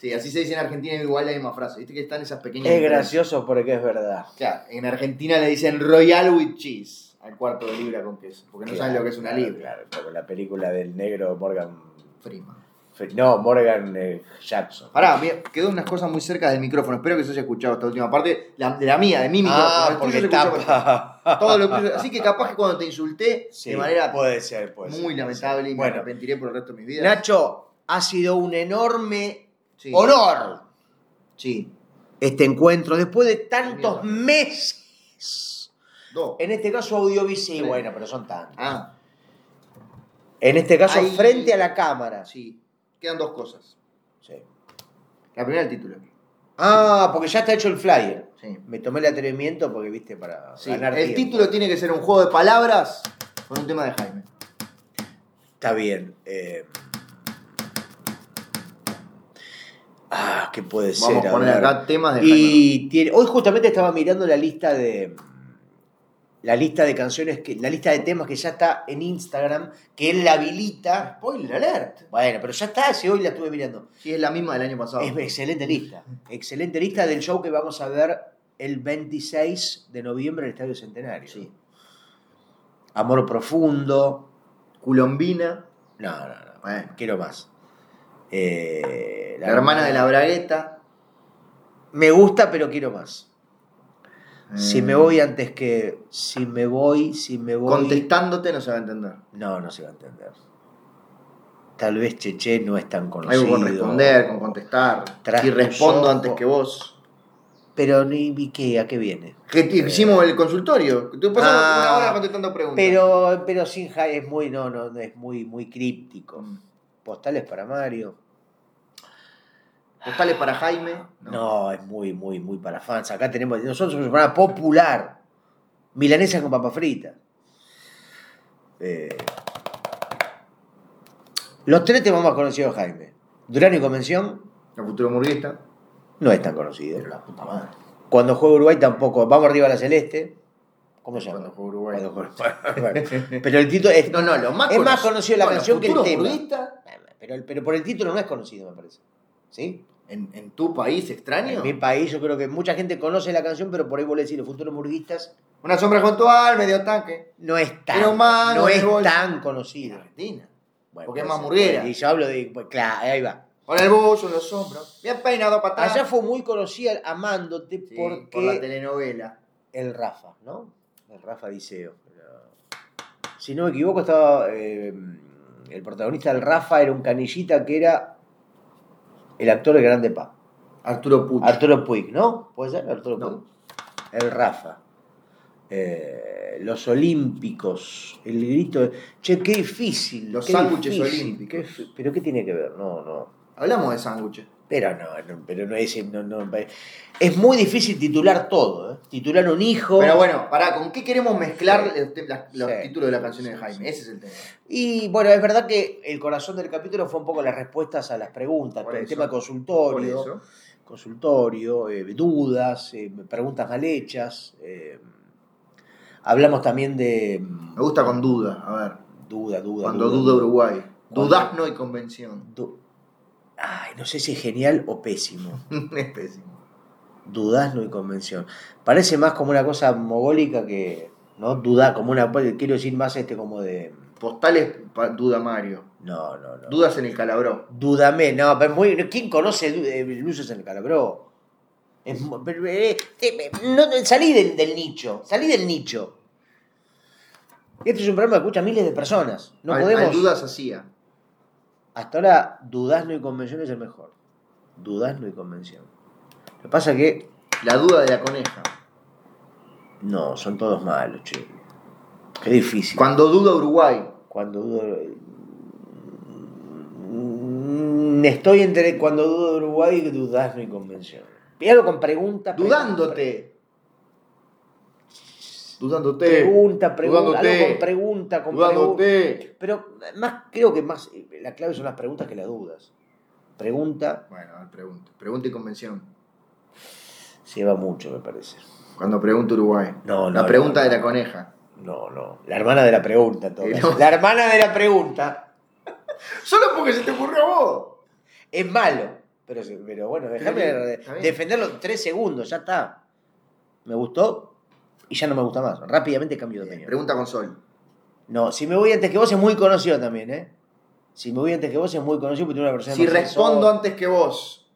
Speaker 1: Sí, así se dice en Argentina igual la misma frase. Viste que están esas pequeñas.
Speaker 2: Es gracioso porque es verdad.
Speaker 1: O sea, en Argentina le dicen Royal with Cheese al cuarto de libra con queso. Porque no saben
Speaker 2: Claro,
Speaker 1: lo que es una
Speaker 2: claro,
Speaker 1: libra.
Speaker 2: Claro, como la película del negro Morgan...
Speaker 1: Prima.
Speaker 2: No, Morgan eh, Jackson.
Speaker 1: Pará, mira, quedó unas cosas muy cerca del micrófono. Espero que se haya escuchado esta última parte. La, de la mía, de mi micrófono.
Speaker 2: Ah,
Speaker 1: El tuyo
Speaker 2: porque
Speaker 1: se escuchó perfecto.
Speaker 2: tapa.
Speaker 1: Todo lo tuyo. Así que capaz que cuando te insulté
Speaker 2: <laughs> Sí,
Speaker 1: de manera
Speaker 2: puede ser, puede ser,
Speaker 1: muy
Speaker 2: puede
Speaker 1: lamentable
Speaker 2: ser.
Speaker 1: y me
Speaker 2: Bueno,
Speaker 1: arrepentiré por el resto de mi vida.
Speaker 2: Nacho, ha sido un enorme
Speaker 1: Sí.
Speaker 2: honor
Speaker 1: Sí.
Speaker 2: este encuentro después de tantos meses.
Speaker 1: Dos.
Speaker 2: En este caso audiovisual.
Speaker 1: Sí.
Speaker 2: Bueno, pero son tantos.
Speaker 1: Ah,
Speaker 2: En este caso
Speaker 1: Ahí-
Speaker 2: frente a la cámara.
Speaker 1: sí. Quedan dos cosas.
Speaker 2: Sí.
Speaker 1: La primera, el título.
Speaker 2: Ah, porque ya está hecho el flyer.
Speaker 1: Sí.
Speaker 2: Me tomé el atrevimiento porque viste para
Speaker 1: Sí,
Speaker 2: ganar
Speaker 1: el
Speaker 2: tiempo.
Speaker 1: título tiene que ser un juego de palabras con un tema de Jaime.
Speaker 2: Está bien. eh. Ah, ¿qué puede ser?
Speaker 1: Vamos a poner
Speaker 2: ver.
Speaker 1: acá temas de Jaime.
Speaker 2: Y tiene- hoy justamente estaba mirando la lista de la lista de canciones que la lista de temas que ya está en Instagram que él la habilita.
Speaker 1: Spoiler alert.
Speaker 2: Bueno, pero ya está, si hoy la estuve mirando.
Speaker 1: Sí, es la misma del año pasado.
Speaker 2: Es excelente lista. Excelente lista del show que vamos a ver el 26 de noviembre en el Estadio Centenario.
Speaker 1: Sí.
Speaker 2: Amor profundo.
Speaker 1: Culombina,
Speaker 2: No, no, no.
Speaker 1: bueno,
Speaker 2: Quiero más. Eh,
Speaker 1: la hermana de la bragueta.
Speaker 2: Me gusta, pero quiero más. Si
Speaker 1: Eh,
Speaker 2: me voy antes que. Si me voy, si me voy.
Speaker 1: Contestándote no se va a entender.
Speaker 2: No, no se va a entender. Tal vez Cheche no es tan conocido.
Speaker 1: Algo con responder, con contestar.
Speaker 2: Tras
Speaker 1: si
Speaker 2: tus
Speaker 1: respondo
Speaker 2: ojos.
Speaker 1: antes que vos.
Speaker 2: Pero ni vi qué, a qué viene.
Speaker 1: Que t- hicimos el consultorio. Tú pasamos
Speaker 2: Eh. Ah,
Speaker 1: una hora contestando preguntas.
Speaker 2: Pero, pero Sinja es muy, no, no, no, es muy, muy críptico. Postales para Mario.
Speaker 1: Postales para Jaime.
Speaker 2: No. es muy, muy, muy para fans. Acá tenemos, nosotros somos un programa popular. Milanesa con papa frita. Eh, los tres temas más conocidos, de Jaime. Durán y Convención
Speaker 1: La futuro murguista.
Speaker 2: no es tan conocido.
Speaker 1: Pero la puta madre.
Speaker 2: Cuando juega Uruguay tampoco. Vamos arriba a la Celeste. ¿Cómo se llama?
Speaker 1: Cuando juega Uruguay.
Speaker 2: Cuando
Speaker 1: <laughs>
Speaker 2: juega- Bueno, <laughs> pero el título es,
Speaker 1: No, no, lo más
Speaker 2: es
Speaker 1: conoc-
Speaker 2: más conocido la
Speaker 1: Bueno,
Speaker 2: canción que el
Speaker 1: futuro
Speaker 2: tema.
Speaker 1: murguista
Speaker 2: Pero, el- pero por el título no es conocido, me parece. ¿Sí?
Speaker 1: en, en tu país extraño.
Speaker 2: En mi país yo creo que mucha gente conoce la canción, pero por ahí vos le decís los futuros murguistas
Speaker 1: Una sombra junto al medio tanque.
Speaker 2: no es tan,
Speaker 1: Pero humano,
Speaker 2: no
Speaker 1: de
Speaker 2: es
Speaker 1: bolsa.
Speaker 2: tan conocido.
Speaker 1: Argentina.
Speaker 2: Bueno,
Speaker 1: Porque es
Speaker 2: puede
Speaker 1: más
Speaker 2: ser,
Speaker 1: murguera.
Speaker 2: Y yo hablo de... pues, claro, ahí va.
Speaker 1: Con el bolso en los hombros. Bien peinado para atrás.
Speaker 2: Allá fue muy conocida Amándote
Speaker 1: Ah. Sí,
Speaker 2: porque
Speaker 1: por la telenovela.
Speaker 2: el Rafa, ¿no? El Rafa Diceo. Si no me equivoco, estaba. eh, el protagonista del Rafa era un canillita que era el actor de Grande Pa.
Speaker 1: Arturo Pucho.
Speaker 2: Arturo Puig, ¿no? ¿Puede ser? Arturo
Speaker 1: No.
Speaker 2: Puig. El Rafa. Eh, los Olímpicos. El grito. de- Che, qué difícil.
Speaker 1: Los
Speaker 2: qué
Speaker 1: sándwiches
Speaker 2: difícil,
Speaker 1: olímpicos.
Speaker 2: qué fi- pero ¿qué tiene que ver? No, no.
Speaker 1: Hablamos de sándwiches.
Speaker 2: Pero no, no, pero no es. no, no. es muy difícil titular todo, ¿eh? Titular un hijo.
Speaker 1: Pero bueno, pará, ¿con qué queremos mezclar
Speaker 2: Sí.
Speaker 1: los te- las- los
Speaker 2: Sí.
Speaker 1: títulos de las canciones de
Speaker 2: Sí,
Speaker 1: Jaime?
Speaker 2: sí.
Speaker 1: Ese es el tema.
Speaker 2: Y bueno, es verdad que el corazón del capítulo fue un poco las respuestas a las preguntas,
Speaker 1: Por
Speaker 2: con el
Speaker 1: eso.
Speaker 2: tema
Speaker 1: Por
Speaker 2: consultorio,
Speaker 1: eso.
Speaker 2: consultorio, eh, dudas, eh, preguntas mal hechas. eh, hablamos también de mm,
Speaker 1: Me gusta con duda, a ver.
Speaker 2: duda, duda.
Speaker 1: Cuando duda Uruguay.
Speaker 2: Cuando-
Speaker 1: Dudazno y convención. <laughs>
Speaker 2: Du- Ay, no sé si es genial o pésimo.
Speaker 1: es pésimo.
Speaker 2: Dudazno y convención. Parece más como una cosa mogólica que, ¿no? Duda, como una, quiero decir más este como de...
Speaker 1: Postales pa- duda Mario.
Speaker 2: No, no, no.
Speaker 1: Dudas en el calabró.
Speaker 2: Dúdame, no, pero muy, ¿quién conoce du- eh, Luces en el Calabró? Es mu- pero, eh, eh, no, no, salí del, del nicho, salí del nicho. Este es un programa que escucha miles de personas. No
Speaker 1: Al-
Speaker 2: podemos.
Speaker 1: al dudas hacía.
Speaker 2: Hasta ahora, Dudazno y Convención es el mejor. Dudazno y Convención. Lo que pasa que.
Speaker 1: La duda de la coneja.
Speaker 2: No, son todos malos, che. Qué difícil.
Speaker 1: Cuando duda Uruguay.
Speaker 2: Cuando dudo. Mm, Estoy entre cuando dudo de Uruguay y dudas mi convención. Pídalo con preguntas.
Speaker 1: Dudándote. Dudándote.
Speaker 2: Pregunta, pregunta.
Speaker 1: Dudándote.
Speaker 2: Algo con pregunta, con pregunta.
Speaker 1: Dudándote.
Speaker 2: Pero más, creo que más. La clave son las preguntas que las dudas. Pregunta
Speaker 1: Bueno, a ver, pregunta. Pregunta y convención.
Speaker 2: se va mucho, me parece.
Speaker 1: Cuando pregunta Uruguay.
Speaker 2: No, no,
Speaker 1: La pregunta
Speaker 2: no.
Speaker 1: de la coneja.
Speaker 2: No, no. La hermana de la pregunta,
Speaker 1: <laughs>
Speaker 2: entonces.
Speaker 1: No.
Speaker 2: La hermana de la pregunta
Speaker 1: Solo porque se te ocurrió a vos.
Speaker 2: es malo. Pero, se- pero bueno, déjame
Speaker 1: Está bien, está bien.
Speaker 2: defenderlo tres segundos, ya está. Me gustó y ya no me gusta más. Rápidamente cambio de opinión.
Speaker 1: Pregunta con Sol.
Speaker 2: No, si me voy antes que vos es muy conocido también, ¿eh? Si me voy antes que vos es muy conocido porque tiene una persona.
Speaker 1: Si
Speaker 2: más
Speaker 1: respondo
Speaker 2: sensual.
Speaker 1: antes que vos.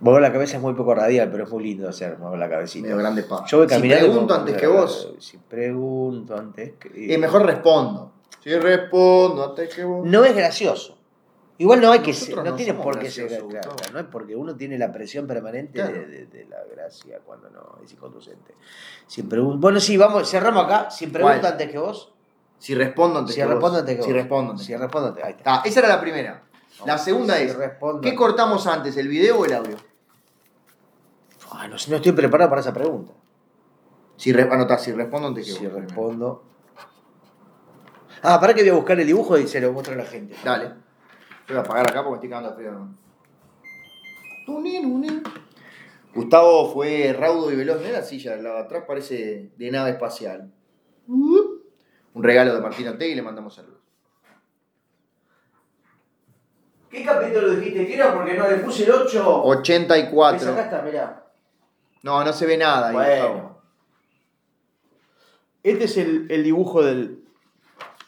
Speaker 2: Mover la cabeza es muy poco radial, pero es muy lindo hacer mover la cabecita.
Speaker 1: Medio grande pa.
Speaker 2: Yo voy caminando.
Speaker 1: Si pregunto
Speaker 2: con-
Speaker 1: antes que vos.
Speaker 2: Si pregunto antes que.
Speaker 1: Y mejor respondo. Si respondo antes que vos.
Speaker 2: No es gracioso. Igual no hay que ser,
Speaker 1: Nosotros
Speaker 2: no,
Speaker 1: no
Speaker 2: tiene
Speaker 1: somos
Speaker 2: por qué ser
Speaker 1: graciosos,
Speaker 2: claro,
Speaker 1: Gustavo.
Speaker 2: no es porque uno tiene la presión permanente de,
Speaker 1: Claro.
Speaker 2: de- de la gracia cuando no es inconducente. Sin pregun- bueno, sí, vamos, cerramos acá. Sin pregunta
Speaker 1: ¿Cuál?
Speaker 2: antes que vos.
Speaker 1: Si respondo antes
Speaker 2: Si
Speaker 1: que
Speaker 2: respondo
Speaker 1: vos.
Speaker 2: antes que vos.
Speaker 1: Si respondo antes.
Speaker 2: Si respondo antes- ahí está.
Speaker 1: Ah, esa era la primera. La segunda
Speaker 2: Si
Speaker 1: es,
Speaker 2: respondo
Speaker 1: ¿qué
Speaker 2: antes-
Speaker 1: cortamos antes, el video o el audio?
Speaker 2: Ah, no, sé, no estoy preparado para esa pregunta.
Speaker 1: Si re- anotá, si respondo antes que
Speaker 2: Si
Speaker 1: vos. primero.
Speaker 2: respondo. Ah, para que voy a buscar el dibujo y se lo muestro a la gente.
Speaker 1: Dale. Yo voy a apagar acá porque me estoy cagando de frío. ¿no? Tunin, tunin. Gustavo fue raudo y veloz en la silla. La de atrás parece de nave espacial.
Speaker 2: Uh-huh.
Speaker 1: Un regalo de Martín Ortega y le mandamos saludos.
Speaker 2: ¿Qué capítulo dijiste que era? Porque no le puse el 8.
Speaker 1: 84.
Speaker 2: está, mirá.
Speaker 1: No, no se ve nada ahí,
Speaker 2: Bueno.
Speaker 1: Gustavo.
Speaker 2: Este es el, el dibujo del.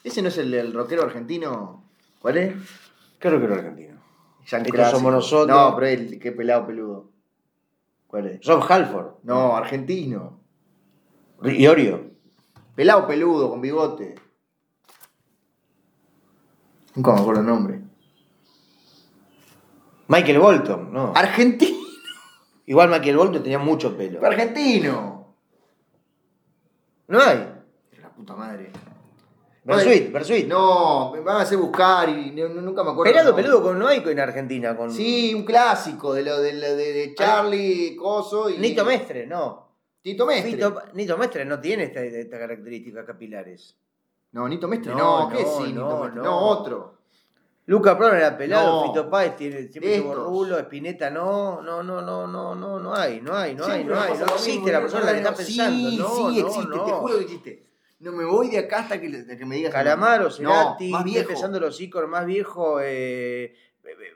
Speaker 1: ¿Ese no es el, del rockero argentino? ¿Cuál es?
Speaker 2: Claro que era argentino.
Speaker 1: Jean
Speaker 2: Estos
Speaker 1: Clásico.
Speaker 2: somos nosotros.
Speaker 1: No, pero el qué pelado peludo. ¿Cuál es?
Speaker 2: Rob Halford.
Speaker 1: No, argentino.
Speaker 2: Y Orio.
Speaker 1: Pelado peludo, con bigote. Nunca me acuerdo el nombre.
Speaker 2: Michael Bolton, no.
Speaker 1: Argentino. <laughs>
Speaker 2: Igual Michael Bolton tenía mucho pelo.
Speaker 1: Argentino.
Speaker 2: No hay.
Speaker 1: La puta madre.
Speaker 2: Bersuit, Bersuit.
Speaker 1: No, me van a hacer buscar y no- no- nunca me acuerdo.
Speaker 2: Pelado,
Speaker 1: el nombre.
Speaker 2: peludo con, no hay en Argentina. Con
Speaker 1: Sí, un clásico de lo de, lo- de- de Charlie Coso y.
Speaker 2: Nito Mestre, no.
Speaker 1: Tito Mestre.
Speaker 2: Nito, Nito Mestre no tiene esta- estas características capilares.
Speaker 1: No, Nito Mestre, no,
Speaker 2: No,
Speaker 1: ¿qué
Speaker 2: no,
Speaker 1: sí, Nito
Speaker 2: no,
Speaker 1: Mestre?
Speaker 2: no.
Speaker 1: No, otro.
Speaker 2: Luca Prodan era pelado,
Speaker 1: No.
Speaker 2: Fito Páez tiene, siempre
Speaker 1: De
Speaker 2: tuvo
Speaker 1: estos.
Speaker 2: rulo, Espineta no, no, no, no, no, no, no hay, no hay, no hay,
Speaker 1: Siempre
Speaker 2: no
Speaker 1: me
Speaker 2: hay,
Speaker 1: pasa
Speaker 2: no
Speaker 1: lo
Speaker 2: existe
Speaker 1: mismo,
Speaker 2: la
Speaker 1: no,
Speaker 2: persona que
Speaker 1: no,
Speaker 2: está pensando.
Speaker 1: Sí,
Speaker 2: no,
Speaker 1: sí,
Speaker 2: no,
Speaker 1: existe,
Speaker 2: no.
Speaker 1: te juro que existe. No me voy de acá hasta que, hasta que me digas.
Speaker 2: Calamaro,
Speaker 1: No,
Speaker 2: Cerati,
Speaker 1: más
Speaker 2: estoy
Speaker 1: viejo.
Speaker 2: pensando los íconos más viejos, eh,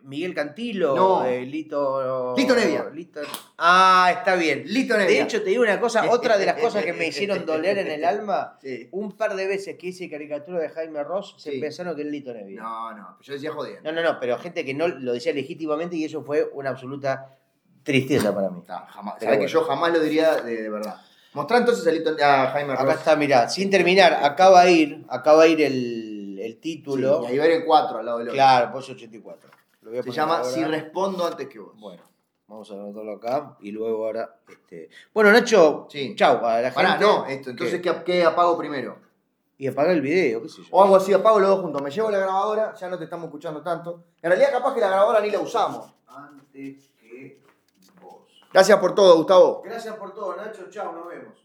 Speaker 2: Miguel Cantilo,
Speaker 1: No.
Speaker 2: eh, Lito...
Speaker 1: Lito Nevia.
Speaker 2: Lito- Ah, está bien.
Speaker 1: Lito Nevia.
Speaker 2: De hecho, te digo
Speaker 1: <laughs>
Speaker 2: una cosa, otra de las cosas que me hicieron doler en el alma,
Speaker 1: Sí.
Speaker 2: un par de veces que hice caricatura de Jaime Ross, se
Speaker 1: Sí.
Speaker 2: pensaron que era Lito Nevia.
Speaker 1: No, no, pues yo decía jodiendo.
Speaker 2: No, no, no, pero gente que no lo decía legítimamente y eso fue una absoluta tristeza para mí.
Speaker 1: Está, jamás,
Speaker 2: Pero
Speaker 1: sabés que
Speaker 2: bueno.
Speaker 1: yo jamás lo diría de, de verdad. Mostrá entonces a, Lito- a Jaime
Speaker 2: Acá
Speaker 1: Ross.
Speaker 2: está, mirá, sin terminar, acaba de ir, acaba de ir el, el
Speaker 1: Sí,
Speaker 2: título.
Speaker 1: y ahí va el 4 al lado del otro.
Speaker 2: claro, pues Pollo 84. Lo voy a
Speaker 1: Se
Speaker 2: poner
Speaker 1: llama
Speaker 2: ahora.
Speaker 1: Si respondo antes que vos.
Speaker 2: Bueno, vamos a anotarlo acá y luego ahora. este, Bueno, Nacho,
Speaker 1: Sí.
Speaker 2: chau a la
Speaker 1: Pará,
Speaker 2: gente.
Speaker 1: no, esto. Entonces,
Speaker 2: ¿Qué?
Speaker 1: ¿qué, qué apago primero?
Speaker 2: Y apaga el video, qué sé yo.
Speaker 1: O algo así, apago los dos juntos. Me llevo la grabadora, ya no te estamos escuchando tanto. En realidad, capaz que la grabadora ni la usamos.
Speaker 2: Antes que vos.
Speaker 1: Gracias por todo, Gustavo.
Speaker 2: Gracias por todo, Nacho. Chau, nos vemos.